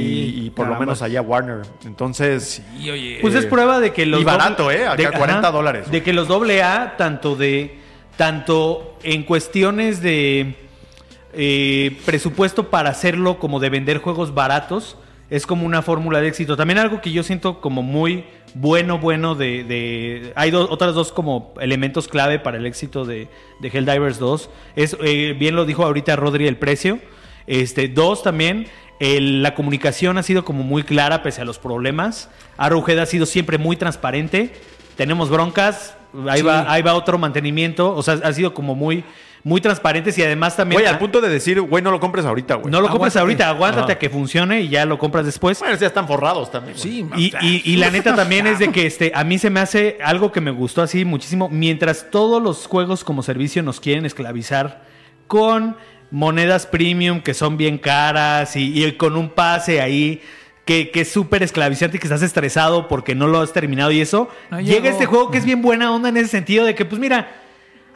Speaker 2: y, y por lo
Speaker 5: caramba.
Speaker 2: menos allá Warner. Entonces,
Speaker 4: Y oye,
Speaker 5: Pues es prueba de que los
Speaker 2: eh, Y barato, ¿eh? Acá
Speaker 5: de-
Speaker 2: 40 dólares.
Speaker 5: De que los doble A, tanto de. Tanto en cuestiones de eh, presupuesto para hacerlo como de vender juegos baratos, es como una fórmula de éxito. También algo que yo siento como muy bueno, bueno de... de- hay dos- otras dos como elementos clave para el éxito de, de Helldivers 2. Es, eh, bien lo dijo ahorita Rodri, el precio. Este, dos también, el- la comunicación ha sido como muy clara pese a los problemas. Arrowhead ha sido siempre muy transparente. Tenemos broncas, ahí,
Speaker 4: Sí.
Speaker 5: va, ahí va otro mantenimiento. O sea, ha sido como muy, muy transparentes y además también...
Speaker 2: güey, al
Speaker 5: ah,
Speaker 2: punto de decir, güey, no lo compres ahorita, güey.
Speaker 5: no lo compres
Speaker 4: Aguántate.
Speaker 5: ahorita,
Speaker 2: Ajá.
Speaker 5: aguántate a que funcione y ya lo compras después.
Speaker 2: Bueno, ya están forrados también. güey.
Speaker 4: sí,
Speaker 5: Y, y- y la
Speaker 4: *laughs*
Speaker 5: neta también es de que este, a mí se me hace algo que me gustó así muchísimo. Mientras todos los juegos como servicio nos quieren esclavizar con monedas premium que son bien caras y, y con un pase ahí que, que es súper esclavizante y que estás estresado porque no lo has terminado y eso.
Speaker 4: No
Speaker 5: llega
Speaker 4: llegó.
Speaker 5: este juego que es bien buena onda en ese sentido de que pues mira...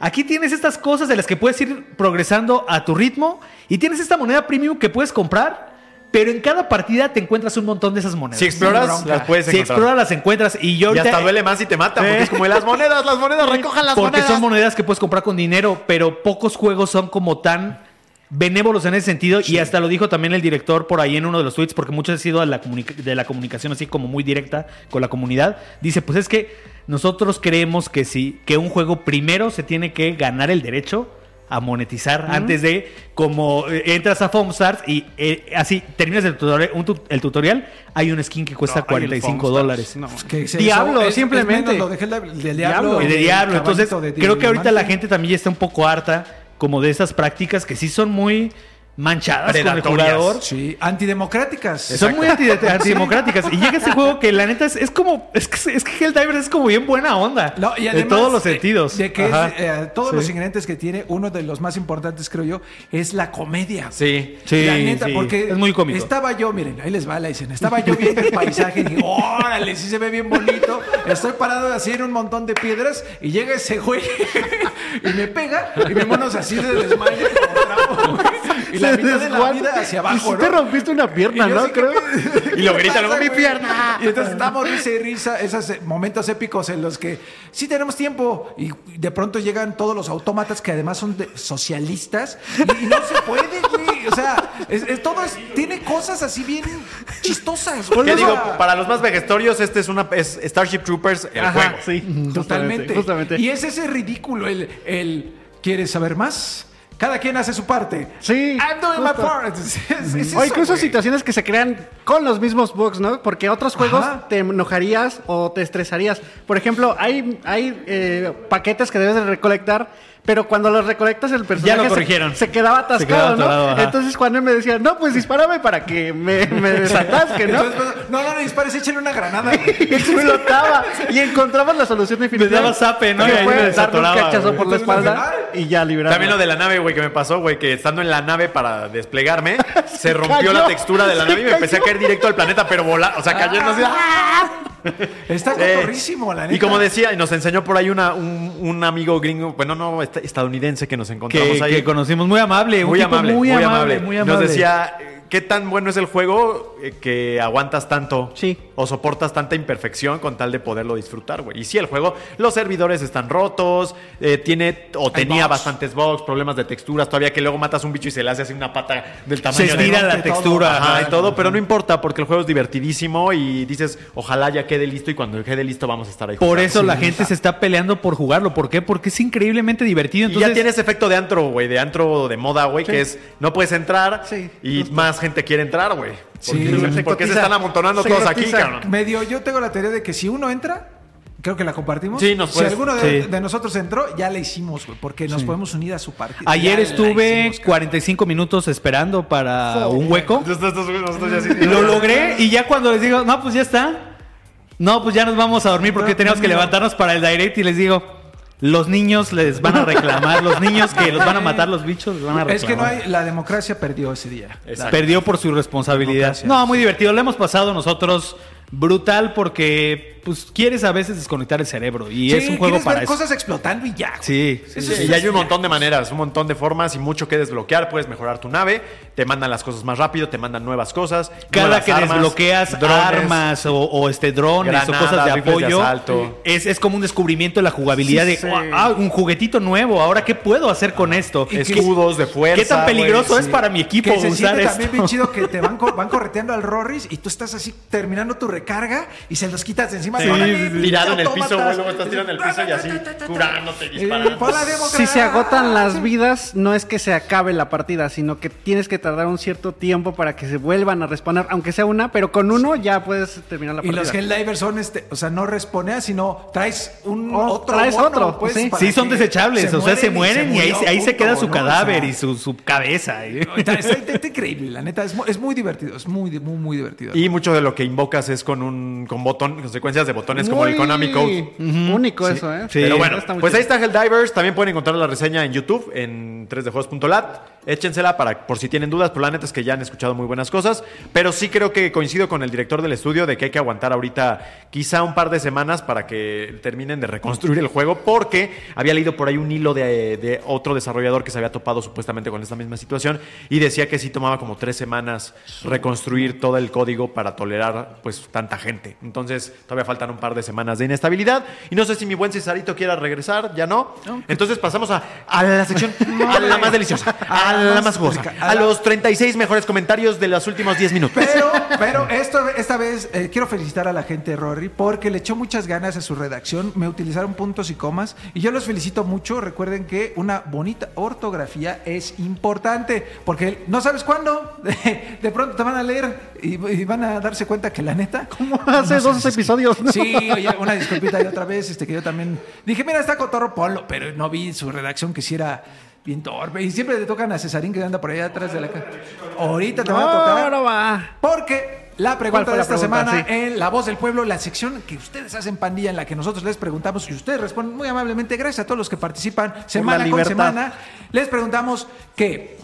Speaker 5: Aquí tienes estas cosas de las que puedes ir progresando a tu ritmo y tienes esta moneda premium que puedes comprar, pero en cada partida te encuentras un montón de esas monedas.
Speaker 2: Si exploras,
Speaker 4: Sin bronca.
Speaker 2: las puedes
Speaker 5: Si
Speaker 2: encontrar.
Speaker 5: exploras las encuentras y yo
Speaker 2: y
Speaker 5: ahorita-
Speaker 2: hasta duele más si te matan, porque es como las monedas, las monedas, recojan las
Speaker 5: porque
Speaker 2: monedas.
Speaker 5: son monedas que puedes comprar con dinero, pero pocos juegos son como tan benévolos en ese sentido y hasta lo dijo también el director por ahí en uno de los tweets porque mucho ha sido de la, comunica- de la comunicación así como muy directa con la comunidad dice pues es que nosotros creemos que sí que un juego primero se tiene que ganar el derecho a monetizar antes de como eh, entras a FOMSTARS y eh, así terminas el tutorial, un tut- el tutorial hay un skin que cuesta
Speaker 6: No, ay, el
Speaker 5: 45
Speaker 6: Foamstars,
Speaker 5: dólares
Speaker 6: no.
Speaker 4: que se-
Speaker 6: Diablo,
Speaker 4: es- es
Speaker 6: simplemente.
Speaker 4: menos lo de Helldive- de Diablo,
Speaker 5: Y de
Speaker 4: del
Speaker 5: diablo.
Speaker 4: caballito
Speaker 5: Entonces,
Speaker 4: de
Speaker 5: creo que ahorita la
Speaker 4: diamante.
Speaker 5: gente también ya está un poco harta como de esas prácticas que sí son muy manchadas con el
Speaker 2: Predatorias.
Speaker 5: jugador.
Speaker 4: Sí, antidemocráticas.
Speaker 5: Son muy anti- antidemocráticas. Y llega este juego que la neta es, es como. Es que, es que Helldivers es como bien buena onda.
Speaker 4: No, y
Speaker 5: en
Speaker 4: además,
Speaker 5: todos los
Speaker 4: de-
Speaker 5: sentidos.
Speaker 4: De que es,
Speaker 5: Ajá.
Speaker 4: eh, todos
Speaker 5: Sí.
Speaker 4: los ingredientes que tiene, uno de los más importantes, creo yo, es la comedia.
Speaker 2: Sí.
Speaker 5: Sí,
Speaker 4: la neta,
Speaker 5: sí.
Speaker 4: porque
Speaker 5: es muy cómico.
Speaker 4: Estaba yo, miren, ahí les va la dicen, estaba yo viendo el paisaje y dije, órale, sí se ve bien bonito. Estoy parado así en un montón de piedras y llega ese güey *laughs* y me pega y mi mono se así de desmayo como trapo, güey, y la
Speaker 6: Se
Speaker 4: mitad de la
Speaker 6: desguaza.
Speaker 4: vida hacia
Speaker 6: Y
Speaker 4: abajo,
Speaker 6: sí
Speaker 4: ¿no?
Speaker 6: te rompiste una pierna,
Speaker 4: yo
Speaker 6: ¿no?
Speaker 4: así,
Speaker 6: Creo.
Speaker 2: Y lo gritan, luego,
Speaker 4: pasa,
Speaker 2: "Mi
Speaker 4: güey?"
Speaker 2: pierna.
Speaker 4: Y entonces estamos risa y risa, esos eh, momentos épicos en los que sí tenemos tiempo y de pronto llegan todos los autómatas que además son de- socialistas y, y no se puede, güey. O sea, es, es- todo es- tiene cosas así bien chistosas. güey.
Speaker 2: Que
Speaker 4: O sea,
Speaker 2: digo, para los más vegetorios, este es una es Starship Troopers el
Speaker 6: Ajá,
Speaker 2: juego.
Speaker 6: sí.
Speaker 4: Totalmente.
Speaker 6: Mm, Justamente. justamente.
Speaker 4: Y es ese ridículo, el, el ¿quieres saber más? Cada quien hace su parte.
Speaker 6: Sí,
Speaker 4: I'm doing my
Speaker 6: justo.
Speaker 4: part. Es- es- es
Speaker 6: Mm. o
Speaker 4: eso,
Speaker 6: incluso
Speaker 4: güey.
Speaker 6: situaciones que se crean con los mismos bugs, ¿no? Porque otros juegos
Speaker 4: Ajá.
Speaker 6: te enojarías o te estresarías. Por ejemplo, hay, hay eh, paquetes que debes de recolectar, Pero cuando los recolectas el personaje
Speaker 5: lo
Speaker 6: se-
Speaker 5: corrigieron.
Speaker 6: Se, quedaba atascado,
Speaker 5: Se quedaba atorado,
Speaker 6: ¿no?
Speaker 5: ajá.
Speaker 6: Entonces Juan me decía, no, pues dispárame para que me, me desatasque, ¿no?
Speaker 4: Entonces, pues, no, no le dispares, échale una granada. güey.
Speaker 6: *laughs* Y explotaba y encontrabas la solución definitiva.
Speaker 5: daba zape, ¿no?
Speaker 6: Que
Speaker 5: Y ahí
Speaker 6: fue
Speaker 5: me
Speaker 6: darle
Speaker 5: desatoraba,
Speaker 6: un cachazo
Speaker 5: güey.
Speaker 6: por la
Speaker 4: Entonces,
Speaker 6: espalda y ya liberaba.
Speaker 2: También lo de la nave, güey, que me pasó, güey, que estando en la nave para desplegarme, se rompió
Speaker 6: cayó,
Speaker 2: la textura de la
Speaker 6: se
Speaker 2: nave y me empecé a
Speaker 6: cayó.
Speaker 2: caer directo al planeta, pero volar, o sea, cayendo así.
Speaker 4: Está
Speaker 2: Sí.
Speaker 4: cotorrísimo, la neta.
Speaker 2: Y como decía, y nos enseñó por ahí una, un, un amigo gringo, bueno, no, est- estadounidense que nos encontramos
Speaker 5: que,
Speaker 2: ahí.
Speaker 5: que conocimos muy amable, un
Speaker 2: muy,
Speaker 5: tipo
Speaker 2: amable,
Speaker 5: muy amable, muy amable.
Speaker 2: Nos decía, eh, ¿qué tan bueno es el juego eh, que aguantas tanto?
Speaker 6: Sí.
Speaker 2: O soportas tanta imperfección con tal de poderlo disfrutar, güey. Y sí, el juego, los servidores están rotos, eh, tiene o tenía
Speaker 4: bugs.
Speaker 2: bastantes bugs, problemas de texturas, todavía que luego matas un bicho y se le hace así una pata del tamaño
Speaker 5: se
Speaker 2: de-
Speaker 5: estira la
Speaker 2: Ajá,
Speaker 5: textura.
Speaker 2: y todo, pero no importa porque el juego es divertidísimo y dices, ojalá ya quede listo y cuando quede listo vamos a estar ahí.
Speaker 5: Por
Speaker 2: jugando".
Speaker 5: eso
Speaker 2: Sí.
Speaker 5: la gente se está peleando por jugarlo. ¿Por qué? Porque es increíblemente divertido.
Speaker 2: Y ya
Speaker 5: Entonces,
Speaker 2: tiene ese efecto de antro, güey, de antro de moda, güey, que es no puedes entrar
Speaker 6: Sí,
Speaker 2: y más gente quiere entrar, güey. Porque,
Speaker 4: Sí,
Speaker 2: porque
Speaker 6: se
Speaker 2: se
Speaker 6: cotiza.
Speaker 2: están amontonando
Speaker 6: Se
Speaker 2: todos Pues aquí,
Speaker 6: cotiza.
Speaker 2: cabrón. *laughs*
Speaker 4: Medio, yo tengo la teoría de que si uno entra, creo que la compartimos.
Speaker 2: Sí, nos
Speaker 4: si
Speaker 2: puedes-
Speaker 4: alguno de,
Speaker 5: sí.
Speaker 4: de nosotros entró, ya la hicimos, güey, porque nos podemos unir a su partido. Ya
Speaker 5: ayer
Speaker 4: la
Speaker 5: estuve
Speaker 4: hicimos, cabrón.
Speaker 5: 45 minutos esperando para un hueco.
Speaker 2: Estos- estos güeyes, nosotros ya así-
Speaker 5: Lo logré y ya cuando les digo, no, pues ya está. No, pues ya nos vamos a dormir porque
Speaker 4: No,
Speaker 5: tenemos
Speaker 4: no,
Speaker 5: que
Speaker 4: no.
Speaker 5: levantarnos para el direct y les digo, los niños les van a reclamar, los niños que los van a matar los bichos les van a reclamar.
Speaker 4: Es que no hay, la democracia perdió ese día.
Speaker 2: Exacto.
Speaker 5: Perdió por su responsabilidad.
Speaker 4: Gracias.
Speaker 5: No, muy divertido. Lo hemos pasado nosotros brutal porque pues quieres a veces desconectar el cerebro y
Speaker 4: Sí,
Speaker 5: es un juego
Speaker 4: quieres
Speaker 5: para
Speaker 4: ver
Speaker 5: eso.
Speaker 4: cosas explotando y ya. güey.
Speaker 5: Sí, sí,
Speaker 2: Sí, y hay un montón de maneras, un montón de formas y mucho que desbloquear. Puedes mejorar tu nave, te mandan las cosas más rápido, te mandan nuevas cosas.
Speaker 5: Cada
Speaker 2: nuevas
Speaker 5: que
Speaker 2: armas,
Speaker 5: desbloqueas
Speaker 2: drones.
Speaker 5: armas o, o, este drones
Speaker 2: Granadas,
Speaker 5: o cosas de
Speaker 2: rifles de
Speaker 5: apoyo,
Speaker 2: asalto.
Speaker 5: es, es como un descubrimiento de la jugabilidad
Speaker 6: Sí,
Speaker 5: de
Speaker 6: sí.
Speaker 5: "Oh, ah, un juguetito nuevo. Ahora qué puedo hacer con esto?
Speaker 4: Y
Speaker 5: ¿Qué-
Speaker 2: Escudos de fuerza.
Speaker 5: ¿Qué tan
Speaker 2: güey,
Speaker 5: peligroso es
Speaker 2: sí.
Speaker 5: para mi equipo
Speaker 4: Que se
Speaker 5: usar
Speaker 4: siente también bien
Speaker 5: esto?
Speaker 4: chido
Speaker 2: *laughs*
Speaker 4: que te van, co- van correteando al Rorris y tú estás así terminando tu recarga y se los quitas de encima.
Speaker 2: Sí,
Speaker 4: Órale,
Speaker 2: sí, sí.
Speaker 4: pinche
Speaker 2: tirado en el piso, güey.
Speaker 4: autómatas.
Speaker 2: Luego estás tirando en el piso y así curándote,
Speaker 4: Eh,
Speaker 2: disparando.
Speaker 4: por la democracia.
Speaker 6: Si se agotan las vidas, no es que se acabe la partida, sino que tienes que tardar un cierto tiempo para que se vuelvan a responder, aunque sea una, pero con uno ya puedes terminar la
Speaker 4: Y
Speaker 6: partida.
Speaker 4: los Hell Divers son, este, o sea, no responeas, sino traes un
Speaker 6: Oh,
Speaker 4: otro.
Speaker 6: traes
Speaker 4: bono,
Speaker 6: otro,
Speaker 4: pues,
Speaker 6: sí.
Speaker 4: para
Speaker 5: Sí, son
Speaker 4: que
Speaker 5: desechables. o sea, se mueren y, ahí,
Speaker 4: murió,
Speaker 5: ahí se queda
Speaker 4: punto,
Speaker 5: su
Speaker 4: ¿no?
Speaker 5: cadáver
Speaker 4: O sea,
Speaker 5: y su, su cabeza. ¿eh?
Speaker 4: *laughs* Está, está- está increíble, la neta. Es muy, es muy divertido. Es muy, muy, muy divertido.
Speaker 2: Y mucho de lo que invocas es con un con botón, con secuencias de botones como el
Speaker 6: Muy
Speaker 2: Konami Code.
Speaker 6: Único eso, ¿eh?
Speaker 5: Sí.
Speaker 2: Pero
Speaker 5: Eh,
Speaker 2: bueno,
Speaker 6: Está muy
Speaker 2: pues ahí
Speaker 6: chido.
Speaker 2: está Helldivers. También pueden encontrar la reseña en YouTube, en 3djuegos.lat. Échensela para, por si tienen dudas, por la neta es que ya han escuchado muy buenas cosas. Pero sí creo que coincido con el director del estudio de que hay que aguantar ahorita quizá un par de semanas para que terminen de reconstruir el juego, porque había leído por ahí un hilo de, de otro desarrollador que se había topado supuestamente con esta misma situación y decía que sí tomaba como tres semanas reconstruir todo el código para tolerar pues tanta gente. Entonces todavía faltan un par de semanas de inestabilidad y no sé si mi buen Cesarito quiera regresar, ya no. pues Entonces pasamos a, a la *laughs* sección, a la más deliciosa, a la más jugosa, a los 36 mejores comentarios de los últimos 10 minutos.
Speaker 4: Pero, pero esto, esta vez eh, quiero felicitar a la gente de Rory porque le echó muchas ganas a su redacción. Me utilizaron puntos y comas y yo los felicito mucho. Recuerden que una bonita ortografía es importante porque no sabes cuándo. *laughs* De, pronto te van a leer y, y van a darse cuenta que la neta. ¿Cómo
Speaker 6: Hace dos episodios, *laughs* ¿no?
Speaker 4: Sí, oye, una disculpita y otra vez, este que yo también dije, mira, está cotorro Polo, pero no vi su redacción que si era bien torpe. Y siempre le tocan a Cesarín que anda por allá atrás de la cara. Ahorita te va a tocar.
Speaker 6: No, no va.
Speaker 4: Porque la pregunta
Speaker 6: fue
Speaker 4: de
Speaker 6: la
Speaker 4: esta
Speaker 6: pregunta?
Speaker 4: semana
Speaker 6: Sí.
Speaker 4: en La Voz del Pueblo, la sección que ustedes hacen pandilla, en la que nosotros les preguntamos y ustedes responden muy amablemente, gracias a todos los que participan semana con
Speaker 6: libertad.
Speaker 4: semana, les preguntamos que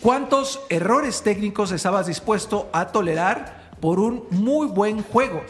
Speaker 4: ¿cuántos errores técnicos estabas dispuesto a tolerar por un muy buen juego?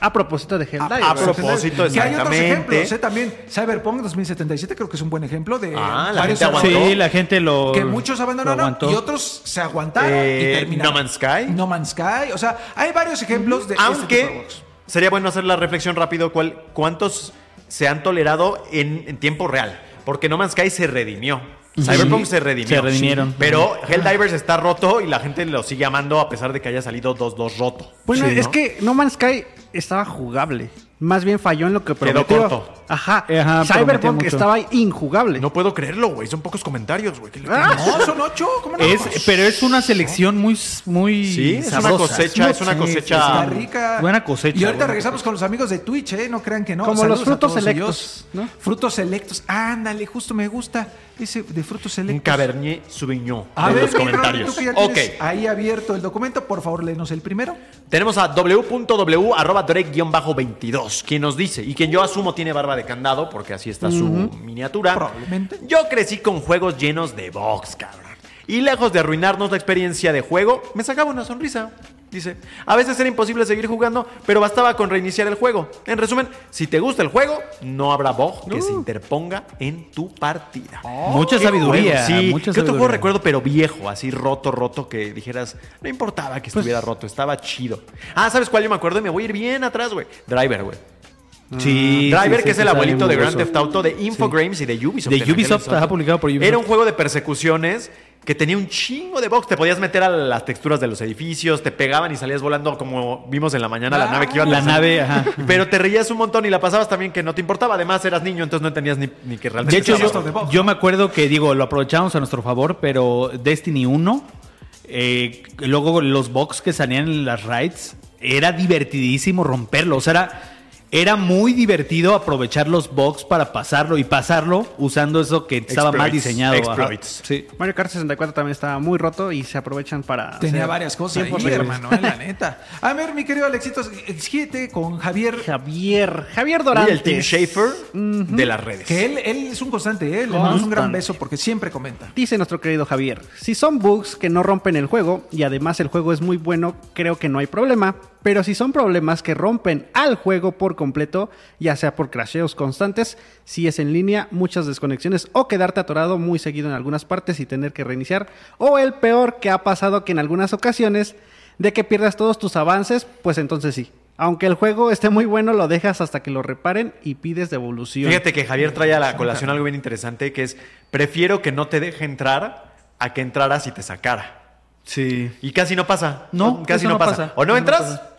Speaker 6: A propósito de Hell
Speaker 2: a propósito,
Speaker 4: Que hay otros
Speaker 2: exactamente.
Speaker 4: ejemplos, ¿eh? también Cyberpunk 2077 creo que es un buen ejemplo de
Speaker 2: Ah, la
Speaker 5: *laughs*
Speaker 4: varios
Speaker 2: gente
Speaker 4: errores
Speaker 2: aguantó.
Speaker 5: Sí, la gente lo.
Speaker 4: que muchos
Speaker 5: lo
Speaker 4: abandonaron
Speaker 5: aguantó.
Speaker 4: y otros se aguantaron
Speaker 2: Eh,
Speaker 4: y terminaron.
Speaker 2: No Man's Sky.
Speaker 4: No Man's Sky. O sea, hay varios ejemplos de. este tipo de
Speaker 2: Aunque
Speaker 4: juegos.
Speaker 2: sería bueno hacer la reflexión rápido cuál, cuántos se han tolerado en, en tiempo real. Porque No Man's Sky se redimió. Cyberpunk se redimió.
Speaker 5: se redimieron.
Speaker 2: Sí. Pero Helldivers está roto y la gente lo sigue amando a pesar de que haya salido 2-2 roto.
Speaker 6: Bueno,
Speaker 2: Sí,
Speaker 6: es
Speaker 2: ¿no?
Speaker 6: que No Man's Sky estaba jugable. Más bien falló en lo que
Speaker 2: Quedó
Speaker 6: prometió.
Speaker 2: corto.
Speaker 6: Ajá.
Speaker 5: Eh, Ajá, prometía
Speaker 6: Cyberpunk
Speaker 5: mucho.
Speaker 6: estaba injugable.
Speaker 7: No puedo creerlo, güey. Son pocos comentarios, güey. ¿Qué le-
Speaker 6: Ah,
Speaker 4: No, son ocho. ¿Cómo no? Pues,
Speaker 5: Es, pero es una selección muy, muy
Speaker 2: Sí, es una
Speaker 5: sabrosa.
Speaker 2: cosecha, es una
Speaker 5: sí, sí,
Speaker 2: cosecha-
Speaker 5: sí,
Speaker 4: Está
Speaker 5: sí.
Speaker 4: rica.
Speaker 5: Buena cosecha.
Speaker 4: Y ahorita
Speaker 5: buena
Speaker 4: regresamos con los amigos de Twitch, ¿eh? No crean que no.
Speaker 6: Como los
Speaker 4: a
Speaker 6: frutos
Speaker 4: todos
Speaker 6: selectos,
Speaker 4: ellos. Frutos selectos. Ándale, justo me gusta ese de frutos
Speaker 2: Un
Speaker 4: selectos.
Speaker 2: Cabernet Sauvignon
Speaker 4: A
Speaker 2: en
Speaker 4: ver,
Speaker 2: los
Speaker 4: mi Ronnie,
Speaker 2: comentarios.
Speaker 4: tú que ya
Speaker 2: Ok,
Speaker 4: tienes ahí abierto el documento, por favor, léenos el primero.
Speaker 2: tenemos a www.drake-22, quien nos dice, y quien yo asumo tiene barba de candado, porque así está su miniatura.
Speaker 4: Probablemente.
Speaker 2: Yo crecí con juegos llenos de box, cabrón. Y lejos de arruinarnos la experiencia de juego, me sacaba una sonrisa. Dice, a veces era imposible seguir jugando, pero bastaba con reiniciar el juego. En resumen, si te gusta el juego, no habrá bug que se interponga en tu partida.
Speaker 5: Mucha
Speaker 2: Oh, Qué
Speaker 5: sabiduría.
Speaker 2: juego, sí.
Speaker 5: mucha
Speaker 2: ¿Qué otro
Speaker 5: sabiduría.
Speaker 2: juego recuerdo, pero viejo, así roto, roto, que dijeras, no importaba
Speaker 5: Pues
Speaker 2: que estuviera roto, estaba chido. Ah, ¿sabes cuál yo me acuerdo? Me voy a ir bien atrás, güey. Driver, güey. Mm,
Speaker 5: Sí,
Speaker 2: Driver,
Speaker 5: sí,
Speaker 2: que
Speaker 5: sí,
Speaker 2: es el
Speaker 5: está
Speaker 2: abuelito
Speaker 5: bien
Speaker 2: de Grand
Speaker 5: jugoso.
Speaker 2: Theft Auto, de Infogrames y de Ubisoft.
Speaker 5: De
Speaker 2: en aquel
Speaker 5: Ubisoft,
Speaker 2: entonces.
Speaker 5: ajá, publicado por Ubisoft.
Speaker 2: Era un juego de persecuciones que tenía un chingo de box. Te podías meter a las texturas de los edificios, te pegaban y salías volando como vimos en la mañana la nave que iba
Speaker 5: Ah, La
Speaker 2: atrás.
Speaker 5: nave, ajá.
Speaker 2: Pero te reías un montón y la pasabas también que no te importaba. Además, eras niño, entonces no entendías ni, ni que realmente
Speaker 5: De hecho,
Speaker 2: estaba-
Speaker 5: yo, yo me acuerdo que, digo, lo aprovechamos a nuestro favor, pero Destiny 1, eh, luego los box que salían en las raids, era divertidísimo romperlo. O sea, era, era muy divertido aprovechar los box para pasarlo y pasarlo usando eso que estaba mal
Speaker 2: Exploits,
Speaker 5: diseñado. ajá.
Speaker 2: exploits.
Speaker 5: Sí.
Speaker 6: Mario Kart 64 también estaba muy roto y se aprovechan para.
Speaker 4: Tenía
Speaker 6: hacer
Speaker 4: varias cosas ahí,
Speaker 6: tiempos libres.
Speaker 4: hermano, eh, la neta. A ver, mi querido Alexito, exígete con Javier,
Speaker 6: Javier, Javier
Speaker 2: Y
Speaker 6: Dorantes.
Speaker 2: el Team Schaefer de las redes.
Speaker 4: que él, él es un constante, ¿eh? Le mandamos un gran beso porque siempre comenta.
Speaker 6: Dice nuestro querido Javier, si son bugs que no rompen el juego y además el juego es muy bueno, creo que no hay problema, pero si son problemas que rompen al juego por completo, ya sea por crasheos constantes, si es en línea, muchas desconexiones o quedarte atorado muy seguido en algunas partes y tener que reiniciar, o el peor que ha pasado que en algunas ocasiones de que pierdas todos tus avances, pues entonces sí. Aunque el juego esté muy bueno, lo dejas hasta que lo reparen y pides devolución.
Speaker 2: Fíjate que Javier trae a la colación algo bien interesante que es prefiero que no te deje entrar a que entraras y te sacara.
Speaker 5: Sí.
Speaker 2: Y casi no pasa.
Speaker 5: No,
Speaker 2: casi
Speaker 5: eso
Speaker 2: no
Speaker 5: no
Speaker 2: pasa.
Speaker 5: pasa.
Speaker 2: O no
Speaker 5: Eso no
Speaker 2: entras,
Speaker 5: pasa.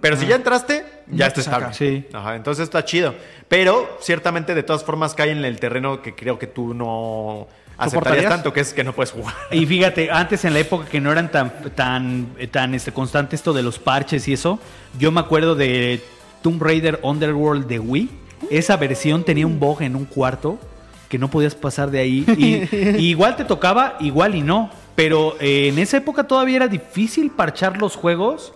Speaker 2: pero si ya entraste, ya
Speaker 4: te
Speaker 2: está
Speaker 4: saca.
Speaker 2: estable.
Speaker 5: Sí.
Speaker 2: Ajá, entonces está chido. Pero ciertamente de todas formas cae en el terreno que creo que tú no aceptarías
Speaker 6: ¿Soportarías?
Speaker 2: tanto, que es que no puedes jugar.
Speaker 5: Y fíjate, antes en la época que no eran tan, tan, eh, tan este, constante esto de los parches y eso, yo me acuerdo de Tomb Raider Underworld de Wii. Esa versión tenía un bug en un cuarto que no podías pasar de ahí. Y, y igual te tocaba, igual y no. Pero eh, en esa época todavía era difícil parchar los juegos.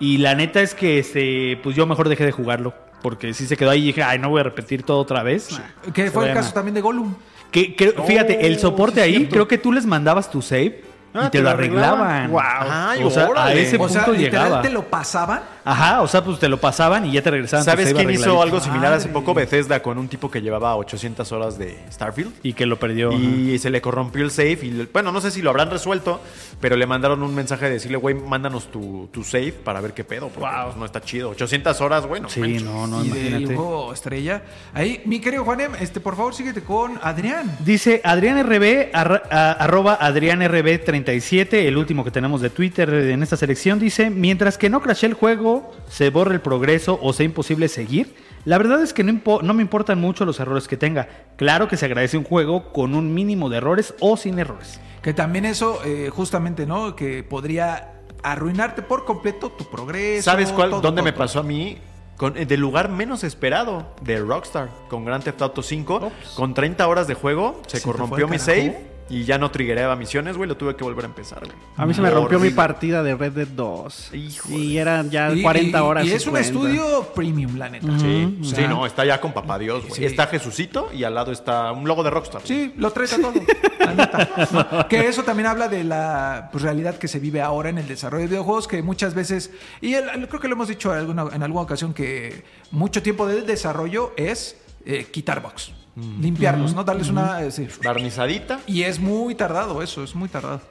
Speaker 5: Y la neta es que este, pues yo mejor dejé de jugarlo. Porque sí se quedó ahí y dije, ay, no voy a repetir todo otra vez.
Speaker 4: Que
Speaker 5: Se
Speaker 4: fue el
Speaker 5: vayan a-
Speaker 4: caso también de Gollum.
Speaker 5: que, que- fíjate, el soporte ahí, creo que tú les mandabas tu save
Speaker 6: Ah,
Speaker 5: y te, lo arreglaban.
Speaker 2: Ay,
Speaker 5: o sea, a
Speaker 2: órale.
Speaker 5: ese
Speaker 4: O
Speaker 5: punto
Speaker 4: sea, literal
Speaker 5: llegaba.
Speaker 4: te lo pasaban.
Speaker 5: Ajá, o sea, pues te lo pasaban y ya te regresaban. tu
Speaker 2: ¿Sabes
Speaker 5: save
Speaker 2: quién hizo
Speaker 5: arregladito.
Speaker 2: algo similar hace
Speaker 4: Madre.
Speaker 2: poco? Bethesda con un tipo que llevaba 800 horas de Starfield.
Speaker 5: Y que lo perdió. ajá.
Speaker 2: Y se le corrompió el safe. Y le- bueno, no sé si lo habrán resuelto, pero le mandaron un mensaje de decirle, güey, mándanos tu, tu safe para ver qué pedo. Porque pues, no está chido. 800 horas, bueno.
Speaker 5: Sí, no, no,
Speaker 4: y del
Speaker 5: imagínate.
Speaker 4: juego estrella. Ahí, mi querido Juanem, este, por favor, síguete con Adrián.
Speaker 5: Dice Adrián RB, arra- a- arroba Adrián RB37, el último que tenemos de Twitter en esta selección, dice, mientras que no crashe el juego, se borre el progreso o sea imposible seguir, la verdad es que no, impo- no me importan mucho los errores que tenga. Claro que se agradece un juego con un mínimo de errores o sin errores.
Speaker 4: Que también eso, eh, justamente, ¿no? Que podría arruinarte por completo tu progreso.
Speaker 2: ¿Sabes cuál?
Speaker 4: todo,
Speaker 2: ¿Dónde
Speaker 4: todo,
Speaker 2: me
Speaker 4: todo.
Speaker 2: pasó a mí? Con, eh, del lugar menos esperado de Rockstar con Grand Theft Auto 5. Con 30 horas de juego, se
Speaker 4: Se te
Speaker 2: corrompió
Speaker 4: fue
Speaker 2: mi
Speaker 4: al carajo.
Speaker 2: save y ya no triggereaba misiones, güey. Lo tuve que volver a empezar, güey.
Speaker 6: A mí se me rompió mi
Speaker 2: Horrible.
Speaker 6: partida de Red Dead 2.
Speaker 2: Híjole.
Speaker 6: Y eran ya
Speaker 4: Y-
Speaker 6: 40
Speaker 4: y-
Speaker 6: horas.
Speaker 4: Y es un
Speaker 6: 50.
Speaker 4: estudio premium, la neta.
Speaker 2: Sí,
Speaker 4: O
Speaker 2: sí,
Speaker 4: sea,
Speaker 2: no, está ya con papá Dios, güey.
Speaker 4: Sí.
Speaker 2: Está Jesucito y al lado está un logo de Rockstar. güey.
Speaker 4: Sí, lo traes a todo. la
Speaker 2: *laughs*
Speaker 4: neta. No, que eso también habla de la pues, realidad que se vive ahora en el desarrollo de videojuegos, que muchas veces, y el- el- creo que lo hemos dicho en alguna, en alguna ocasión, que mucho tiempo del desarrollo es eh, quitar bugs,
Speaker 2: Mm.
Speaker 4: limpiarlos, ¿no? Darles una... eh, sí.
Speaker 2: Barnizadita.
Speaker 4: Y es muy tardado eso, es muy tardado.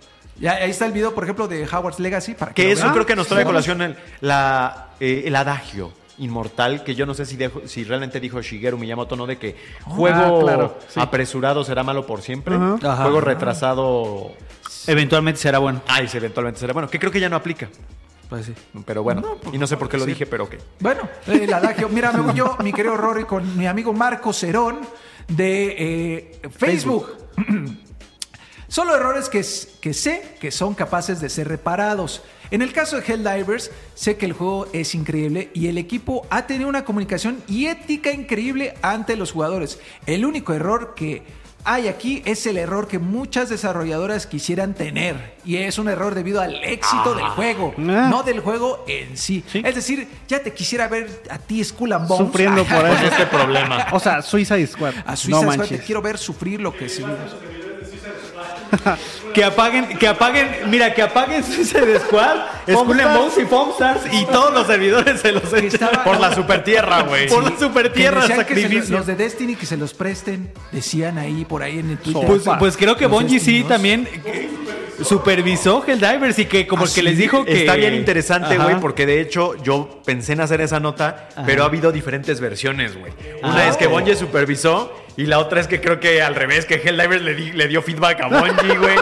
Speaker 4: Y ahí ahí está el video, por ejemplo, de Howard's Legacy. Para
Speaker 2: Que
Speaker 4: lo
Speaker 2: eso
Speaker 4: vean.
Speaker 2: creo que nos trae a colación el, la, eh, el adagio inmortal, que yo no sé si, dejo- si realmente dijo Shigeru Miyamoto, ¿no? De que juego
Speaker 6: Ah, claro, sí.
Speaker 2: apresurado será malo por siempre,
Speaker 6: Ajá.
Speaker 5: Ajá.
Speaker 2: juego retrasado,
Speaker 5: Eventualmente será bueno.
Speaker 2: ay, se- eventualmente será bueno, que creo que ya no aplica.
Speaker 4: Pues sí.
Speaker 2: Pero bueno,
Speaker 6: pues
Speaker 2: y no sé por qué lo dije, pero ok.
Speaker 4: Bueno, el adagio. Mira, me voy yo, mi querido Rory, con mi amigo Marco Cerón de eh, Facebook. Solo errores que, s- que sé que son capaces de ser reparados. En el caso de Helldivers, sé que el juego es increíble y el equipo ha tenido una comunicación y ética increíble ante los jugadores. El único error que hay aquí es el error que muchas desarrolladoras quisieran tener y es un error debido al éxito del juego,
Speaker 6: Ah.
Speaker 4: no del juego en sí. Es decir, ya te quisiera ver a ti Skull and Bones. *laughs*
Speaker 6: Sufriendo por
Speaker 4: Ajá.
Speaker 6: eso. este
Speaker 2: *laughs*
Speaker 6: problema. O sea, Suicide Squad.
Speaker 4: A Suiza
Speaker 6: no
Speaker 4: Squad,
Speaker 6: manches.
Speaker 4: te quiero ver sufrir lo que sufrimos.
Speaker 5: Que apaguen, que apaguen, mira, que apaguen *laughs* Suicide Squad, Skull and Bones y Foamstars y todos los servidores se los echan. *laughs*
Speaker 4: estaba-
Speaker 5: Por la supertierra, güey. Por la supertierra,
Speaker 4: Que decían que se lo-
Speaker 5: sacrificio.
Speaker 4: los de Destiny que se los presten, decían ahí por ahí en el Twitter.
Speaker 5: Pues,
Speaker 4: Opa.
Speaker 5: pues creo que
Speaker 4: Los
Speaker 5: Bungie sí
Speaker 4: Destiny dos.
Speaker 5: también eh, supervisó Helldivers y que como que les dijo que...
Speaker 2: Ah, Está bien interesante,
Speaker 5: Ajá.
Speaker 2: güey, porque de hecho yo pensé en hacer esa nota, pero ha habido diferentes versiones, güey. Una
Speaker 5: Ah.
Speaker 2: es que Bonje supervisó y la otra es que creo que al revés, que Helldivers le, di- le dio feedback a Bonje, güey.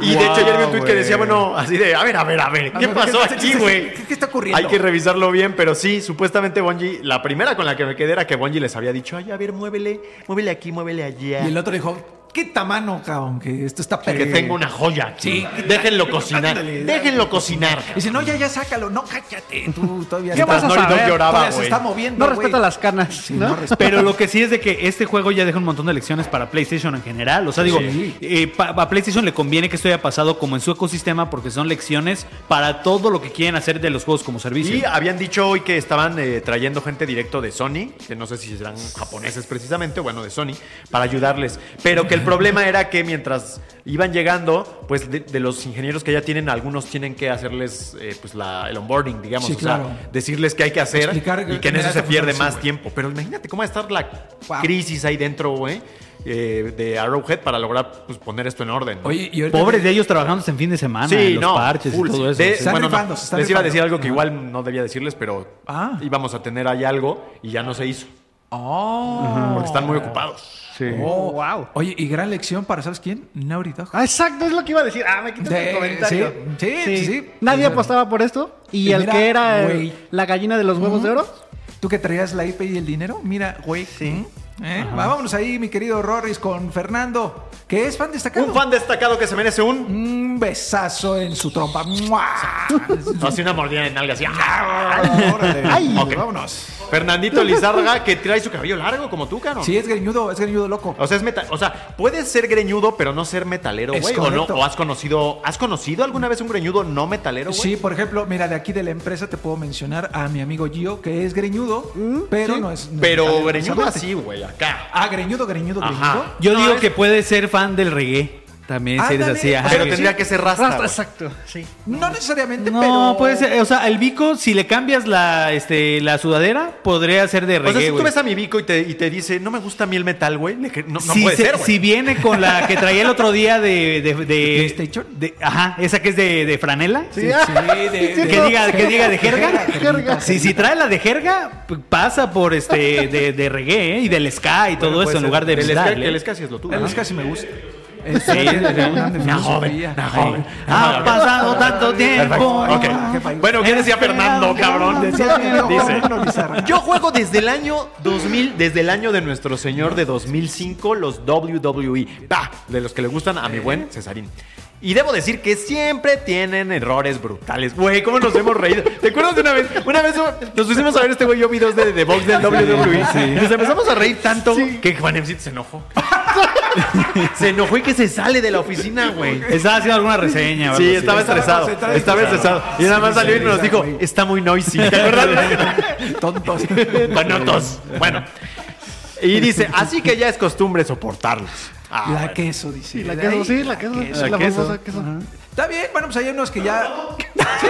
Speaker 2: Y de hecho ayer vi un tweet que decía, bueno, así de, a ver, a ver, a ver, ¿qué
Speaker 4: ver,
Speaker 2: pasó
Speaker 4: ¿qué-
Speaker 2: aquí,
Speaker 4: qué-
Speaker 2: güey?
Speaker 4: qué- qué está ocurriendo?
Speaker 2: Hay que revisarlo bien, pero sí, supuestamente Bonji, la primera con la que me quedé era que Bonji les había dicho, ay, a ver, muévele, muévele aquí, muévele allá.
Speaker 4: Y el otro dijo, qué tamaño, cabrón, que esto está
Speaker 2: que
Speaker 4: perdido.
Speaker 2: tengo una joya.
Speaker 4: Sí.
Speaker 2: Déjenlo cocinar.
Speaker 4: Ándale.
Speaker 2: Déjenlo cocinar.
Speaker 4: Dice, no, ya, ya, sácalo. No, cállate. Tú todavía
Speaker 6: ¿Qué
Speaker 4: estás-
Speaker 6: vas a
Speaker 2: Naughty Dog
Speaker 6: saber?
Speaker 2: lloraba,
Speaker 4: todavía se
Speaker 2: güey.
Speaker 4: está moviendo,
Speaker 6: No
Speaker 4: güey.
Speaker 6: respeta las canas, ¿no?
Speaker 5: Pero lo que sí es de que este juego ya deja un montón de lecciones para PlayStation en general. O sea, digo,
Speaker 4: Sí.
Speaker 5: eh, pa- a PlayStation le conviene que esto haya pasado como en su ecosistema porque son lecciones para todo lo que quieren hacer de los juegos como servicio.
Speaker 2: Y habían dicho hoy que estaban eh, trayendo gente directo de Sony, que no sé si serán japoneses precisamente, o bueno, de Sony, para ayudarles. Pero que el problema era que mientras iban llegando, pues de, de los ingenieros que ya tienen, algunos tienen que hacerles eh, pues la- el onboarding, digamos.
Speaker 4: Sí,
Speaker 2: o sea,
Speaker 4: claro.
Speaker 2: decirles qué hay que hacer
Speaker 4: Explicar
Speaker 2: y que en eso se
Speaker 4: inmediata
Speaker 2: pierde
Speaker 4: función,
Speaker 2: más
Speaker 4: güey.
Speaker 2: tiempo. Pero imagínate cómo va a estar la
Speaker 4: Wow.
Speaker 2: crisis ahí dentro, güey. eh, de Arrowhead para lograr pues, poner esto en orden. ¿no?
Speaker 4: Oye, y ahorita-
Speaker 5: Pobres de ellos trabajando en fin de
Speaker 4: Ah,
Speaker 5: semana,
Speaker 2: Sí,
Speaker 5: en los
Speaker 2: no,
Speaker 5: parches
Speaker 2: full.
Speaker 5: y todo eso.
Speaker 2: De-
Speaker 5: sí.
Speaker 4: Están
Speaker 2: bueno, no,
Speaker 4: rifando, se están
Speaker 2: les iba a
Speaker 4: rifando.
Speaker 2: decir algo que igual no debía decirles, pero
Speaker 4: Ah.
Speaker 2: íbamos a tener ahí algo y ya no se hizo.
Speaker 4: Oh.
Speaker 2: Porque están muy ocupados.
Speaker 4: Oh,
Speaker 6: wow.
Speaker 4: Oye, y gran lección para, ¿sabes quién? Naughty Dog.
Speaker 6: Ah, exacto, es lo que iba a decir. Ah, me quitas
Speaker 4: De-
Speaker 6: el comentario.
Speaker 4: sí, sí, sí.
Speaker 6: Nadie
Speaker 4: Pues,
Speaker 6: apostaba por esto. Y
Speaker 4: y
Speaker 6: el
Speaker 4: mira,
Speaker 6: que era el-
Speaker 4: güey.
Speaker 6: la gallina de los huevos de oro.
Speaker 4: ¿Tú que traías la IP y el dinero? Mira, güey. Sí. Vámonos ahí, mi querido Rorris, con Fernando, que es fan destacado.
Speaker 2: Un fan destacado que se merece un.
Speaker 4: Un besazo en su trompa. ¡Mua!
Speaker 2: Así una mordida en nalga, así.
Speaker 4: Órale.
Speaker 6: Ay,
Speaker 4: Ok. Vámonos.
Speaker 2: Fernandito Lizárraga, que trae su cabello largo como tú, caro.
Speaker 4: Sí, es greñudo, es greñudo loco.
Speaker 2: O sea, es meta- o sea, puedes ser greñudo, pero no ser metalero,
Speaker 4: Es
Speaker 2: güey. O no,
Speaker 4: correcto.
Speaker 2: o has conocido, ¿has conocido alguna vez un greñudo no metalero, güey?
Speaker 4: Sí, por ejemplo, mira, de aquí de la empresa te puedo mencionar a mi amigo Gio, que es greñudo, pero no es. no es
Speaker 2: Pero
Speaker 4: metalero,
Speaker 2: greñudo
Speaker 4: precisamente.
Speaker 2: así, güey, acá.
Speaker 4: Ah, greñudo, greñudo,
Speaker 2: Ajá.
Speaker 4: greñudo.
Speaker 5: Yo
Speaker 2: No,
Speaker 5: digo
Speaker 2: es-
Speaker 5: que puedes ser fan del reggae. También si eres
Speaker 4: Ándale.
Speaker 5: así. ajá.
Speaker 2: Pero
Speaker 4: Ah, sí.
Speaker 2: tendría que ser rasta.
Speaker 6: Rasta,
Speaker 2: güey.
Speaker 6: Ah, exacto. Sí.
Speaker 4: No necesariamente,
Speaker 5: No,
Speaker 4: pero.
Speaker 5: puede ser. O sea, al Vico, si le cambias la, este, la sudadera, podría ser de
Speaker 2: O sea, si
Speaker 5: reggae.
Speaker 2: tú
Speaker 5: güey.
Speaker 2: ves a mi bico y te, y te dice, no me gusta a mí el metal, güey, le que- no, no
Speaker 5: si,
Speaker 2: puede
Speaker 5: se-
Speaker 2: ser, güey.
Speaker 5: si viene con la que traía el otro día de. ¿De, de,
Speaker 4: ¿De PlayStation?
Speaker 5: de- ajá, esa que es de, de franela.
Speaker 4: Sí, sí, de-
Speaker 5: Que
Speaker 4: de-
Speaker 5: diga, que diga de jerga.
Speaker 4: Jerga.
Speaker 5: Si, si trae la de jerga, p- pasa por este de, de reggae ¿eh? y del ska y todo
Speaker 2: Bueno,
Speaker 5: eso
Speaker 2: puede
Speaker 5: en lugar de
Speaker 2: ser. El
Speaker 5: metal,
Speaker 2: ska-
Speaker 5: ¿eh?
Speaker 2: El ska sí es lo tuyo.
Speaker 4: Él
Speaker 2: ¿no?
Speaker 4: es casi me gusta.
Speaker 5: Sí,
Speaker 2: *laughs*
Speaker 4: Una
Speaker 5: Ha pasado tanto tiempo.
Speaker 2: Ok. Bueno, ¿qué decía Fernando, cabrón? Dice,
Speaker 4: Yo.
Speaker 2: yo juego desde el año 2000, desde el año de nuestro señor de 2005, los WWE. Bah, de los que le gustan a mi buen Cesarín. Y debo decir que siempre tienen errores brutales. Güey, ¿cómo nos hemos reído? ¿Te acuerdas de una vez? Una vez nos pusimos a ver este güey yo videos de The Box del WWE. Y Nos empezamos a reír tanto que Juanemcito se enojó. *laughs* se enojó y que se sale de la oficina, güey.
Speaker 5: Estaba haciendo alguna reseña. o algo
Speaker 2: Sí,
Speaker 5: así.
Speaker 2: estaba estresado.
Speaker 4: concentrado,
Speaker 2: Estaba estresado. Y nada más salió y nos dijo, está muy noisy. ¿Te acuerdas?
Speaker 4: Tontos.
Speaker 2: Panotos. Bueno. Y dice, así que ya es costumbre soportarlos. Ah,
Speaker 4: La
Speaker 2: bueno.
Speaker 4: queso, dice.
Speaker 6: La
Speaker 4: De
Speaker 6: queso,
Speaker 4: ahí,
Speaker 6: sí, la queso. La,
Speaker 5: queso.
Speaker 6: famosa queso.
Speaker 4: Está bien, bueno, pues hay unos que ya. Sí,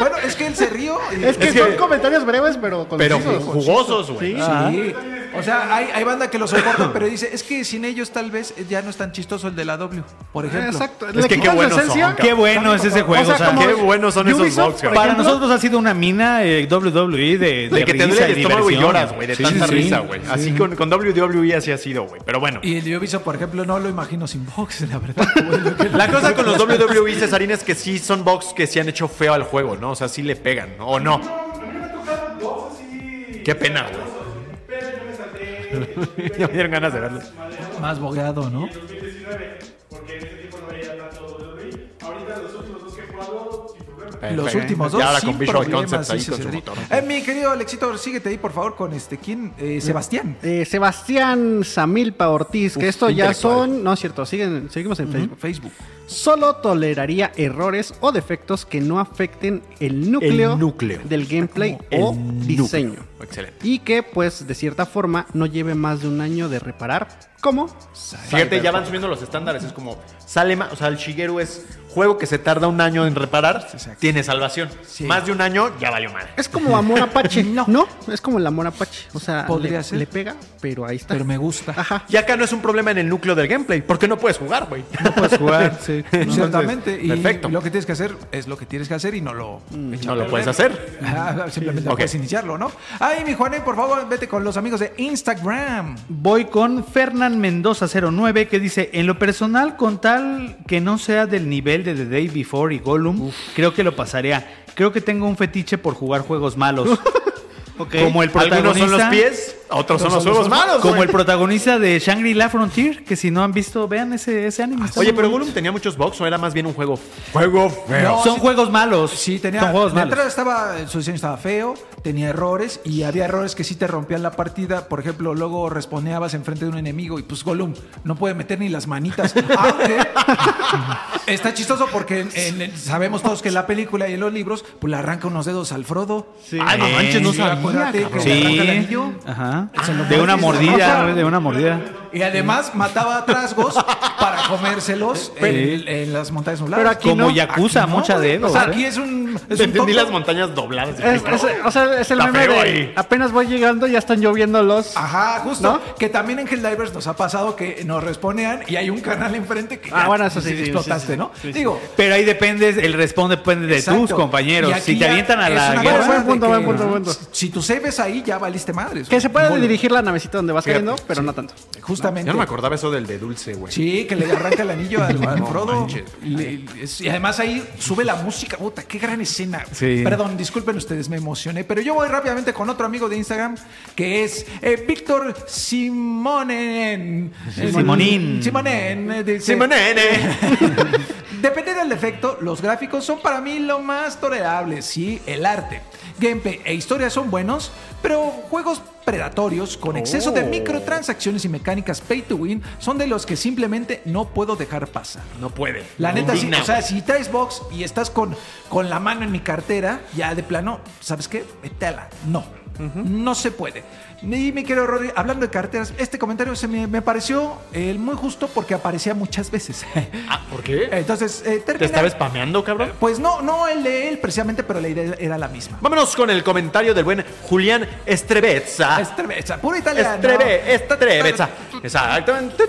Speaker 4: Bueno, es que él se rió. y-
Speaker 6: Es que
Speaker 2: Es que-
Speaker 6: son comentarios breves, pero
Speaker 2: Pero
Speaker 6: concisos.
Speaker 2: jugosos, güey.
Speaker 4: Sí. O sea, hay, hay banda que lo soporta, pero dice, es que sin ellos tal vez ya no es tan chistoso el de la W, por ejemplo.
Speaker 6: Ah, Exacto.
Speaker 2: Es
Speaker 6: Le
Speaker 2: que qué
Speaker 6: quitas la
Speaker 2: buenos son,
Speaker 6: esencia.
Speaker 5: Qué bueno es ese juego.
Speaker 6: O sea,
Speaker 5: o sea,
Speaker 6: como-
Speaker 5: qué-
Speaker 2: Qué buenos son esos
Speaker 6: Ubisoft,
Speaker 2: box, güey.
Speaker 6: por
Speaker 5: para
Speaker 6: ejemplo-
Speaker 5: nosotros ha sido una mina eh, WWE de, de
Speaker 2: De que te duele
Speaker 5: risa
Speaker 2: el
Speaker 5: y
Speaker 2: estómago y
Speaker 5: diversión.
Speaker 2: lloras, güey, de
Speaker 5: Sí,
Speaker 2: tanta
Speaker 5: sí, sí.
Speaker 2: risa, güey. Así con, con WWE así ha sido, güey. Pero bueno.
Speaker 4: Y el de Ubisoft, por ejemplo, no lo imagino sin box, la verdad. *laughs*
Speaker 2: La cosa con los WWE, Cesarín, es que sí son box que se han hecho feo al juego, ¿no? O sea, sí le pegan, ¿no? ¿O no? Qué pena, güey. *laughs* ya me dieron ganas de verlo.
Speaker 4: Más bogeado, ¿no? Los últimos dos.
Speaker 2: Y ahora
Speaker 4: sin
Speaker 2: con Visual
Speaker 4: problemas,
Speaker 2: Concepts ahí
Speaker 4: sí,
Speaker 2: con su
Speaker 4: Cesarín.
Speaker 2: motor.
Speaker 4: Eh, mi querido Alexito, síguete ahí, por favor, con este. ¿Quién? Eh, Sebastián.
Speaker 6: Eh, Sebastián Samilpa Ortiz, que
Speaker 2: Uf,
Speaker 6: esto
Speaker 2: qué
Speaker 6: ya
Speaker 2: intelectual.
Speaker 6: son. No es cierto, siguen, seguimos en Facebook.
Speaker 4: Facebook.
Speaker 6: Solo toleraría errores o defectos que no afecten el núcleo,
Speaker 2: El núcleo.
Speaker 6: del gameplay o diseño.
Speaker 2: Excelente.
Speaker 6: Y que, pues, de cierta forma, no lleve más de un año de reparar. ¿Cómo?
Speaker 2: Fíjate, ya van subiendo los estándares. Es como, sale más. O sea, el Shigeru es juego que se tarda un año en reparar, tiene salvación. Más de un año, ya valió mal.
Speaker 6: Es como amor
Speaker 2: *laughs*
Speaker 6: apache, no. Es como el amor apache. O sea,
Speaker 4: Podría
Speaker 6: le,
Speaker 4: ser.
Speaker 6: le pega, pero ahí está.
Speaker 4: Pero me gusta.
Speaker 6: Ajá.
Speaker 2: Y acá no es un problema en el núcleo del gameplay, porque no puedes jugar, güey. *laughs*
Speaker 4: No
Speaker 3: Pues,
Speaker 4: puedes jugar, sí. Ciertamente. Y
Speaker 2: perfecto.
Speaker 4: lo que tienes que hacer es lo que tienes que hacer y no lo.
Speaker 2: No lo puedes hacer.
Speaker 4: Ah, simplemente
Speaker 2: Ok.
Speaker 4: puedes iniciarlo, ¿no? Ay, mi Juané, por favor, vete con los amigos de Instagram.
Speaker 5: Voy con Fernán Mendoza 09 que dice, en lo personal con tal que no sea del nivel de The Day Before y Gollum, creo que lo pasaría. Creo que tengo un fetiche por jugar
Speaker 2: *laughs*
Speaker 5: juegos malos. Como
Speaker 2: Eh, Algunos
Speaker 5: el protagonista,
Speaker 2: son los pies, otros son los juegos malos.
Speaker 5: como
Speaker 2: güey.
Speaker 5: el protagonista de Shangri-La Frontier, que si no han visto, vean ese, ese anime. está
Speaker 2: Oye,
Speaker 5: muy
Speaker 2: pero
Speaker 5: bonito.
Speaker 2: Gollum tenía muchos box o era más bien un juego. Juego feo.
Speaker 4: No,
Speaker 5: son
Speaker 4: sí-
Speaker 5: juegos malos.
Speaker 4: Sí, tenía.
Speaker 5: son juegos
Speaker 4: la
Speaker 5: malos.
Speaker 4: entrada estaba. Su diseño estaba feo, tenía errores y había errores que sí te rompían la partida. Por ejemplo, luego responeabas enfrente de un enemigo y pues Gollum no puede meter ni las manitas. Aunque está chistoso porque en- en- sabemos todos que en la película y en los libros, pues le arranca unos dedos al Frodo.
Speaker 2: Ay, no manches, no
Speaker 4: Sí,
Speaker 2: sabía,
Speaker 4: acuérdate que
Speaker 2: cabrón.
Speaker 4: le arranca el
Speaker 5: Sí.
Speaker 4: anillo.
Speaker 5: Ajá.
Speaker 4: Se lo
Speaker 5: De una
Speaker 4: pones,
Speaker 5: mordida,
Speaker 4: ¿no?
Speaker 5: güey, de una mordida.
Speaker 4: Y además mataba trasgos para comérselos en, en las montañas nubladas.
Speaker 6: Pero aquí
Speaker 5: Como
Speaker 6: no.
Speaker 5: Yakuza, ¿eh?
Speaker 4: No,
Speaker 5: mocha
Speaker 4: güey,
Speaker 5: dedo.
Speaker 4: O sea,
Speaker 5: ¿verdad?
Speaker 4: aquí es un. Es un
Speaker 2: Entendí
Speaker 4: tonto.
Speaker 2: las montañas dobladas. y
Speaker 6: Es-
Speaker 2: dije,
Speaker 6: es- o sea, es el
Speaker 2: Está
Speaker 6: meme
Speaker 2: feo
Speaker 6: de
Speaker 2: ahí. Ah,
Speaker 6: apenas voy llegando, ya están lloviendo los.
Speaker 4: Ajá, justo.
Speaker 6: ¿No?
Speaker 4: Que también en Helldivers nos ha pasado que nos responean y hay un canal enfrente que
Speaker 6: Ah,
Speaker 4: ya
Speaker 6: bueno, eso
Speaker 4: *laughs*
Speaker 6: sí, sí, sí,
Speaker 4: explotaste,
Speaker 6: sí, sí.
Speaker 4: ¿no?
Speaker 6: Sí, sí.
Speaker 4: Digo,
Speaker 5: Pero ahí depende, el responde depende de
Speaker 4: exacto.
Speaker 5: tus compañeros.
Speaker 4: Y aquí
Speaker 5: Si te
Speaker 4: ya
Speaker 5: avientan a
Speaker 4: es
Speaker 5: la
Speaker 4: una
Speaker 5: guerra.
Speaker 4: cosa
Speaker 6: Buen punto,
Speaker 4: de
Speaker 6: buen punto,
Speaker 4: que
Speaker 6: buen punto.
Speaker 4: Si tu ves ahí, ya valiste madres.
Speaker 6: Que se puede
Speaker 4: Gol.
Speaker 6: dirigir la navecita donde vas
Speaker 2: Fíjate.
Speaker 6: cayendo, pero no tanto.
Speaker 4: Justamente.
Speaker 2: Yo no me acordaba eso del de dulce, güey.
Speaker 4: Sí, que le arranca el anillo al, al
Speaker 2: No
Speaker 4: Frodo.
Speaker 2: manches.
Speaker 4: Le- es- y además ahí sube la música. Puta, qué gran escena.
Speaker 5: Sí.
Speaker 4: Perdón, disculpen ustedes, me emocioné. Pero yo voy rápidamente con otro amigo de Instagram que es eh, Víctor Simonen.
Speaker 5: Simonín.
Speaker 4: Simonen. eh, dice,
Speaker 2: Sí, nene.
Speaker 4: Dependiendo del defecto, los gráficos son para mí lo más tolerable, sí, el arte. Gameplay e historia son buenos, pero juegos predatorios con exceso
Speaker 2: Oh.
Speaker 4: de microtransacciones y mecánicas pay to win son de los que simplemente no puedo dejar pasar.
Speaker 2: No puede.
Speaker 4: La neta, sí,
Speaker 2: Indigna,
Speaker 4: o sea,
Speaker 2: güey.
Speaker 4: si traes box y estás con, con la mano en mi cartera, ya de plano, ¿sabes qué? Vete a la- No, no se puede. Y mi querido Rory, hablando de carteras, este comentario se me, me pareció eh, muy justo porque aparecía muchas veces. *laughs*
Speaker 2: Ah, ¿por qué?
Speaker 4: Entonces, eh,
Speaker 2: ¿Te
Speaker 4: termina-
Speaker 2: estaba spameando, cabrón?
Speaker 4: Pues no, no el de él precisamente, pero la idea era la misma.
Speaker 2: Vámonos con el comentario del buen Julián Estrevezza.
Speaker 4: Estreveza, puro italiano.
Speaker 2: Estreve, Estrevezza. Exactamente.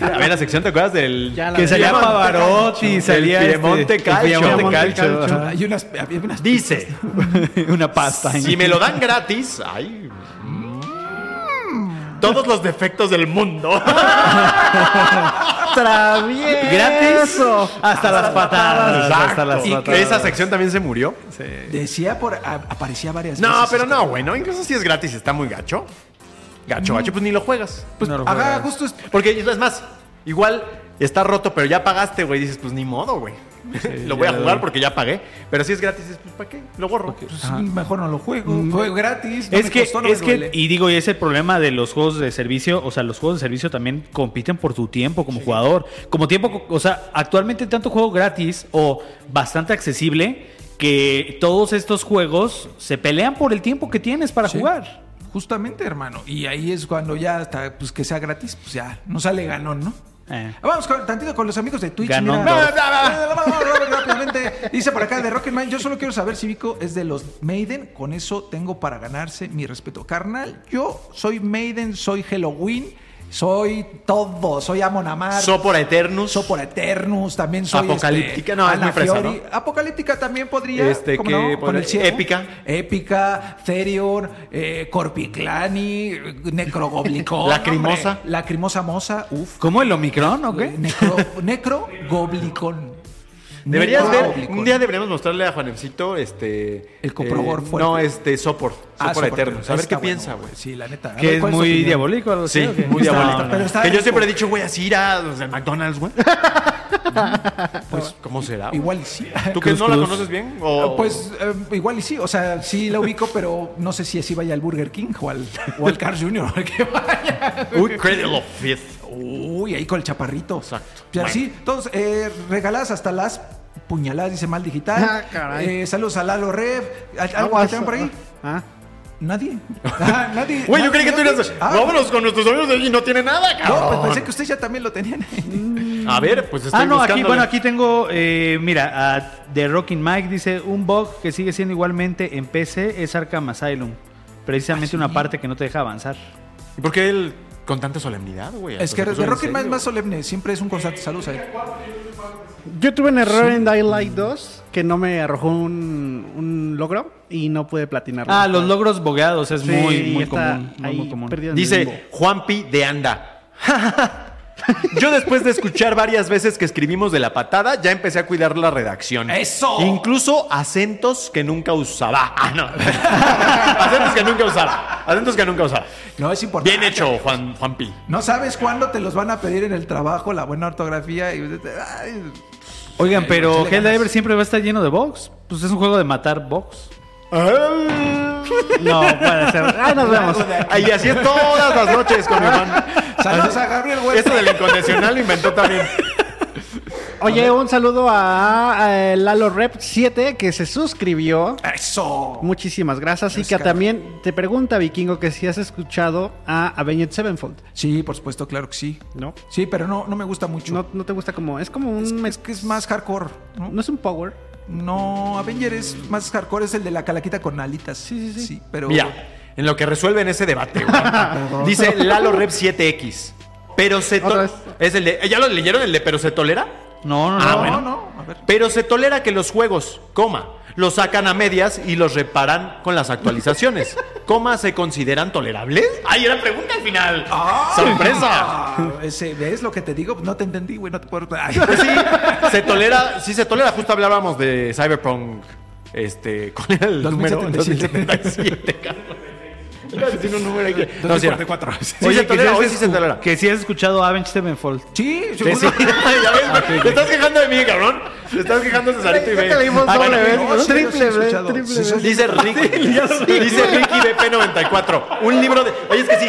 Speaker 2: A ver, la sección, ¿te acuerdas del.
Speaker 6: Ya la
Speaker 5: Que
Speaker 6: de
Speaker 5: salía
Speaker 2: Piemonte
Speaker 5: Pavarotti,
Speaker 2: Calcio.
Speaker 5: salía
Speaker 2: El
Speaker 5: este-
Speaker 2: Piemonte
Speaker 5: el
Speaker 2: Calcio.
Speaker 5: Piemonte
Speaker 2: Piemonte
Speaker 5: Calcio,
Speaker 2: Calcio.
Speaker 5: ajá.
Speaker 4: Hay unas, había unas
Speaker 2: Dice:
Speaker 5: *laughs* Una pasta.
Speaker 2: Si me lo dan gratis. Ay. mm, Todos los defectos del
Speaker 5: *laughs*
Speaker 2: mundo.
Speaker 6: ¡Travieso!
Speaker 5: Gratis hasta, las patadas.
Speaker 2: Exacto.
Speaker 5: Hasta las
Speaker 2: Y que
Speaker 5: patadas.
Speaker 2: Esa sección también se murió.
Speaker 4: Decía por. a- aparecía varias
Speaker 2: No,
Speaker 4: veces.
Speaker 2: pero no, güey, no. Incluso si es gratis, está muy gacho. Gacho, gacho, pues ni lo juegas.
Speaker 4: Pues,
Speaker 5: No lo
Speaker 4: ajá,
Speaker 5: juegas.
Speaker 4: justo es-
Speaker 2: Porque es más, igual está roto, pero ya pagaste, güey. Dices, pues ni modo, güey. *laughs* lo voy a
Speaker 5: ya.
Speaker 2: jugar porque ya pagué. Pero si es gratis, dices, pues ¿para qué? Lo borro.
Speaker 4: pues, mejor no lo juego.
Speaker 5: Mm.
Speaker 4: Juego gratis. no
Speaker 5: Es
Speaker 4: me
Speaker 5: que,
Speaker 4: costó, no me
Speaker 5: es que,
Speaker 4: duele.
Speaker 5: y digo, y es el problema de los juegos de servicio, o sea, los juegos de servicio también compiten por tu tiempo como jugador, como tiempo, o sea, actualmente tanto juego gratis o bastante accesible que todos estos juegos se pelean por el tiempo que tienes para
Speaker 4: Sí.
Speaker 5: jugar.
Speaker 4: Justamente, hermano. Y ahí es cuando ya hasta pues, que sea gratis, pues ya no sale ganón, ¿no?
Speaker 5: Eh.
Speaker 4: Vamos con, tantito con los amigos de Twitch.
Speaker 5: Ganó
Speaker 4: mira.
Speaker 5: dos.
Speaker 4: Bla, bla, bla, bla, bla, bla, rápidamente. Dice por acá de Rocketman, yo solo quiero saber si Vico es de los Maiden, con eso tengo para ganarse mi respeto. Carnal, yo soy Maiden, soy Halloween, soy todo, soy Amon Amarth.
Speaker 2: Sopor Eternus.
Speaker 4: Sopor Eternus, también soy
Speaker 2: Apocalíptica, no, es
Speaker 4: Ana
Speaker 2: muy fresa,
Speaker 4: Fiori. Apocalíptica también podría.
Speaker 2: Este,
Speaker 4: ¿cómo
Speaker 2: que
Speaker 4: no? Con
Speaker 2: podría-
Speaker 4: el ciego.
Speaker 2: Épica.
Speaker 4: Épica, Therion, eh, Corpiclani, Necrogoblicón.
Speaker 2: Lacrimosa.
Speaker 4: hombre. Lacrimosa Mosa, uf. Eh,
Speaker 5: ¿Cómo el Omicron o qué?
Speaker 4: Necro, necrogoblicón.
Speaker 2: Deberías ver,
Speaker 4: Necrogoblicón.
Speaker 2: un día deberíamos mostrarle a Juanemcito este.
Speaker 4: El coprogor fuerte.
Speaker 2: No, este, Sopor. Sopor,
Speaker 4: Ah, Soporte.
Speaker 2: Eternus. A ver
Speaker 4: Está
Speaker 2: qué
Speaker 4: bueno,
Speaker 2: piensa, güey.
Speaker 4: Sí, la neta. A ver,
Speaker 5: Que es
Speaker 4: ¿cuál
Speaker 5: muy
Speaker 4: tu opinión?
Speaker 5: diabólico. algo así,
Speaker 2: Sí,
Speaker 5: ¿o qué?
Speaker 2: muy
Speaker 4: Está
Speaker 2: diabólico.
Speaker 4: pero está
Speaker 2: que yo
Speaker 4: rico. Ah,
Speaker 2: siempre he dicho, güey, así ir a o sea, McDonald's, güey.
Speaker 5: Ah,
Speaker 2: pues, ¿cómo será? güey?
Speaker 4: Igual y sí.
Speaker 2: ¿Tú que
Speaker 5: Cruz,
Speaker 2: no la
Speaker 5: cruz.
Speaker 2: conoces bien? O...
Speaker 4: Pues eh, igual y sí, o sea, sí la ubico, pero no sé si así vaya al Burger King o al, o al Carl *laughs* Jr. al que vaya.
Speaker 2: *laughs* Uy, Cradle of Fifth.
Speaker 4: Uy, ahí con el chaparrito.
Speaker 2: Exacto.
Speaker 4: Y así, todos eh, regaladas hasta las puñaladas, dice mal digital.
Speaker 6: Ah, caray.
Speaker 4: Eh, saludos a Lalo Rev. ¿Al- ¿Algo que tengan por ahí?
Speaker 6: Ah.
Speaker 2: *laughs*
Speaker 4: Nadie. Ah, nadie.
Speaker 2: Güey, yo
Speaker 4: nadie,
Speaker 2: creí que tú
Speaker 4: nadie.
Speaker 2: eras.
Speaker 4: Ah,
Speaker 2: Vámonos con nuestros amigos de allí, no tiene nada,
Speaker 4: No,
Speaker 2: cabrón.
Speaker 4: pues pensé que ustedes ya también
Speaker 2: *laughs*
Speaker 4: lo tenían.
Speaker 2: A ver, pues estoy
Speaker 5: Ah, no, aquí,
Speaker 2: buscándole.
Speaker 5: bueno, aquí tengo, eh, mira, a The Rocking Mike dice, un bug que sigue siendo igualmente en PC es Arkham Asylum. Precisamente
Speaker 4: ¿Ah,
Speaker 5: una parte que no te deja avanzar.
Speaker 2: ¿Y ¿Por qué él con tanta solemnidad, güey?
Speaker 4: es que
Speaker 2: Hasta se
Speaker 4: de
Speaker 2: puso
Speaker 4: Rocket
Speaker 2: en
Speaker 4: Man es
Speaker 2: serio.
Speaker 4: más solemne, siempre es un constante saludo. ahí.
Speaker 6: Yo tuve un error en Dying Light 2 que no me arrojó un, un logro y no pude platinarlo.
Speaker 5: Ah, los logros bogueados es
Speaker 6: Sí,
Speaker 5: muy, muy
Speaker 6: está
Speaker 5: común. muy,
Speaker 6: ahí
Speaker 5: muy común.
Speaker 6: perdido en el limbo.
Speaker 2: Dice Juanpi de Anda. *laughs* Yo después de escuchar varias veces que escribimos de la patada, ya empecé a cuidar la redacción.
Speaker 4: ¡Eso!
Speaker 2: Incluso acentos que nunca usaba. Ah, no. *laughs* acentos que nunca usaba. Acentos que nunca usaba.
Speaker 4: No, es importante.
Speaker 2: Bien hecho, Juan, Juanpi.
Speaker 4: No sabes cuándo te los van a pedir en el trabajo, la buena ortografía. Y... ay,
Speaker 5: Oigan,
Speaker 4: Eh,
Speaker 5: pero
Speaker 4: échale ganas.
Speaker 5: Helldiver siempre va a estar lleno de box. Pues es un juego de matar box. No, puede ser.
Speaker 4: *laughs*
Speaker 6: Ah, nos vemos.
Speaker 2: Ahí así es todas las noches con mi Juan.
Speaker 4: Saludos a Gabriel Huerta.
Speaker 2: Esto *laughs* del incondicional lo inventó también.
Speaker 6: Oye, un saludo a, a Lalo Rep 7 que se suscribió.
Speaker 4: ¡Eso!
Speaker 6: Muchísimas gracias. Y
Speaker 4: Gracias,
Speaker 6: que
Speaker 4: cara.
Speaker 6: también te pregunta, Vikingo, que si has escuchado a Avenged Sevenfold.
Speaker 4: Sí, por supuesto, claro que sí.
Speaker 6: ¿No?
Speaker 4: Sí, pero no, no me gusta mucho.
Speaker 6: ¿No, no te gusta como.? Es como un.
Speaker 4: Es, que, es que es más hardcore. ¿no?
Speaker 6: No es un power.
Speaker 4: No, Avenger es más hardcore, es el de la calaquita con alitas. Sí, sí, sí. pero...
Speaker 2: Mira, en lo que resuelven ese debate, *laughs* güey. Dice Lalo Rep 7X. Pero se to-
Speaker 6: Otra vez.
Speaker 2: es el de ¿Ya lo leyeron el de pero se tolera?
Speaker 5: No, no, no.
Speaker 2: Ah,
Speaker 4: No,
Speaker 2: bueno.
Speaker 4: no, a ver.
Speaker 2: Pero se tolera que los juegos, coma, los sacan a medias y los reparan con las *laughs* actualizaciones. Coma, ¿se consideran tolerables? ¡Ay, era pregunta al final! ¡Sorpresa!
Speaker 4: Ah, *laughs* ese, ¿Ves lo que te digo? No te entendí, güey, no te puedo...
Speaker 2: *laughs*
Speaker 4: Ay.
Speaker 2: Pues sí, se tolera, sí se tolera. Justo hablábamos de Cyberpunk. Este, ¿cuál era el número?
Speaker 4: 2077.
Speaker 2: 2077, cabrón. Iba a decir un número ahí que- No, sí era.
Speaker 4: 2044.
Speaker 2: Sí se
Speaker 5: que, si
Speaker 2: tolera,
Speaker 5: has
Speaker 2: hoy sí se
Speaker 5: escu-
Speaker 2: tolera.
Speaker 5: que si has escuchado Avenged Sevenfold.
Speaker 4: Sí,
Speaker 2: Sí, sí.
Speaker 4: seguro.
Speaker 2: *laughs* Ya ves, güey. Te estás quejando de mí, cabrón. Te estás quejando de Sarito y
Speaker 6: Ya
Speaker 2: ve.
Speaker 6: te vimos
Speaker 2: Ah,
Speaker 6: doble
Speaker 2: bueno,
Speaker 6: vez,
Speaker 4: no, sí, yo
Speaker 6: ¿no?
Speaker 4: sí he
Speaker 6: Triple vez,
Speaker 4: escuchado.
Speaker 6: triple
Speaker 4: Sí,
Speaker 6: vez.
Speaker 4: soy-
Speaker 2: Dice Ricky, dice Ricky BP94. Un libro de. Oye, es que sí.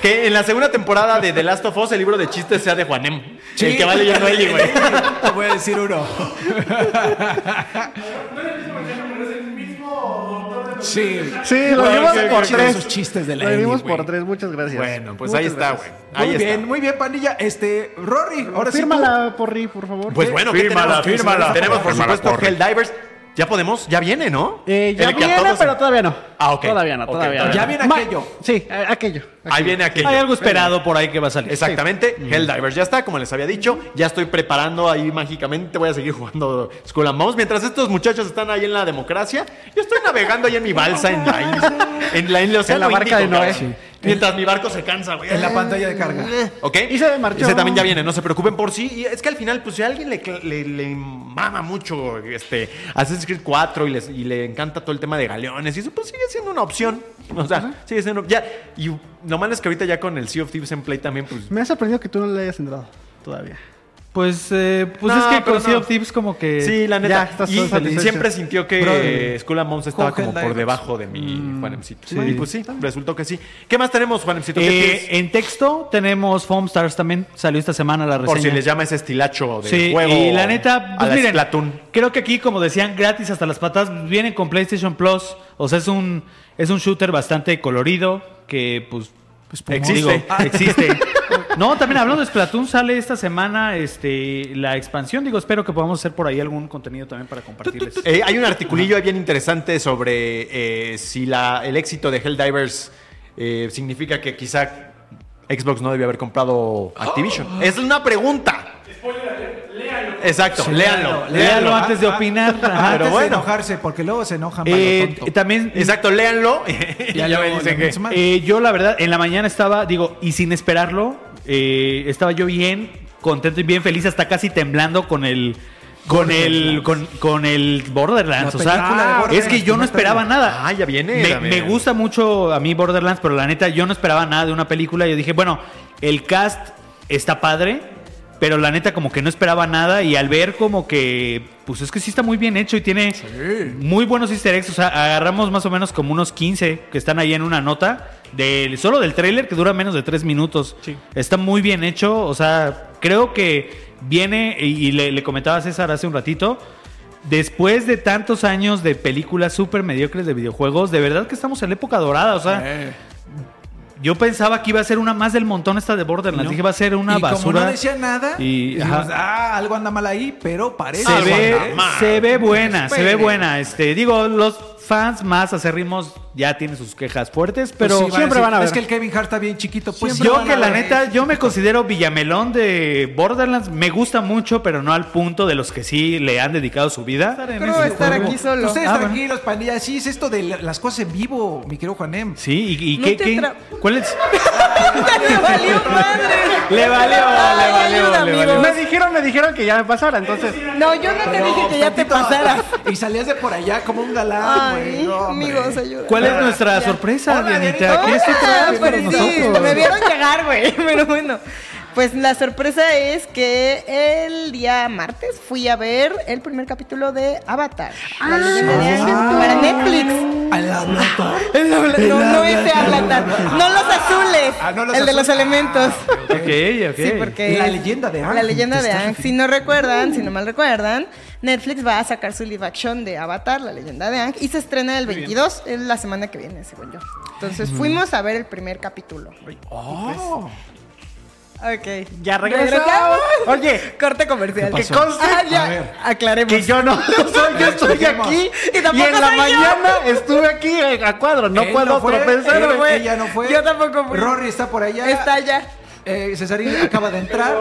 Speaker 2: Que en la segunda temporada de The Last of Us el libro de chistes sea de Juanem. El que va leyendo él, güey.
Speaker 4: Te voy a decir uno. Sí.
Speaker 6: Sí, lo
Speaker 2: Güey,
Speaker 6: vimos
Speaker 2: qué
Speaker 6: por
Speaker 2: chidos
Speaker 6: tres.
Speaker 4: esos chistes de la
Speaker 6: Lo
Speaker 4: Amy,
Speaker 6: vimos
Speaker 4: güey.
Speaker 6: por tres, muchas gracias.
Speaker 2: Bueno, pues
Speaker 6: Muchas
Speaker 2: ahí está, güey.
Speaker 6: gracias.
Speaker 2: Ahí
Speaker 4: muy
Speaker 2: está.
Speaker 4: bien, muy bien, pandilla. Este, Rory, ahora sí.
Speaker 6: Fírmala, Porri, por favor.
Speaker 2: Pues bueno, ¿qué
Speaker 7: Fírmala,
Speaker 2: tenemos?
Speaker 7: fírmala.
Speaker 2: Tenemos, por
Speaker 7: Fírmala,
Speaker 2: supuesto,
Speaker 7: porri.
Speaker 2: Helldivers. Ya podemos, ya viene, ¿no?
Speaker 6: Eh,
Speaker 2: El
Speaker 6: ya
Speaker 2: que a
Speaker 6: viene,
Speaker 2: todos-
Speaker 6: pero todavía no.
Speaker 2: Ah, ok.
Speaker 6: Todavía no,
Speaker 2: Ok,
Speaker 6: todavía no.
Speaker 2: todavía
Speaker 4: Ya viene
Speaker 6: Ma-
Speaker 4: aquello.
Speaker 6: Sí, a- aquello.
Speaker 2: Ahí viene aquello.
Speaker 5: Hay algo esperado por ahí que va a salir.
Speaker 2: Exactamente, Helldivers ya está, como les había dicho, ya estoy preparando ahí mágicamente, voy a seguir jugando School and Bones. Mientras estos muchachos están ahí en la democracia, yo estoy navegando ahí en mi balsa, en la
Speaker 6: *laughs*
Speaker 2: isla, en la, en el océano
Speaker 6: En la barca
Speaker 2: Índico,
Speaker 6: de Noé.
Speaker 2: cabrón. Mientras mi barco se cansa, güey.
Speaker 4: En la pantalla de carga.
Speaker 8: Eh.
Speaker 2: ¿Ok?
Speaker 6: Y se marchó.
Speaker 2: Ese también ya viene, no se preocupen por sí. Y es que al final, pues si a alguien le, cl- le- le mama mucho este, Assassin's Creed 4 y, les- y le encanta todo el tema de galeones y eso, pues sigue siendo una opción. O sea, sigue siendo. Ya, y lo malo es que ahorita ya con el Sea of Thieves en Play también, pues.
Speaker 6: Me ha sorprendido que tú no le hayas entrado todavía.
Speaker 5: Pues, eh, pues
Speaker 2: No,
Speaker 5: es que
Speaker 2: pero
Speaker 5: con Sea
Speaker 2: no.
Speaker 5: of Thieves como que...
Speaker 2: eh, Sí, la
Speaker 6: ya
Speaker 2: neta.
Speaker 6: estás
Speaker 2: y
Speaker 6: satisfecho.
Speaker 2: siempre sintió que
Speaker 4: Brother.
Speaker 2: School and Bones estaba
Speaker 4: Jorge
Speaker 2: como por
Speaker 4: Divers.
Speaker 2: debajo de mi Juanemcito.
Speaker 5: Mm, sí.
Speaker 2: Y pues sí, resultó que sí. ¿Qué más tenemos, Juanemcito? ¿Qué
Speaker 5: Eh,
Speaker 2: tienes?
Speaker 5: en texto tenemos Foam Stars también. Salió esta semana la reseña.
Speaker 2: por si les llama ese estilacho de
Speaker 5: Sí,
Speaker 2: juego.
Speaker 5: y la neta,
Speaker 2: a
Speaker 5: pues
Speaker 2: la
Speaker 5: miren,
Speaker 2: Splatoon.
Speaker 5: creo que aquí, como decían, gratis hasta las patas, vienen con PlayStation Plus. O sea, es un, es un shooter bastante colorido que, pues,
Speaker 2: existe. *laughs*
Speaker 5: digo, existe. No, también hablando de Splatoon, sale esta semana este, la expansión. Digo, espero que podamos hacer por ahí algún contenido también para compartirles.
Speaker 2: Eh, hay un articulillo ahí bien interesante sobre eh, si la, el éxito de Helldivers eh, significa que quizá Xbox no debió haber comprado Activision.
Speaker 8: *gasps*
Speaker 2: Es una pregunta. Exacto, léanlo.
Speaker 5: Léalo ah, antes de opinar. Ajá.
Speaker 4: Antes de
Speaker 2: bueno.
Speaker 4: enojarse, porque luego se enojan para
Speaker 5: Eh,
Speaker 4: lo tonto.
Speaker 5: t- también
Speaker 2: Exacto, léanlo. *laughs* Y ya
Speaker 4: Ya luego
Speaker 2: me dicen
Speaker 4: le
Speaker 2: que-
Speaker 4: metes más.
Speaker 5: Eh, yo la verdad, en la mañana estaba, digo, y sin esperarlo, eh, estaba yo bien contento y bien feliz, hasta casi temblando con el... Con el, con, con el Borderlands,
Speaker 4: La
Speaker 5: o sea,
Speaker 4: película de
Speaker 5: es
Speaker 4: Borderlands
Speaker 5: que yo
Speaker 4: que
Speaker 5: no
Speaker 4: no
Speaker 5: esperaba
Speaker 4: termina.
Speaker 5: nada.
Speaker 2: Ah, ya viene,
Speaker 5: Me,
Speaker 2: también.
Speaker 5: me gusta mucho a mí Borderlands, pero la neta, yo no esperaba nada de una película. Yo dije, bueno, el cast está padre, pero la neta, como que no esperaba nada. Y al ver, como que, pues es que sí está muy bien hecho y tiene muy buenos easter eggs. O sea, agarramos más o menos como unos 15 que están ahí en una nota. Del, solo del tráiler que dura menos de 3 minutos. Está muy bien hecho. O sea, creo que viene, y, y le, le comentaba a César hace un ratito, después de tantos años de películas súper mediocres de videojuegos, de verdad que estamos en la época dorada. O sea,
Speaker 4: Eh.
Speaker 5: yo pensaba que iba a ser una más del montón esta de Borderlands. Dije, va a ser una
Speaker 4: y
Speaker 5: basura.
Speaker 4: como no decía nada,
Speaker 5: Y,
Speaker 4: dijimos,
Speaker 5: ajá.
Speaker 4: ah, algo anda mal ahí, pero parece.
Speaker 5: se,
Speaker 4: algo
Speaker 5: ve,
Speaker 4: anda mal.
Speaker 5: se ve buena, se ve
Speaker 4: Espere.
Speaker 5: buena. Este, digo, los fans más acérrimos ya tienen sus quejas fuertes, pero
Speaker 4: Pues sí,
Speaker 6: siempre
Speaker 4: a decir,
Speaker 6: van a ver.
Speaker 4: Es que el Kevin Hart está bien chiquito. Pues
Speaker 5: yo que la neta, yo me considero Villamelón de Borderlands. Me gusta mucho, pero no al punto de los que sí le han dedicado su vida.
Speaker 8: Creo estar aquí solo.
Speaker 4: Ustedes
Speaker 5: Ah, bueno.
Speaker 4: tranquilos, pandillas. Sí, es esto de la- las cosas en vivo, mi querido Em. Juanem.
Speaker 5: Sí, y, y
Speaker 8: No
Speaker 5: qué,
Speaker 8: te
Speaker 5: qué-
Speaker 8: tra-
Speaker 5: ¿cuál es?
Speaker 4: *laughs*
Speaker 8: ¡Le valió madre!
Speaker 5: Le valió,
Speaker 8: Ay,
Speaker 5: le valió,
Speaker 8: ayuda,
Speaker 5: le
Speaker 8: amigos.
Speaker 6: Me dijeron, me dijeron que ya me pasara, entonces.
Speaker 8: No, yo no te dije que ya te pasaras.
Speaker 4: *laughs* Y salías de por allá como un galán, güey.
Speaker 8: Ay,
Speaker 4: No, hombre.
Speaker 8: amigos, ayuda.
Speaker 5: ¿Cuál es nuestra
Speaker 8: Ya.
Speaker 5: sorpresa,
Speaker 4: Hola,
Speaker 5: Dianita?
Speaker 4: Dianita.
Speaker 5: ¿Qué es que
Speaker 8: Hola,
Speaker 5: traes para
Speaker 8: pues sí,
Speaker 5: nosotros?
Speaker 8: me vieron llegar, güey. *laughs* Pero bueno, pues la sorpresa es que el día martes fui a ver el primer capítulo de Avatar.
Speaker 4: Ah,
Speaker 8: la leyenda de Aang, para Netflix.
Speaker 4: Al hablador.
Speaker 8: El habla- no, no ese Avatar. No los azules.
Speaker 4: Ah, no
Speaker 8: el
Speaker 4: los
Speaker 8: de los
Speaker 4: azules. Ah,
Speaker 8: elementos.
Speaker 5: Ok, ok.
Speaker 8: Sí, porque
Speaker 4: La leyenda de Aang.
Speaker 8: Eh, La leyenda
Speaker 4: Te
Speaker 8: de
Speaker 4: estás
Speaker 8: Aang. Si no recuerdan, si no mal recuerdan, Netflix va a sacar su live action de Avatar, la leyenda de Aang, y se estrena el 22, es la semana que viene, según yo. Entonces fuimos a ver el primer capítulo.
Speaker 4: Oh.
Speaker 8: Ok.
Speaker 6: Ya regresamos. Oye.
Speaker 8: Corte comercial.
Speaker 6: Que conste
Speaker 8: Ah,
Speaker 4: A
Speaker 8: ya.
Speaker 4: ver.
Speaker 8: Aclaremos.
Speaker 6: que yo no
Speaker 8: *laughs*
Speaker 6: lo soy, yo estoy
Speaker 8: Este
Speaker 6: aquí
Speaker 8: Y
Speaker 6: y,
Speaker 8: tampoco
Speaker 6: en la
Speaker 8: soy yo.
Speaker 6: mañana estuve aquí eh, a cuadro, no
Speaker 4: Él
Speaker 6: puedo
Speaker 4: fue,
Speaker 6: tropezar.
Speaker 4: él-
Speaker 8: güey.
Speaker 4: Ella no fue.
Speaker 8: Yo tampoco fui.
Speaker 4: Rory está por allá.
Speaker 8: Está allá.
Speaker 4: Eh, Cesarín acaba de entrar.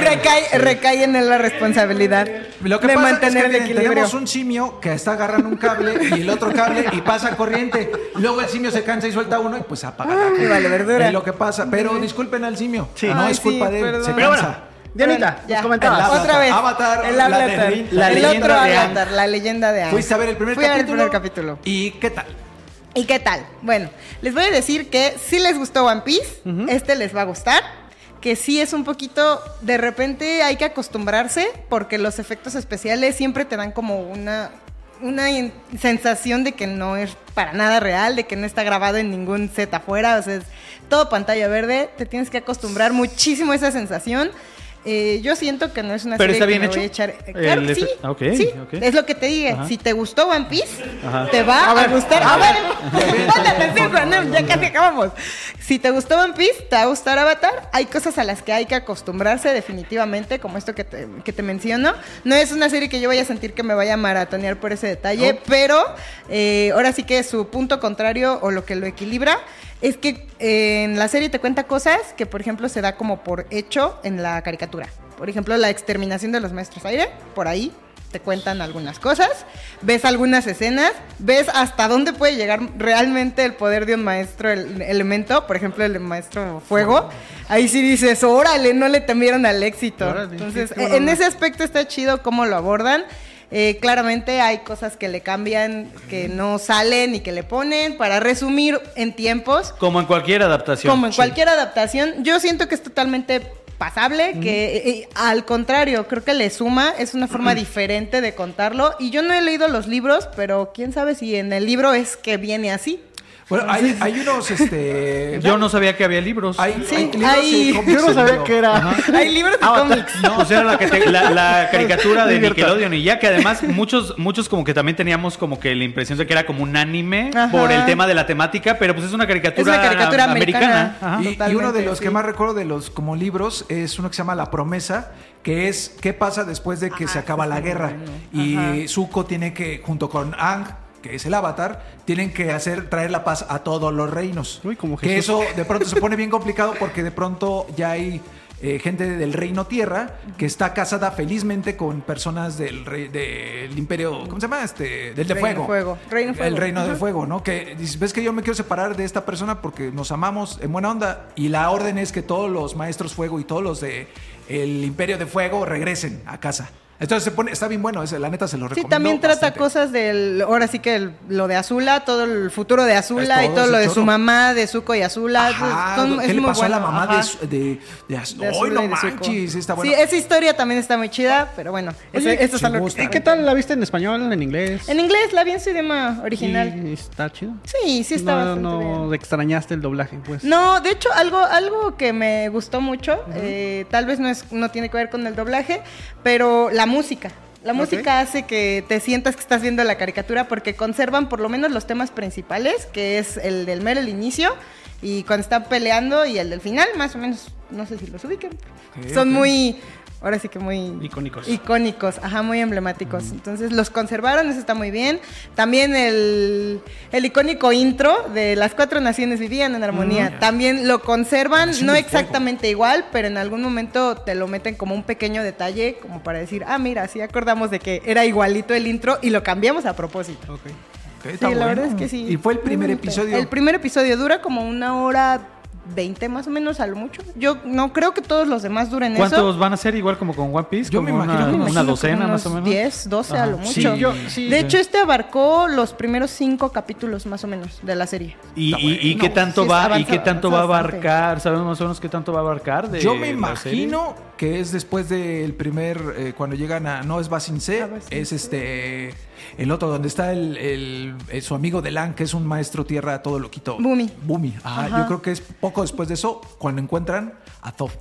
Speaker 8: Recae, recae en él la responsabilidad
Speaker 4: Lo que
Speaker 8: de
Speaker 4: pasa
Speaker 8: mantener
Speaker 4: es que
Speaker 8: el
Speaker 4: miren,
Speaker 8: equilibrio.
Speaker 4: tenemos un simio que está agarrando un cable y el otro cable y pasa corriente. Luego el simio se cansa y suelta uno y pues apaga. la
Speaker 8: Ay,
Speaker 4: cable.
Speaker 8: vale, verdura.
Speaker 4: Es lo que pasa. Pero disculpen al simio.
Speaker 6: Sí.
Speaker 4: No
Speaker 8: Ay,
Speaker 4: es culpa
Speaker 8: sí,
Speaker 4: de él.
Speaker 8: perdón.
Speaker 4: Se
Speaker 8: Pero
Speaker 4: cansa.
Speaker 6: Dianita,
Speaker 8: Ya.
Speaker 6: nos comentabas.
Speaker 4: Avatar.
Speaker 8: Otra vez.
Speaker 4: Avatar,
Speaker 8: el
Speaker 4: la
Speaker 8: Avatar.
Speaker 4: de- la
Speaker 8: el
Speaker 4: leyenda
Speaker 8: otro
Speaker 4: de Aang.
Speaker 8: Avatar, la leyenda de Aang.
Speaker 4: Fuiste a ver el primer
Speaker 8: Fui a ver
Speaker 4: capítulo.
Speaker 8: el primer capítulo.
Speaker 4: ¿Y qué tal?
Speaker 8: ¿Y qué tal? Bueno, les voy a decir que si les gustó One Piece, este les va a gustar. Que sí es un poquito, de repente hay que acostumbrarse porque los efectos especiales siempre te dan como una, una in- sensación de que no es para nada real, de que no está grabado en ningún set afuera, o sea, es todo pantalla verde, te tienes que acostumbrar muchísimo a esa sensación. Eh, yo siento que no es una
Speaker 5: ¿Pero
Speaker 8: serie
Speaker 5: está
Speaker 8: que
Speaker 5: bien
Speaker 8: me
Speaker 5: hecho?
Speaker 8: voy a echar. eh,
Speaker 5: El
Speaker 8: claro,
Speaker 5: efe-
Speaker 8: sí,
Speaker 5: Ah, ok,
Speaker 8: sí,
Speaker 5: ok.
Speaker 8: es lo que te dije.
Speaker 5: Ajá.
Speaker 8: Si te gustó One Piece,
Speaker 5: Ajá.
Speaker 8: te va a, gustar. A ver, *laughs* ponle atención, Juanem, ya casi acabamos. Si te gustó One Piece, te va a gustar Avatar. Hay cosas a las que hay que acostumbrarse definitivamente, como esto que te, que te menciono. No es una serie que yo vaya a sentir que me vaya a maratonear por ese detalle, pero eh, ahora sí que su punto contrario o lo que lo equilibra es que eh, en la serie te cuenta cosas que, por ejemplo, se da como por hecho en la caricatura. Por ejemplo, la exterminación de los maestros aire, por ahí te cuentan algunas cosas, ves algunas escenas, ves hasta dónde puede llegar realmente el poder de un maestro el- elemento, por ejemplo el maestro fuego. Ahí sí dices, órale, no le temieron al éxito.
Speaker 6: Órale,
Speaker 8: Entonces,
Speaker 6: qué- qué
Speaker 8: e- en
Speaker 6: broma.
Speaker 8: ese aspecto está chido cómo lo abordan. Eh, claramente hay cosas que le cambian, que no salen y que le ponen. Para resumir en tiempos,
Speaker 5: Como en cualquier adaptación.
Speaker 8: como en
Speaker 5: Sí.
Speaker 8: cualquier adaptación, yo siento que es totalmente pasable, que eh, eh, al contrario, creo que le suma, es
Speaker 4: *clears throat*
Speaker 8: una forma diferente de contarlo. Y yo no he leído los libros, pero quién sabe si en el libro es que viene así.
Speaker 4: Bueno, hay, hay unos, este...
Speaker 5: Yo no sabía que había libros.
Speaker 4: Hay,
Speaker 8: Sí,
Speaker 4: hay libros
Speaker 8: hay- *laughs*
Speaker 4: y cómics
Speaker 6: Yo
Speaker 4: en
Speaker 6: no
Speaker 4: Ah,
Speaker 6: sabía
Speaker 4: video.
Speaker 6: qué era.
Speaker 8: Hay libros de cómics.
Speaker 5: No, pues era la, que te- la- la caricatura *laughs* de
Speaker 6: Divierta.
Speaker 5: Nickelodeon y ya que además muchos muchos como que también teníamos como que la impresión de que era como un anime
Speaker 8: Ajá.
Speaker 5: por el tema de la temática, pero pues es una
Speaker 8: Es
Speaker 5: caricatura,
Speaker 8: una caricatura
Speaker 5: am-
Speaker 8: americana.
Speaker 5: Ajá.
Speaker 4: Y- Y, uno
Speaker 8: Totalmente,
Speaker 4: de los
Speaker 8: sí.
Speaker 4: que más recuerdo de los como libros es uno que se llama La Promesa, que es qué pasa después de que se acaba la guerra. Y Zuko tiene que, junto con Ang, que es el avatar, tienen que hacer traer la paz a todos los reinos.
Speaker 6: Uy, como
Speaker 4: que
Speaker 6: Jesús.
Speaker 4: eso de pronto se pone bien complicado porque de pronto ya hay eh, gente del reino tierra que está casada felizmente con personas del rey- del imperio, ¿cómo se llama? Este, del de
Speaker 8: Reino
Speaker 4: fuego.
Speaker 8: Fuego. Reino Fuego.
Speaker 4: El reino de
Speaker 8: Ajá.
Speaker 4: fuego, ¿no? Que dices, ves que yo me quiero separar de esta persona porque nos amamos en buena onda y la orden es que todos los maestros fuego y todos los de el imperio de fuego regresen a casa. Entonces se pone, está bien bueno, ese, la neta se lo
Speaker 8: Sí,
Speaker 4: recomiendo.
Speaker 8: también trata
Speaker 4: bastante.
Speaker 8: cosas del. Ahora sí que el- lo de Azula, todo el futuro de
Speaker 4: Es
Speaker 8: Azula y
Speaker 4: todo
Speaker 8: todo
Speaker 4: ese
Speaker 8: lo de su
Speaker 4: chorro.
Speaker 8: mamá, de Zuko y Azula. pues,
Speaker 4: Ajá,
Speaker 8: Son-
Speaker 4: ¿Qué
Speaker 8: es
Speaker 4: le
Speaker 8: muy
Speaker 4: pasó a la
Speaker 8: bueno,
Speaker 4: mamá
Speaker 8: ajá,
Speaker 4: de, su- de, de Az-
Speaker 8: de
Speaker 4: ¡Ay,
Speaker 8: Azula
Speaker 4: no
Speaker 8: y de Zuko.
Speaker 4: manches! Está bueno.
Speaker 8: Sí, esa historia también está muy chida, pero bueno.
Speaker 6: Oye,
Speaker 8: eso es algo
Speaker 4: gusta.
Speaker 8: que.
Speaker 6: ¿Qué tal la viste en español, en inglés?
Speaker 8: En inglés la vi en su idioma original.
Speaker 6: Y está chido.
Speaker 8: Sí, sí está
Speaker 6: no,
Speaker 8: bastante
Speaker 6: no
Speaker 8: bien.
Speaker 6: extrañaste el doblaje, pues.
Speaker 8: No, de hecho, algo, algo que me gustó mucho, eh, tal vez no, es, no tiene que ver con el doblaje, pero la música. La música hace que te sientas que estás viendo la caricatura porque conservan por lo menos los temas principales, que es el del mero el inicio y cuando están peleando y el del final, más o menos, no sé si los ubiquen. Son muy, ahora sí que muy...
Speaker 5: Icónicos.
Speaker 8: Icónicos, ajá, muy emblemáticos. Entonces los conservaron, eso está muy bien. También el, el icónico intro de Las Cuatro Naciones Vivían en
Speaker 4: Mm,
Speaker 8: Armonía. También lo conservan, no exactamente igual, pero en algún momento te lo meten como un pequeño detalle, como para decir, ah, mira, sí acordamos de que era igualito el intro y lo cambiamos a propósito.
Speaker 4: Ok,
Speaker 8: Sí,
Speaker 4: está
Speaker 8: la
Speaker 4: bueno.
Speaker 8: verdad es que sí.
Speaker 4: Y fue el
Speaker 8: Muy
Speaker 4: primer
Speaker 8: bonito.
Speaker 4: episodio.
Speaker 8: El primer episodio dura como una hora. 20 más o menos a lo mucho. Yo no creo que todos los demás duren eso.
Speaker 5: ¿Cuántos van a ser igual como con One Piece?
Speaker 4: Yo me
Speaker 5: Como
Speaker 4: imagino
Speaker 5: una,
Speaker 4: que
Speaker 5: una
Speaker 8: Imagino que
Speaker 5: docena
Speaker 8: unos
Speaker 5: más o menos.
Speaker 8: 10, 12 a
Speaker 5: Ajá.
Speaker 8: lo mucho.
Speaker 5: Sí, yo-
Speaker 6: sí.
Speaker 8: de hecho, este abarcó los primeros cinco capítulos más o menos de la serie.
Speaker 5: ¿Y, y- y
Speaker 8: No,
Speaker 5: qué tanto
Speaker 8: sí,
Speaker 5: va
Speaker 8: avanza-
Speaker 5: y qué tanto va a
Speaker 8: avanza bastante.
Speaker 5: abarcar? Sabemos más o menos qué tanto va a abarcar. de
Speaker 4: Yo me
Speaker 5: este, la serie?
Speaker 4: imagino que es después del primer, eh, cuando llegan a No es Basin C,
Speaker 8: A Basin
Speaker 4: es este, el otro, donde está el, el- eh, su amigo Delan, que es un maestro tierra todo loquito.
Speaker 8: Bumi.
Speaker 4: Bumi, ajá,
Speaker 8: Ajá.
Speaker 4: yo creo que es poco después de eso, cuando encuentran a Thoth.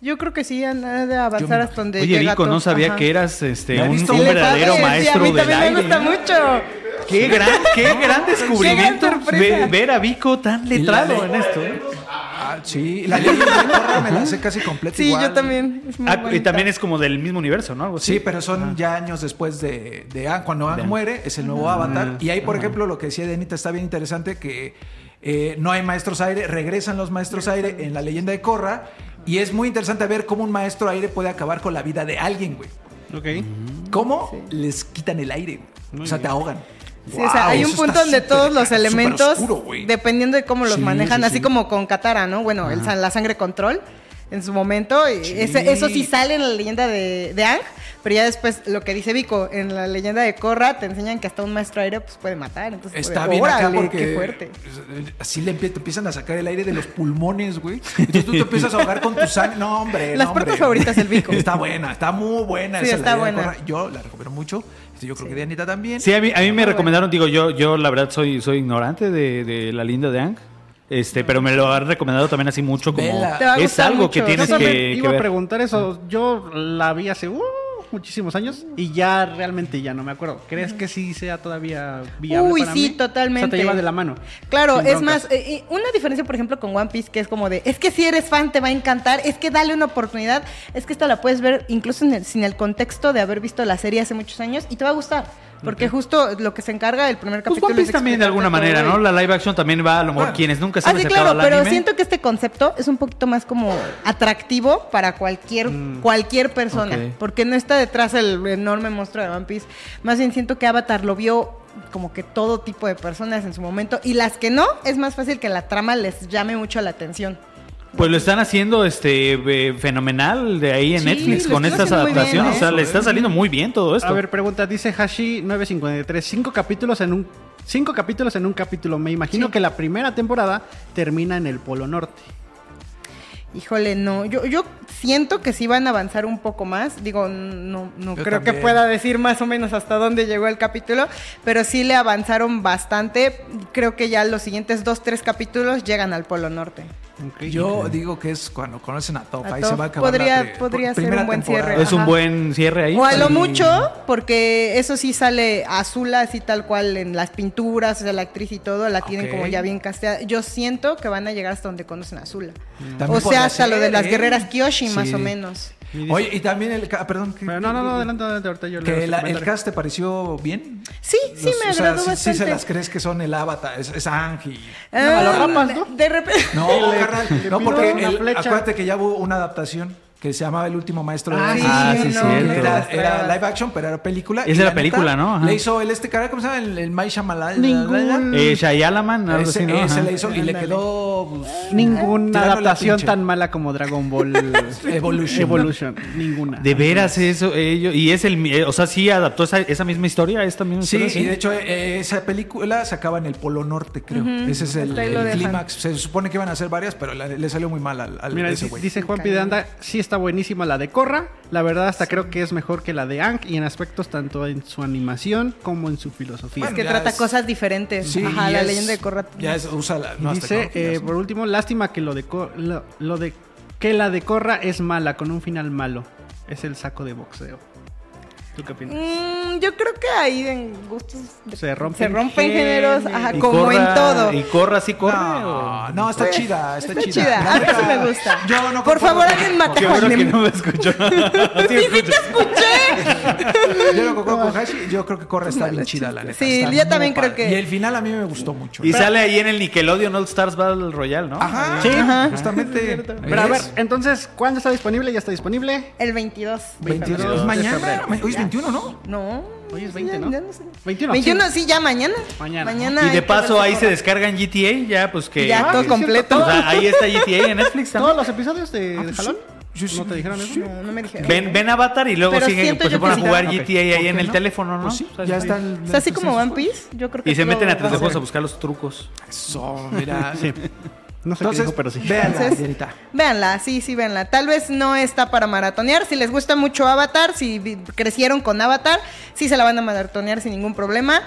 Speaker 8: Yo creo que sí, han han de avanzar hasta donde
Speaker 5: Oye,
Speaker 8: llega
Speaker 5: Vico,
Speaker 8: todo.
Speaker 5: no sabía
Speaker 8: Ajá.
Speaker 5: que eras este,
Speaker 4: Me ha
Speaker 5: un,
Speaker 4: visto
Speaker 5: un
Speaker 8: Sí,
Speaker 4: muy
Speaker 5: verdadero
Speaker 8: sí,
Speaker 5: maestro
Speaker 8: a mí
Speaker 5: del
Speaker 8: también me
Speaker 5: aire.
Speaker 8: gusta mucho.
Speaker 5: Qué gran,
Speaker 8: *laughs*
Speaker 5: qué gran descubrimiento
Speaker 8: Qué gran sorpresa.
Speaker 5: ve- ver a Vico tan letrado
Speaker 4: le-
Speaker 5: en esto. ¿eh?
Speaker 4: Ah, sí, la ley de Korra me la sé casi completa
Speaker 8: Sí,
Speaker 4: igual.
Speaker 8: yo también. es muy
Speaker 5: Ah, y
Speaker 8: bonita.
Speaker 5: también es como del mismo universo, ¿no? Algo así.
Speaker 4: Sí, pero son ya años después de, de Aang. Cuando Aang muere, es el nuevo avatar. Y ahí, por ejemplo, lo que decía Denita está bien interesante, que eh, no hay maestros aire, regresan los maestros aire en la leyenda de Korra. Y es muy interesante ver cómo un maestro aire puede acabar con la vida de alguien, güey.
Speaker 6: Ok.
Speaker 8: Mm.
Speaker 4: ¿Cómo les quitan el aire? o sea, te ahogan.
Speaker 8: Sí, o sea,
Speaker 4: Wow,
Speaker 8: hay un
Speaker 4: eso
Speaker 8: punto
Speaker 4: está
Speaker 8: donde
Speaker 4: súper-
Speaker 8: todos los
Speaker 4: súper
Speaker 8: elementos,
Speaker 4: oscuro, güey.
Speaker 8: dependiendo de cómo los
Speaker 4: Sí,
Speaker 8: manejan,
Speaker 4: sí,
Speaker 8: así
Speaker 4: sí.
Speaker 8: como con Katara, ¿no? Bueno, el san- la sangre control en su momento, y ese- eso sí sale en la leyenda de, de Aang, pero ya después lo que dice Vico, en la leyenda de Korra te enseñan que hasta un maestro aire pues, puede matar, entonces
Speaker 4: Está
Speaker 8: pues,
Speaker 4: bien acá
Speaker 8: órale,
Speaker 4: porque
Speaker 8: qué fuerte.
Speaker 4: así le empie- te empiezan a sacar el aire de los pulmones, güey. Entonces tú te empiezas a ahogar con tu sangre. No, hombre.
Speaker 8: Las
Speaker 4: no, hombre.
Speaker 8: puertas favoritas del Vico.
Speaker 4: Está buena, está muy buena.
Speaker 8: Sí,
Speaker 4: esa
Speaker 8: está
Speaker 4: la idea de
Speaker 8: buena.
Speaker 4: Corra. Yo la recomiendo mucho. Este, Yo creo que Dianita también.
Speaker 5: Sí, a mí, a mí me recomendaron, digo, yo, yo la verdad soy, soy ignorante de, de la linda de Ang. Este, pero me lo han recomendado también así mucho como
Speaker 4: Vela.
Speaker 8: Te va a
Speaker 5: es
Speaker 8: gustar
Speaker 5: algo
Speaker 8: mucho.
Speaker 5: que tienes que,
Speaker 8: Justamente
Speaker 5: que
Speaker 6: iba a
Speaker 5: ver.
Speaker 6: preguntar eso. Yo la vi hace uh, muchísimos años y ya realmente ya no me acuerdo. ¿Crees que sí sea todavía viable
Speaker 8: Uy,
Speaker 6: para
Speaker 8: sí,
Speaker 6: mí?
Speaker 8: totalmente.
Speaker 6: O sea, te lleva de la mano.
Speaker 8: Claro,
Speaker 6: Sin
Speaker 8: es
Speaker 6: broncas.
Speaker 8: más, eh, y una diferencia, por ejemplo, con One Piece, que es como de, es que si eres fan te va a encantar, es que dale una oportunidad, es que esta la puedes ver incluso en el- sin el contexto de haber visto la serie hace muchos años y te va a gustar, porque justo lo que se encarga el primer
Speaker 5: Pues
Speaker 8: capítulo.
Speaker 5: One
Speaker 8: es
Speaker 5: Piece también de alguna
Speaker 8: explicarte
Speaker 5: manera,
Speaker 8: todo
Speaker 5: ¿no? La live action también va a lo mejor quienes nunca se
Speaker 8: Ah,
Speaker 5: han
Speaker 8: sí,
Speaker 5: acercado
Speaker 8: claro,
Speaker 5: al
Speaker 8: pero
Speaker 5: anime.
Speaker 8: siento que este concepto es un poquito más como atractivo para cualquier cualquier persona,
Speaker 5: Mm. Ok.
Speaker 8: porque no está detrás el enorme monstruo de One Piece. Más bien siento que Avatar lo vio como que todo tipo de personas en su momento y las que no, es más fácil que la trama les llame mucho la atención.
Speaker 5: Pues lo están haciendo este eh, fenomenal de ahí en
Speaker 8: Sí,
Speaker 5: Netflix
Speaker 8: lo
Speaker 5: con
Speaker 8: están
Speaker 5: estas
Speaker 8: haciendo muy bien,
Speaker 5: adaptaciones.
Speaker 8: ¿eh?
Speaker 5: O sea, le está saliendo muy bien todo esto.
Speaker 6: A ver, pregunta, dice Hashi953, cinco capítulos en un... Cinco capítulos en un capítulo. Me imagino que la primera temporada termina en el Polo Norte.
Speaker 8: Híjole, no. Yo, yo siento que sí van a avanzar un poco más. Digo, no, no
Speaker 4: Yo
Speaker 8: creo que
Speaker 4: también.
Speaker 8: pueda decir más o menos hasta dónde llegó el capítulo, pero sí le avanzaron bastante. Creo que ya los siguientes dos, tres capítulos llegan al Polo Norte.
Speaker 4: Yo digo que es cuando conocen a Top.
Speaker 8: A
Speaker 4: ahí
Speaker 8: Top.
Speaker 4: se va a acabar
Speaker 8: Podría-
Speaker 4: la pri-
Speaker 8: podría
Speaker 4: pr-
Speaker 8: ser
Speaker 4: primera
Speaker 8: un buen
Speaker 4: temporada.
Speaker 8: cierre.
Speaker 5: Es un
Speaker 8: Ajá.
Speaker 5: buen cierre ahí.
Speaker 8: O a lo
Speaker 5: Sí.
Speaker 8: mucho, porque eso sí sale azul así tal cual en las pinturas, o sea, la actriz y todo, la tienen
Speaker 4: Ok.
Speaker 8: como ya bien casteada. Yo siento que van a llegar hasta donde conocen a Azula.
Speaker 4: También
Speaker 8: O sea,
Speaker 4: podría
Speaker 8: hasta lo de
Speaker 4: ser,
Speaker 8: las
Speaker 4: ¿eh?
Speaker 8: guerreras Kyoshi, más
Speaker 4: Sí.
Speaker 8: o menos.
Speaker 4: Oye, y también el. ca- Perdón. que-
Speaker 6: Pero no, no, no, adelante, adelante, ahorita yo leo
Speaker 4: Que
Speaker 6: su
Speaker 4: la- el
Speaker 6: comentario.
Speaker 4: cast te pareció bien.
Speaker 8: Sí,
Speaker 4: Los-
Speaker 8: sí, me
Speaker 4: o sea,
Speaker 8: agradó
Speaker 4: sí-
Speaker 8: bastante.
Speaker 4: Sí, se las crees que son el avatar, es, es Angie.
Speaker 8: Ah,
Speaker 6: A los ramas, ¿no?
Speaker 8: de- De repente.
Speaker 4: No,
Speaker 6: le-
Speaker 4: carnal,
Speaker 6: le
Speaker 4: no,
Speaker 6: picó
Speaker 4: porque
Speaker 6: una
Speaker 4: el-
Speaker 6: flecha.
Speaker 4: acuérdate que ya hubo una adaptación que se llamaba El último maestro de
Speaker 8: Ah,
Speaker 4: Angie.
Speaker 8: sí, Ah, sí, no, cierto.
Speaker 4: Era, era live action, pero era película.
Speaker 5: Es
Speaker 4: y
Speaker 5: de la
Speaker 4: neta,
Speaker 5: película, ¿no? Ajá.
Speaker 4: Le hizo el este cara, ¿cómo se llama? El, el Mai Shyamalan.
Speaker 6: Ningún-
Speaker 4: mm,
Speaker 5: Eh, Shyamalan, algo
Speaker 4: Ese,
Speaker 5: así, ¿no?
Speaker 4: ese
Speaker 5: Ajá.
Speaker 4: eh, le hizo y le quedó. pues,
Speaker 6: Ninguna
Speaker 4: Tirando la
Speaker 6: adaptación
Speaker 4: pinche.
Speaker 6: tan mala como
Speaker 4: *laughs*
Speaker 6: Dragon Ball
Speaker 4: Evolution.
Speaker 6: Evolution, ninguna.
Speaker 5: De veras eso, ello- y es el, mi- eh, o sea, sí adaptó esa, esa misma historia, a esta misma
Speaker 4: pues, Sí,
Speaker 5: historia.
Speaker 4: y de hecho eh, esa película se acaba en el Polo Norte, creo. Ese es el,
Speaker 8: hasta ahí lo
Speaker 4: el
Speaker 8: dejan.
Speaker 4: clímax. Se supone que iban a hacer varias, pero la- le salió muy mal al, al-
Speaker 6: Ah, Mira,
Speaker 4: ese
Speaker 6: dice-
Speaker 4: güey.
Speaker 6: dice Juan
Speaker 8: Cañón.
Speaker 6: Pidanda, sí está buenísima la de Corra. La verdad hasta creo que es mejor que la de Ang y en aspectos tanto en su animación como en su filosofía.
Speaker 8: Es que
Speaker 4: ya
Speaker 8: trata
Speaker 4: es-
Speaker 8: cosas diferentes.
Speaker 4: Sí,
Speaker 8: Ajá, la
Speaker 4: y es-
Speaker 8: leyenda de Korra.
Speaker 4: Ya es- usa la, nuevas
Speaker 6: dice, eh,
Speaker 4: tecnologías.
Speaker 6: por último, lástima que lo de, Co- lo, lo de que la de Corra es mala, con un final malo. Es el saco de boxeo. ¿Tú qué opinas?
Speaker 8: Mm, yo creo que ahí en gustos de-
Speaker 6: Se rompen
Speaker 8: se rompen géneros,
Speaker 6: géneros.
Speaker 8: ajá,
Speaker 5: Y
Speaker 8: como
Speaker 5: corra-
Speaker 8: en todo.
Speaker 5: Y corra, sí corre.
Speaker 4: No,
Speaker 5: o-
Speaker 4: no, está chida, está,
Speaker 8: Pues, Está
Speaker 4: chida.
Speaker 8: chida,
Speaker 4: La
Speaker 8: a mí
Speaker 4: neta,
Speaker 8: sí me gusta.
Speaker 4: Yo no
Speaker 8: Por
Speaker 4: concuerdo
Speaker 8: favor,
Speaker 4: con-
Speaker 8: alguien mate
Speaker 5: Qué
Speaker 8: a
Speaker 5: bueno que
Speaker 8: Hanem.
Speaker 5: no me
Speaker 8: *laughs*
Speaker 5: escuchó.
Speaker 8: Sí, sí te escuché.
Speaker 4: Yo no concuerdo
Speaker 8: *laughs*
Speaker 4: con Hashi, yo creo que Corra está bien chida, la neta.
Speaker 8: Sí,
Speaker 4: está
Speaker 8: yo
Speaker 4: muy
Speaker 8: también creo
Speaker 4: padre.
Speaker 8: que-
Speaker 4: Y el final a mí me gustó mucho. ¿eh?
Speaker 5: Y sale ahí en el Nickelodeon All Stars Battle Royale, ¿no?
Speaker 4: Ajá,
Speaker 6: Sí.
Speaker 4: ajá, justamente.
Speaker 6: Pero a ver,
Speaker 4: ¿Ves?
Speaker 6: entonces, ¿cuándo está disponible? Ya está disponible.
Speaker 8: El 22.
Speaker 4: 22
Speaker 6: de
Speaker 4: mañana,
Speaker 6: febrero.
Speaker 4: ma- hoy es 21, ¿no? Ah,
Speaker 8: No.
Speaker 6: Hoy es
Speaker 8: sí, ya-
Speaker 6: 20, ¿no?
Speaker 8: ya sé.
Speaker 6: 21,
Speaker 8: 21,
Speaker 6: sí.
Speaker 8: sí, ya mañana.
Speaker 6: Mañana.
Speaker 5: Y
Speaker 8: hay
Speaker 5: de
Speaker 8: que
Speaker 5: paso
Speaker 8: verse
Speaker 5: ahí se
Speaker 8: Corra.
Speaker 5: descargan GTA, ya pues que...
Speaker 8: Ya, todo
Speaker 5: que-
Speaker 8: completo.
Speaker 5: O sea, ahí está GTA en Netflix
Speaker 6: ¿Todos
Speaker 4: *laughs*
Speaker 5: también.
Speaker 6: los episodios de,
Speaker 8: Ah, pues
Speaker 6: de Jalón?
Speaker 4: Yo pues sí-
Speaker 6: ¿No te dijeron eso?
Speaker 8: No, no me dijeron.
Speaker 5: Ven, ven Avatar y luego
Speaker 8: Pero
Speaker 5: siguen,
Speaker 8: siento
Speaker 5: pues se
Speaker 8: yo
Speaker 5: ponen a
Speaker 8: que sí.
Speaker 5: jugar
Speaker 8: Ok,
Speaker 5: GTA
Speaker 4: ¿por
Speaker 5: ahí
Speaker 4: qué
Speaker 5: en el
Speaker 4: no?
Speaker 5: teléfono, ¿no?
Speaker 4: Pues sí,
Speaker 5: O sea,
Speaker 4: ya
Speaker 5: sí.
Speaker 4: está. el-
Speaker 8: O sea, así como
Speaker 4: sí,
Speaker 8: One Piece, yo creo que
Speaker 5: Y se
Speaker 8: lo
Speaker 5: meten a
Speaker 8: va
Speaker 5: tres
Speaker 8: a
Speaker 5: de juegos a
Speaker 8: hacer.
Speaker 5: buscar los trucos.
Speaker 4: Eso,
Speaker 6: *laughs*
Speaker 4: mira.
Speaker 6: No sé
Speaker 4: Entonces,
Speaker 6: qué pues dijo, pero sí.
Speaker 4: véanla,
Speaker 8: Entonces,
Speaker 4: Dianita.
Speaker 8: Véanla, sí, sí, véanla. Tal vez no está para maratonear. Si les gusta mucho Avatar, si vi- crecieron con Avatar, sí se la van a maratonear sin ningún problema.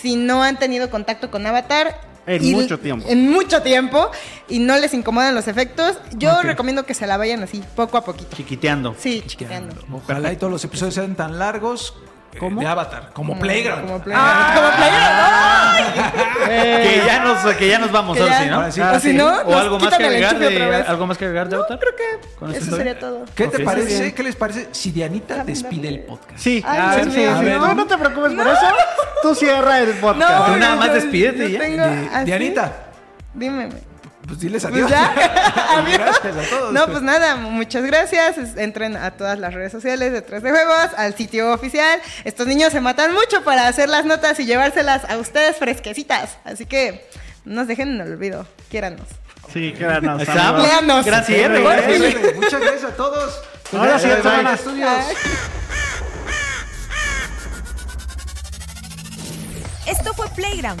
Speaker 8: Si no han tenido contacto con Avatar.
Speaker 6: En
Speaker 8: y-
Speaker 6: mucho tiempo.
Speaker 8: En mucho tiempo. Y no les incomodan los efectos. Yo recomiendo que se la vayan así, poco a poquito.
Speaker 5: Chiquiteando.
Speaker 8: Sí, chiqueando.
Speaker 4: Ojalá y todos los episodios sean tan largos eh, de Avatar, como Playground.
Speaker 8: Mm,
Speaker 4: Ah,
Speaker 8: Como play- como playera, ¿no?
Speaker 5: Que ya nos, que ya nos vamos,
Speaker 8: Eh, Que
Speaker 5: ahora
Speaker 8: ya-
Speaker 5: sí, ¿no?
Speaker 4: Ahora sí.
Speaker 8: o si no,
Speaker 5: o
Speaker 8: nos
Speaker 5: algo más
Speaker 8: quitan
Speaker 5: que
Speaker 8: el
Speaker 5: agregar
Speaker 8: enchufe otra
Speaker 5: de
Speaker 8: vez.
Speaker 5: algo más que agregar de
Speaker 8: No,
Speaker 5: Avatar?
Speaker 8: creo que
Speaker 5: ¿Con esta
Speaker 8: eso
Speaker 5: historia?
Speaker 8: sería todo.
Speaker 4: ¿Qué te
Speaker 5: Ok.
Speaker 4: parece? ¿Qué les parece si Dianita despide el podcast?
Speaker 6: Sí,
Speaker 8: Ay,
Speaker 6: a ver, Ah,
Speaker 8: Dios
Speaker 6: sí,
Speaker 8: mío.
Speaker 6: sí.
Speaker 4: A ver,
Speaker 6: No,
Speaker 4: ¿no?
Speaker 6: no te preocupes por eso. Tú cierra el podcast.
Speaker 5: Tú nada
Speaker 8: yo-
Speaker 5: más
Speaker 8: yo-
Speaker 5: despídete
Speaker 8: yo
Speaker 5: ya.
Speaker 8: tengo
Speaker 4: Di-
Speaker 8: así.
Speaker 4: Dianita,
Speaker 8: Dime.
Speaker 4: pues diles
Speaker 8: Pues
Speaker 4: adiós.
Speaker 8: ya. Adiós.
Speaker 4: Gracias *laughs* a todos.
Speaker 8: No, pues nada, muchas gracias. Es- Entren a todas las redes sociales de 3 de Juegos, al sitio oficial. Estos niños se matan mucho para hacer las notas y llevárselas a ustedes fresquecitas. Así que no nos dejen en el olvido. Quiéranos.
Speaker 6: Sí, quédanos.
Speaker 5: Estamos.
Speaker 6: amigos.
Speaker 8: Léanos.
Speaker 5: Gran cierre,
Speaker 8: Por
Speaker 5: gran
Speaker 8: fin.
Speaker 5: cierre.
Speaker 4: Muchas gracias a todos.
Speaker 6: Ahora sí,
Speaker 4: Gracias,
Speaker 6: hermana.
Speaker 8: Ah.
Speaker 4: Estudios.
Speaker 1: Esto fue Playground,